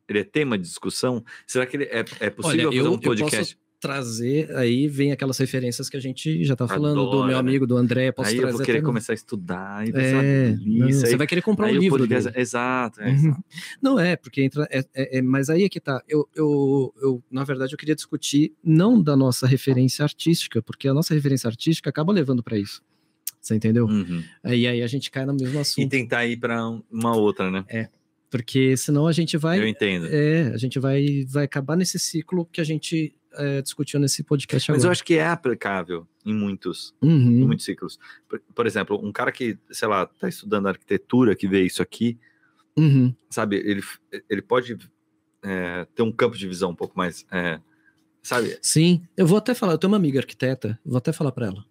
Speaker 2: ele é tema de discussão? Será que ele é, é possível
Speaker 3: Olha,
Speaker 2: fazer
Speaker 3: eu-
Speaker 2: um
Speaker 3: eu posso-
Speaker 2: podcast?
Speaker 3: trazer, aí vem aquelas referências que a gente já tá falando, do
Speaker 2: Adoro,
Speaker 3: meu
Speaker 2: né?
Speaker 3: amigo, do André, posso
Speaker 2: Aí eu
Speaker 3: trazer
Speaker 2: vou querer
Speaker 3: até no-
Speaker 2: começar a estudar, e vai ser uma
Speaker 3: É, não,
Speaker 2: delícia.
Speaker 3: você
Speaker 2: aí-
Speaker 3: vai querer comprar um
Speaker 2: aí o
Speaker 3: livro
Speaker 2: podcast-
Speaker 3: dele.
Speaker 2: Exato, é,
Speaker 3: Uhum.
Speaker 2: exato.
Speaker 3: Não é, porque entra. é- é- é- mas aí é que tá. Eu, eu, eu, na verdade, eu queria discutir não da nossa referência artística, porque a nossa referência artística acaba levando para isso. Você entendeu?
Speaker 2: Uhum.
Speaker 3: É, Aí, aí a gente cai no mesmo assunto.
Speaker 2: E tentar ir para uma outra, né?
Speaker 3: Porque senão a gente vai.
Speaker 2: Eu entendo.
Speaker 3: É, a gente vai, vai acabar nesse ciclo que a gente é, discutiu nesse podcast
Speaker 2: Mas eu
Speaker 3: agora.
Speaker 2: acho que é aplicável em muitos, em
Speaker 3: Uhum,
Speaker 2: muitos ciclos. Por, por exemplo, um cara que, sei lá, está estudando arquitetura, que vê isso aqui,
Speaker 3: uhum,
Speaker 2: sabe, ele, ele pode é, ter um campo de visão um pouco mais. é, sabe?
Speaker 3: Sim, eu vou até falar. Eu tenho uma amiga arquiteta, vou até falar para ela.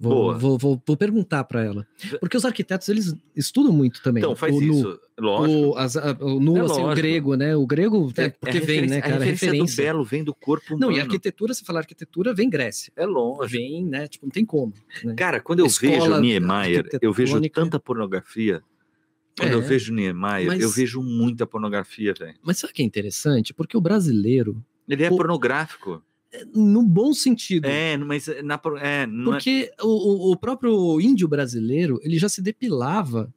Speaker 3: Vou,
Speaker 2: Boa.
Speaker 3: Vou, vou, vou perguntar para ela. Porque os arquitetos, eles estudam muito também.
Speaker 2: Então,
Speaker 3: né?
Speaker 2: faz
Speaker 3: O nu-
Speaker 2: isso. Lógico.
Speaker 3: O, as- a- o nu,
Speaker 2: É
Speaker 3: assim, o
Speaker 2: lógico.
Speaker 3: grego, né? O grego, é,
Speaker 2: É-
Speaker 3: porque
Speaker 2: é
Speaker 3: vem,
Speaker 2: referência-
Speaker 3: né, cara?
Speaker 2: A referência, do belo vem do corpo humano.
Speaker 3: Não, e arquitetura, você fala arquitetura, vem Grécia.
Speaker 2: É longe.
Speaker 3: Vem, né? Tipo, não tem como.
Speaker 2: Cara, quando eu
Speaker 3: Escola
Speaker 2: vejo Niemeyer, eu vejo
Speaker 3: arquitetônica.
Speaker 2: tanta pornografia. Quando
Speaker 3: É.
Speaker 2: eu vejo Niemeyer, eu
Speaker 3: Mas-
Speaker 2: vejo muita pornografia, velho.
Speaker 3: Mas sabe o que é interessante? Porque o brasileiro,
Speaker 2: Ele é
Speaker 3: O-
Speaker 2: pornográfico.
Speaker 3: é, no bom sentido,
Speaker 2: É, mas na, por- é, não é-
Speaker 3: porque o, o- o próprio índio brasileiro, ele já se depilava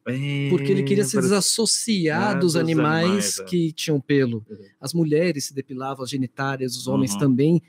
Speaker 3: porque ele queria se
Speaker 2: É, parece-
Speaker 3: desassociar
Speaker 2: Ah,
Speaker 3: dos
Speaker 2: dos
Speaker 3: animais,
Speaker 2: animais, é.
Speaker 3: que tinham pelo.
Speaker 2: Uhum.
Speaker 3: As mulheres se depilavam, as genitárias, os homens
Speaker 2: Uhum.
Speaker 3: também.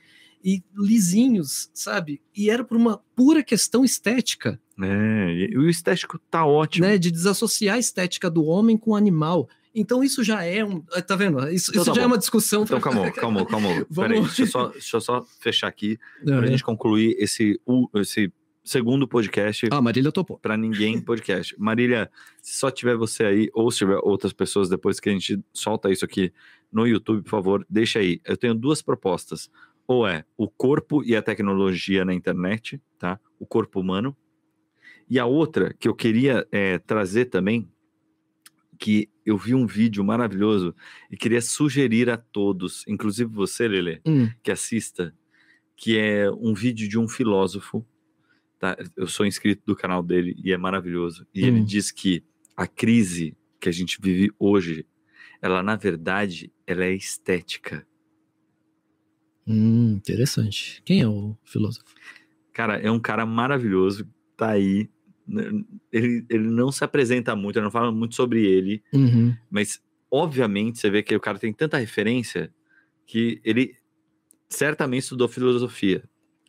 Speaker 3: E lisinhos, sabe? E era por uma pura questão estética.
Speaker 2: É, e o estético tá ótimo.
Speaker 3: né, de desassociar a estética do homem com o animal. Então isso já é um, ah, tá vendo? Isso,
Speaker 2: Então
Speaker 3: isso
Speaker 2: tá
Speaker 3: já é
Speaker 2: bom.
Speaker 3: uma discussão.
Speaker 2: Então, calma, calma, calma.
Speaker 3: <laughs>
Speaker 2: Peraí, deixa eu, só, deixa eu só fechar aqui
Speaker 3: né? Uhum.
Speaker 2: pra gente concluir esse, u- esse segundo podcast
Speaker 3: Ah, Marília topou.
Speaker 2: pra ninguém podcast. Marília, se só tiver você aí ou se tiver outras pessoas depois que a gente solta isso aqui no YouTube, por favor, deixa aí. Eu tenho duas propostas. Ou é o corpo e a tecnologia na internet, tá? O corpo humano. E a outra que eu queria eh, trazer também, que eu vi um vídeo maravilhoso e queria sugerir a todos, inclusive você, Lele,
Speaker 3: Hum,
Speaker 2: que assista, que é um vídeo de um filósofo. tá? Eu sou inscrito do canal dele e é maravilhoso. E ele
Speaker 3: Hum.
Speaker 2: diz que a crise que a gente vive hoje, ela na verdade, ela é estética.
Speaker 3: hum, interessante. Quem é o filósofo?
Speaker 2: Cara, é um cara maravilhoso, tá aí. né? Ele, ele não se apresenta muito, eu não falo muito sobre ele,
Speaker 3: Uhum,
Speaker 2: Mas, obviamente, você vê que o cara tem tanta referência que ele certamente estudou filosofia.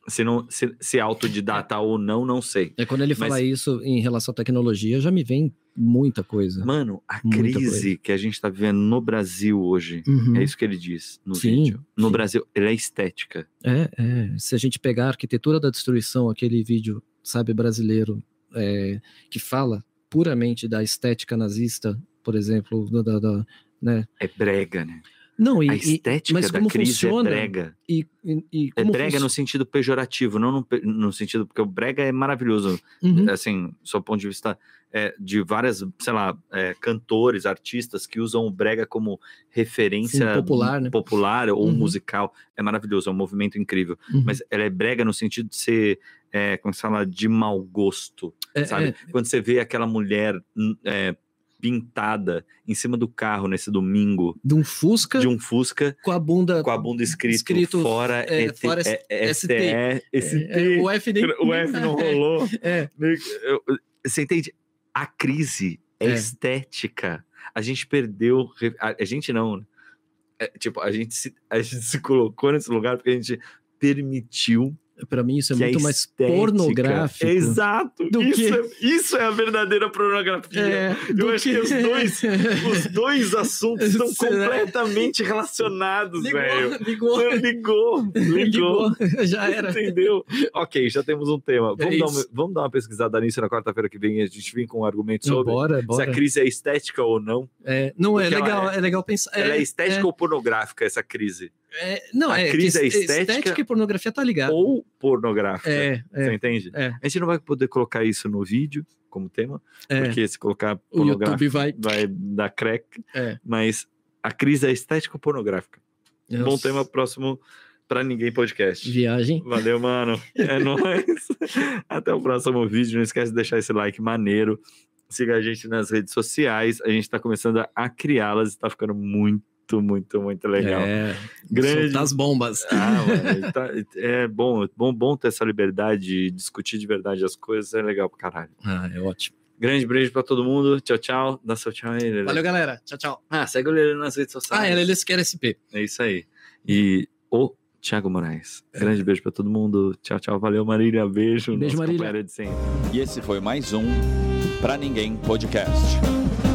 Speaker 2: Se, não, se, se autodidata ou não, não sei.
Speaker 3: É quando ele
Speaker 2: Mas-
Speaker 3: fala isso em relação à tecnologia, já me vem muita coisa.
Speaker 2: Mano, a
Speaker 3: Né? Muita
Speaker 2: crise que a gente tá vivendo no Brasil hoje,
Speaker 3: Uhum.
Speaker 2: é isso que ele diz no
Speaker 3: Sim,
Speaker 2: vídeo. No
Speaker 3: sim.
Speaker 2: Brasil, ele é estética.
Speaker 3: É, é. Se a gente pegar a arquitetura da destruição, aquele vídeo, sabe, brasileiro, é, que fala puramente da estética nazista, por exemplo, da- da- da, né,
Speaker 2: É brega, né?
Speaker 3: Não, e,
Speaker 2: a
Speaker 3: e-
Speaker 2: estética
Speaker 3: mas
Speaker 2: da
Speaker 3: como
Speaker 2: crise
Speaker 3: funciona?
Speaker 2: é brega.
Speaker 3: e, e, e
Speaker 2: É
Speaker 3: como
Speaker 2: brega no sentido pejorativo, não no, pe- no sentido... Porque o brega é maravilhoso.
Speaker 3: funci- Uhum,
Speaker 2: assim, sob o ponto de vista é, de várias, sei lá, é, cantores, artistas que usam o brega como referência
Speaker 3: Sim, popular, né?
Speaker 2: popular ou
Speaker 3: Uhum.
Speaker 2: musical. É maravilhoso, é um movimento incrível.
Speaker 3: uhum.
Speaker 2: Mas ela é brega no sentido de ser, é, como se fala, de mau gosto,
Speaker 3: É,
Speaker 2: sabe?
Speaker 3: é,
Speaker 2: Quando você vê aquela mulher hum, é, pintada em cima do carro nesse domingo
Speaker 3: de um Fusca
Speaker 2: de um Fusca
Speaker 3: com a bunda.
Speaker 2: com a bunda escrito,
Speaker 3: Escrito,
Speaker 2: fora,
Speaker 3: é,
Speaker 2: ET,
Speaker 3: fora
Speaker 2: é,
Speaker 3: ST.
Speaker 2: STE, ST.
Speaker 3: É, o F nem.
Speaker 4: O F não rolou.
Speaker 3: É,
Speaker 2: Meio que- eu- eu- Você entende? A crise é,
Speaker 3: É.
Speaker 2: estética. A gente perdeu. re- A, a gente não. né? É, tipo, a gente, se, a gente se colocou nesse lugar porque a gente permitiu.
Speaker 3: pra mim isso é
Speaker 2: que a
Speaker 3: muito mais
Speaker 2: estética-
Speaker 3: pornográfico.
Speaker 2: Exato!
Speaker 3: do
Speaker 2: isso,
Speaker 3: que-
Speaker 2: é, isso é a verdadeira pornografia.
Speaker 3: É,
Speaker 2: Eu
Speaker 3: do
Speaker 2: acho que os
Speaker 3: <laughs>
Speaker 2: dois- Os dois assuntos estão
Speaker 3: Será?
Speaker 2: completamente relacionados, velho.
Speaker 3: é. ligou,
Speaker 2: Ligou, ligou.
Speaker 3: <laughs> ligou, já era. É
Speaker 2: Entendeu? ok, já temos um tema. Vamos, dar, uma,
Speaker 3: isso.
Speaker 2: vamos dar uma pesquisada nisso na quarta-feira que vem e a gente vem com um argumento
Speaker 3: Não,
Speaker 2: sobre
Speaker 3: bora,
Speaker 2: se
Speaker 3: bora.
Speaker 2: a crise é estética ou não.
Speaker 3: É, não, é
Speaker 2: Porque ela
Speaker 3: legal, é, legal pensar.
Speaker 2: Ela é
Speaker 3: é,
Speaker 2: estética ou pornográfica, essa crise?
Speaker 3: é, não,
Speaker 2: a
Speaker 3: é, que
Speaker 2: crise é
Speaker 3: es-
Speaker 2: estética
Speaker 3: e pornografia tá ligado.
Speaker 2: Ou pornográfica.
Speaker 3: É,
Speaker 2: Você
Speaker 3: é,
Speaker 2: entende?
Speaker 3: é.
Speaker 2: A gente não vai poder colocar isso no vídeo como tema,
Speaker 3: é.
Speaker 2: porque se colocar
Speaker 3: O
Speaker 2: pornográfica
Speaker 3: YouTube vai.
Speaker 2: vai dar crack.
Speaker 3: É.
Speaker 2: Mas a crise é estética ou pornográfica?
Speaker 3: é
Speaker 2: Bom tema próximo para ninguém podcast.
Speaker 3: Viagem.
Speaker 2: Valeu, mano.
Speaker 3: <laughs>
Speaker 2: É nóis. Até o próximo vídeo. Não esquece de deixar esse like maneiro. Siga a gente nas redes sociais. A gente tá começando a criá-las e tá ficando muito Muito, muito, muito legal.
Speaker 3: É,
Speaker 2: Grande.
Speaker 3: soltar as bombas.
Speaker 2: Ah, mano, tá- é bom, bom, bom ter essa liberdade de discutir de verdade as coisas, é legal pra caralho.
Speaker 3: Ah, é ótimo.
Speaker 2: Grande beijo pra todo mundo, tchau, tchau. Dá seu tchau aí, Lelê.
Speaker 3: Valeu, galera. Tchau, tchau.
Speaker 2: Ah, segue o Lelê nas redes sociais.
Speaker 3: Ah, ela eles querem SP.
Speaker 2: É isso aí. E o Thiago Moraes. Grande beijo pra todo mundo. Tchau, tchau. Valeu, Marília. É. Beijo. nossa
Speaker 3: Beijo, Marília.
Speaker 2: companheira de sempre.
Speaker 1: E esse foi mais um Pra Ninguém Podcast.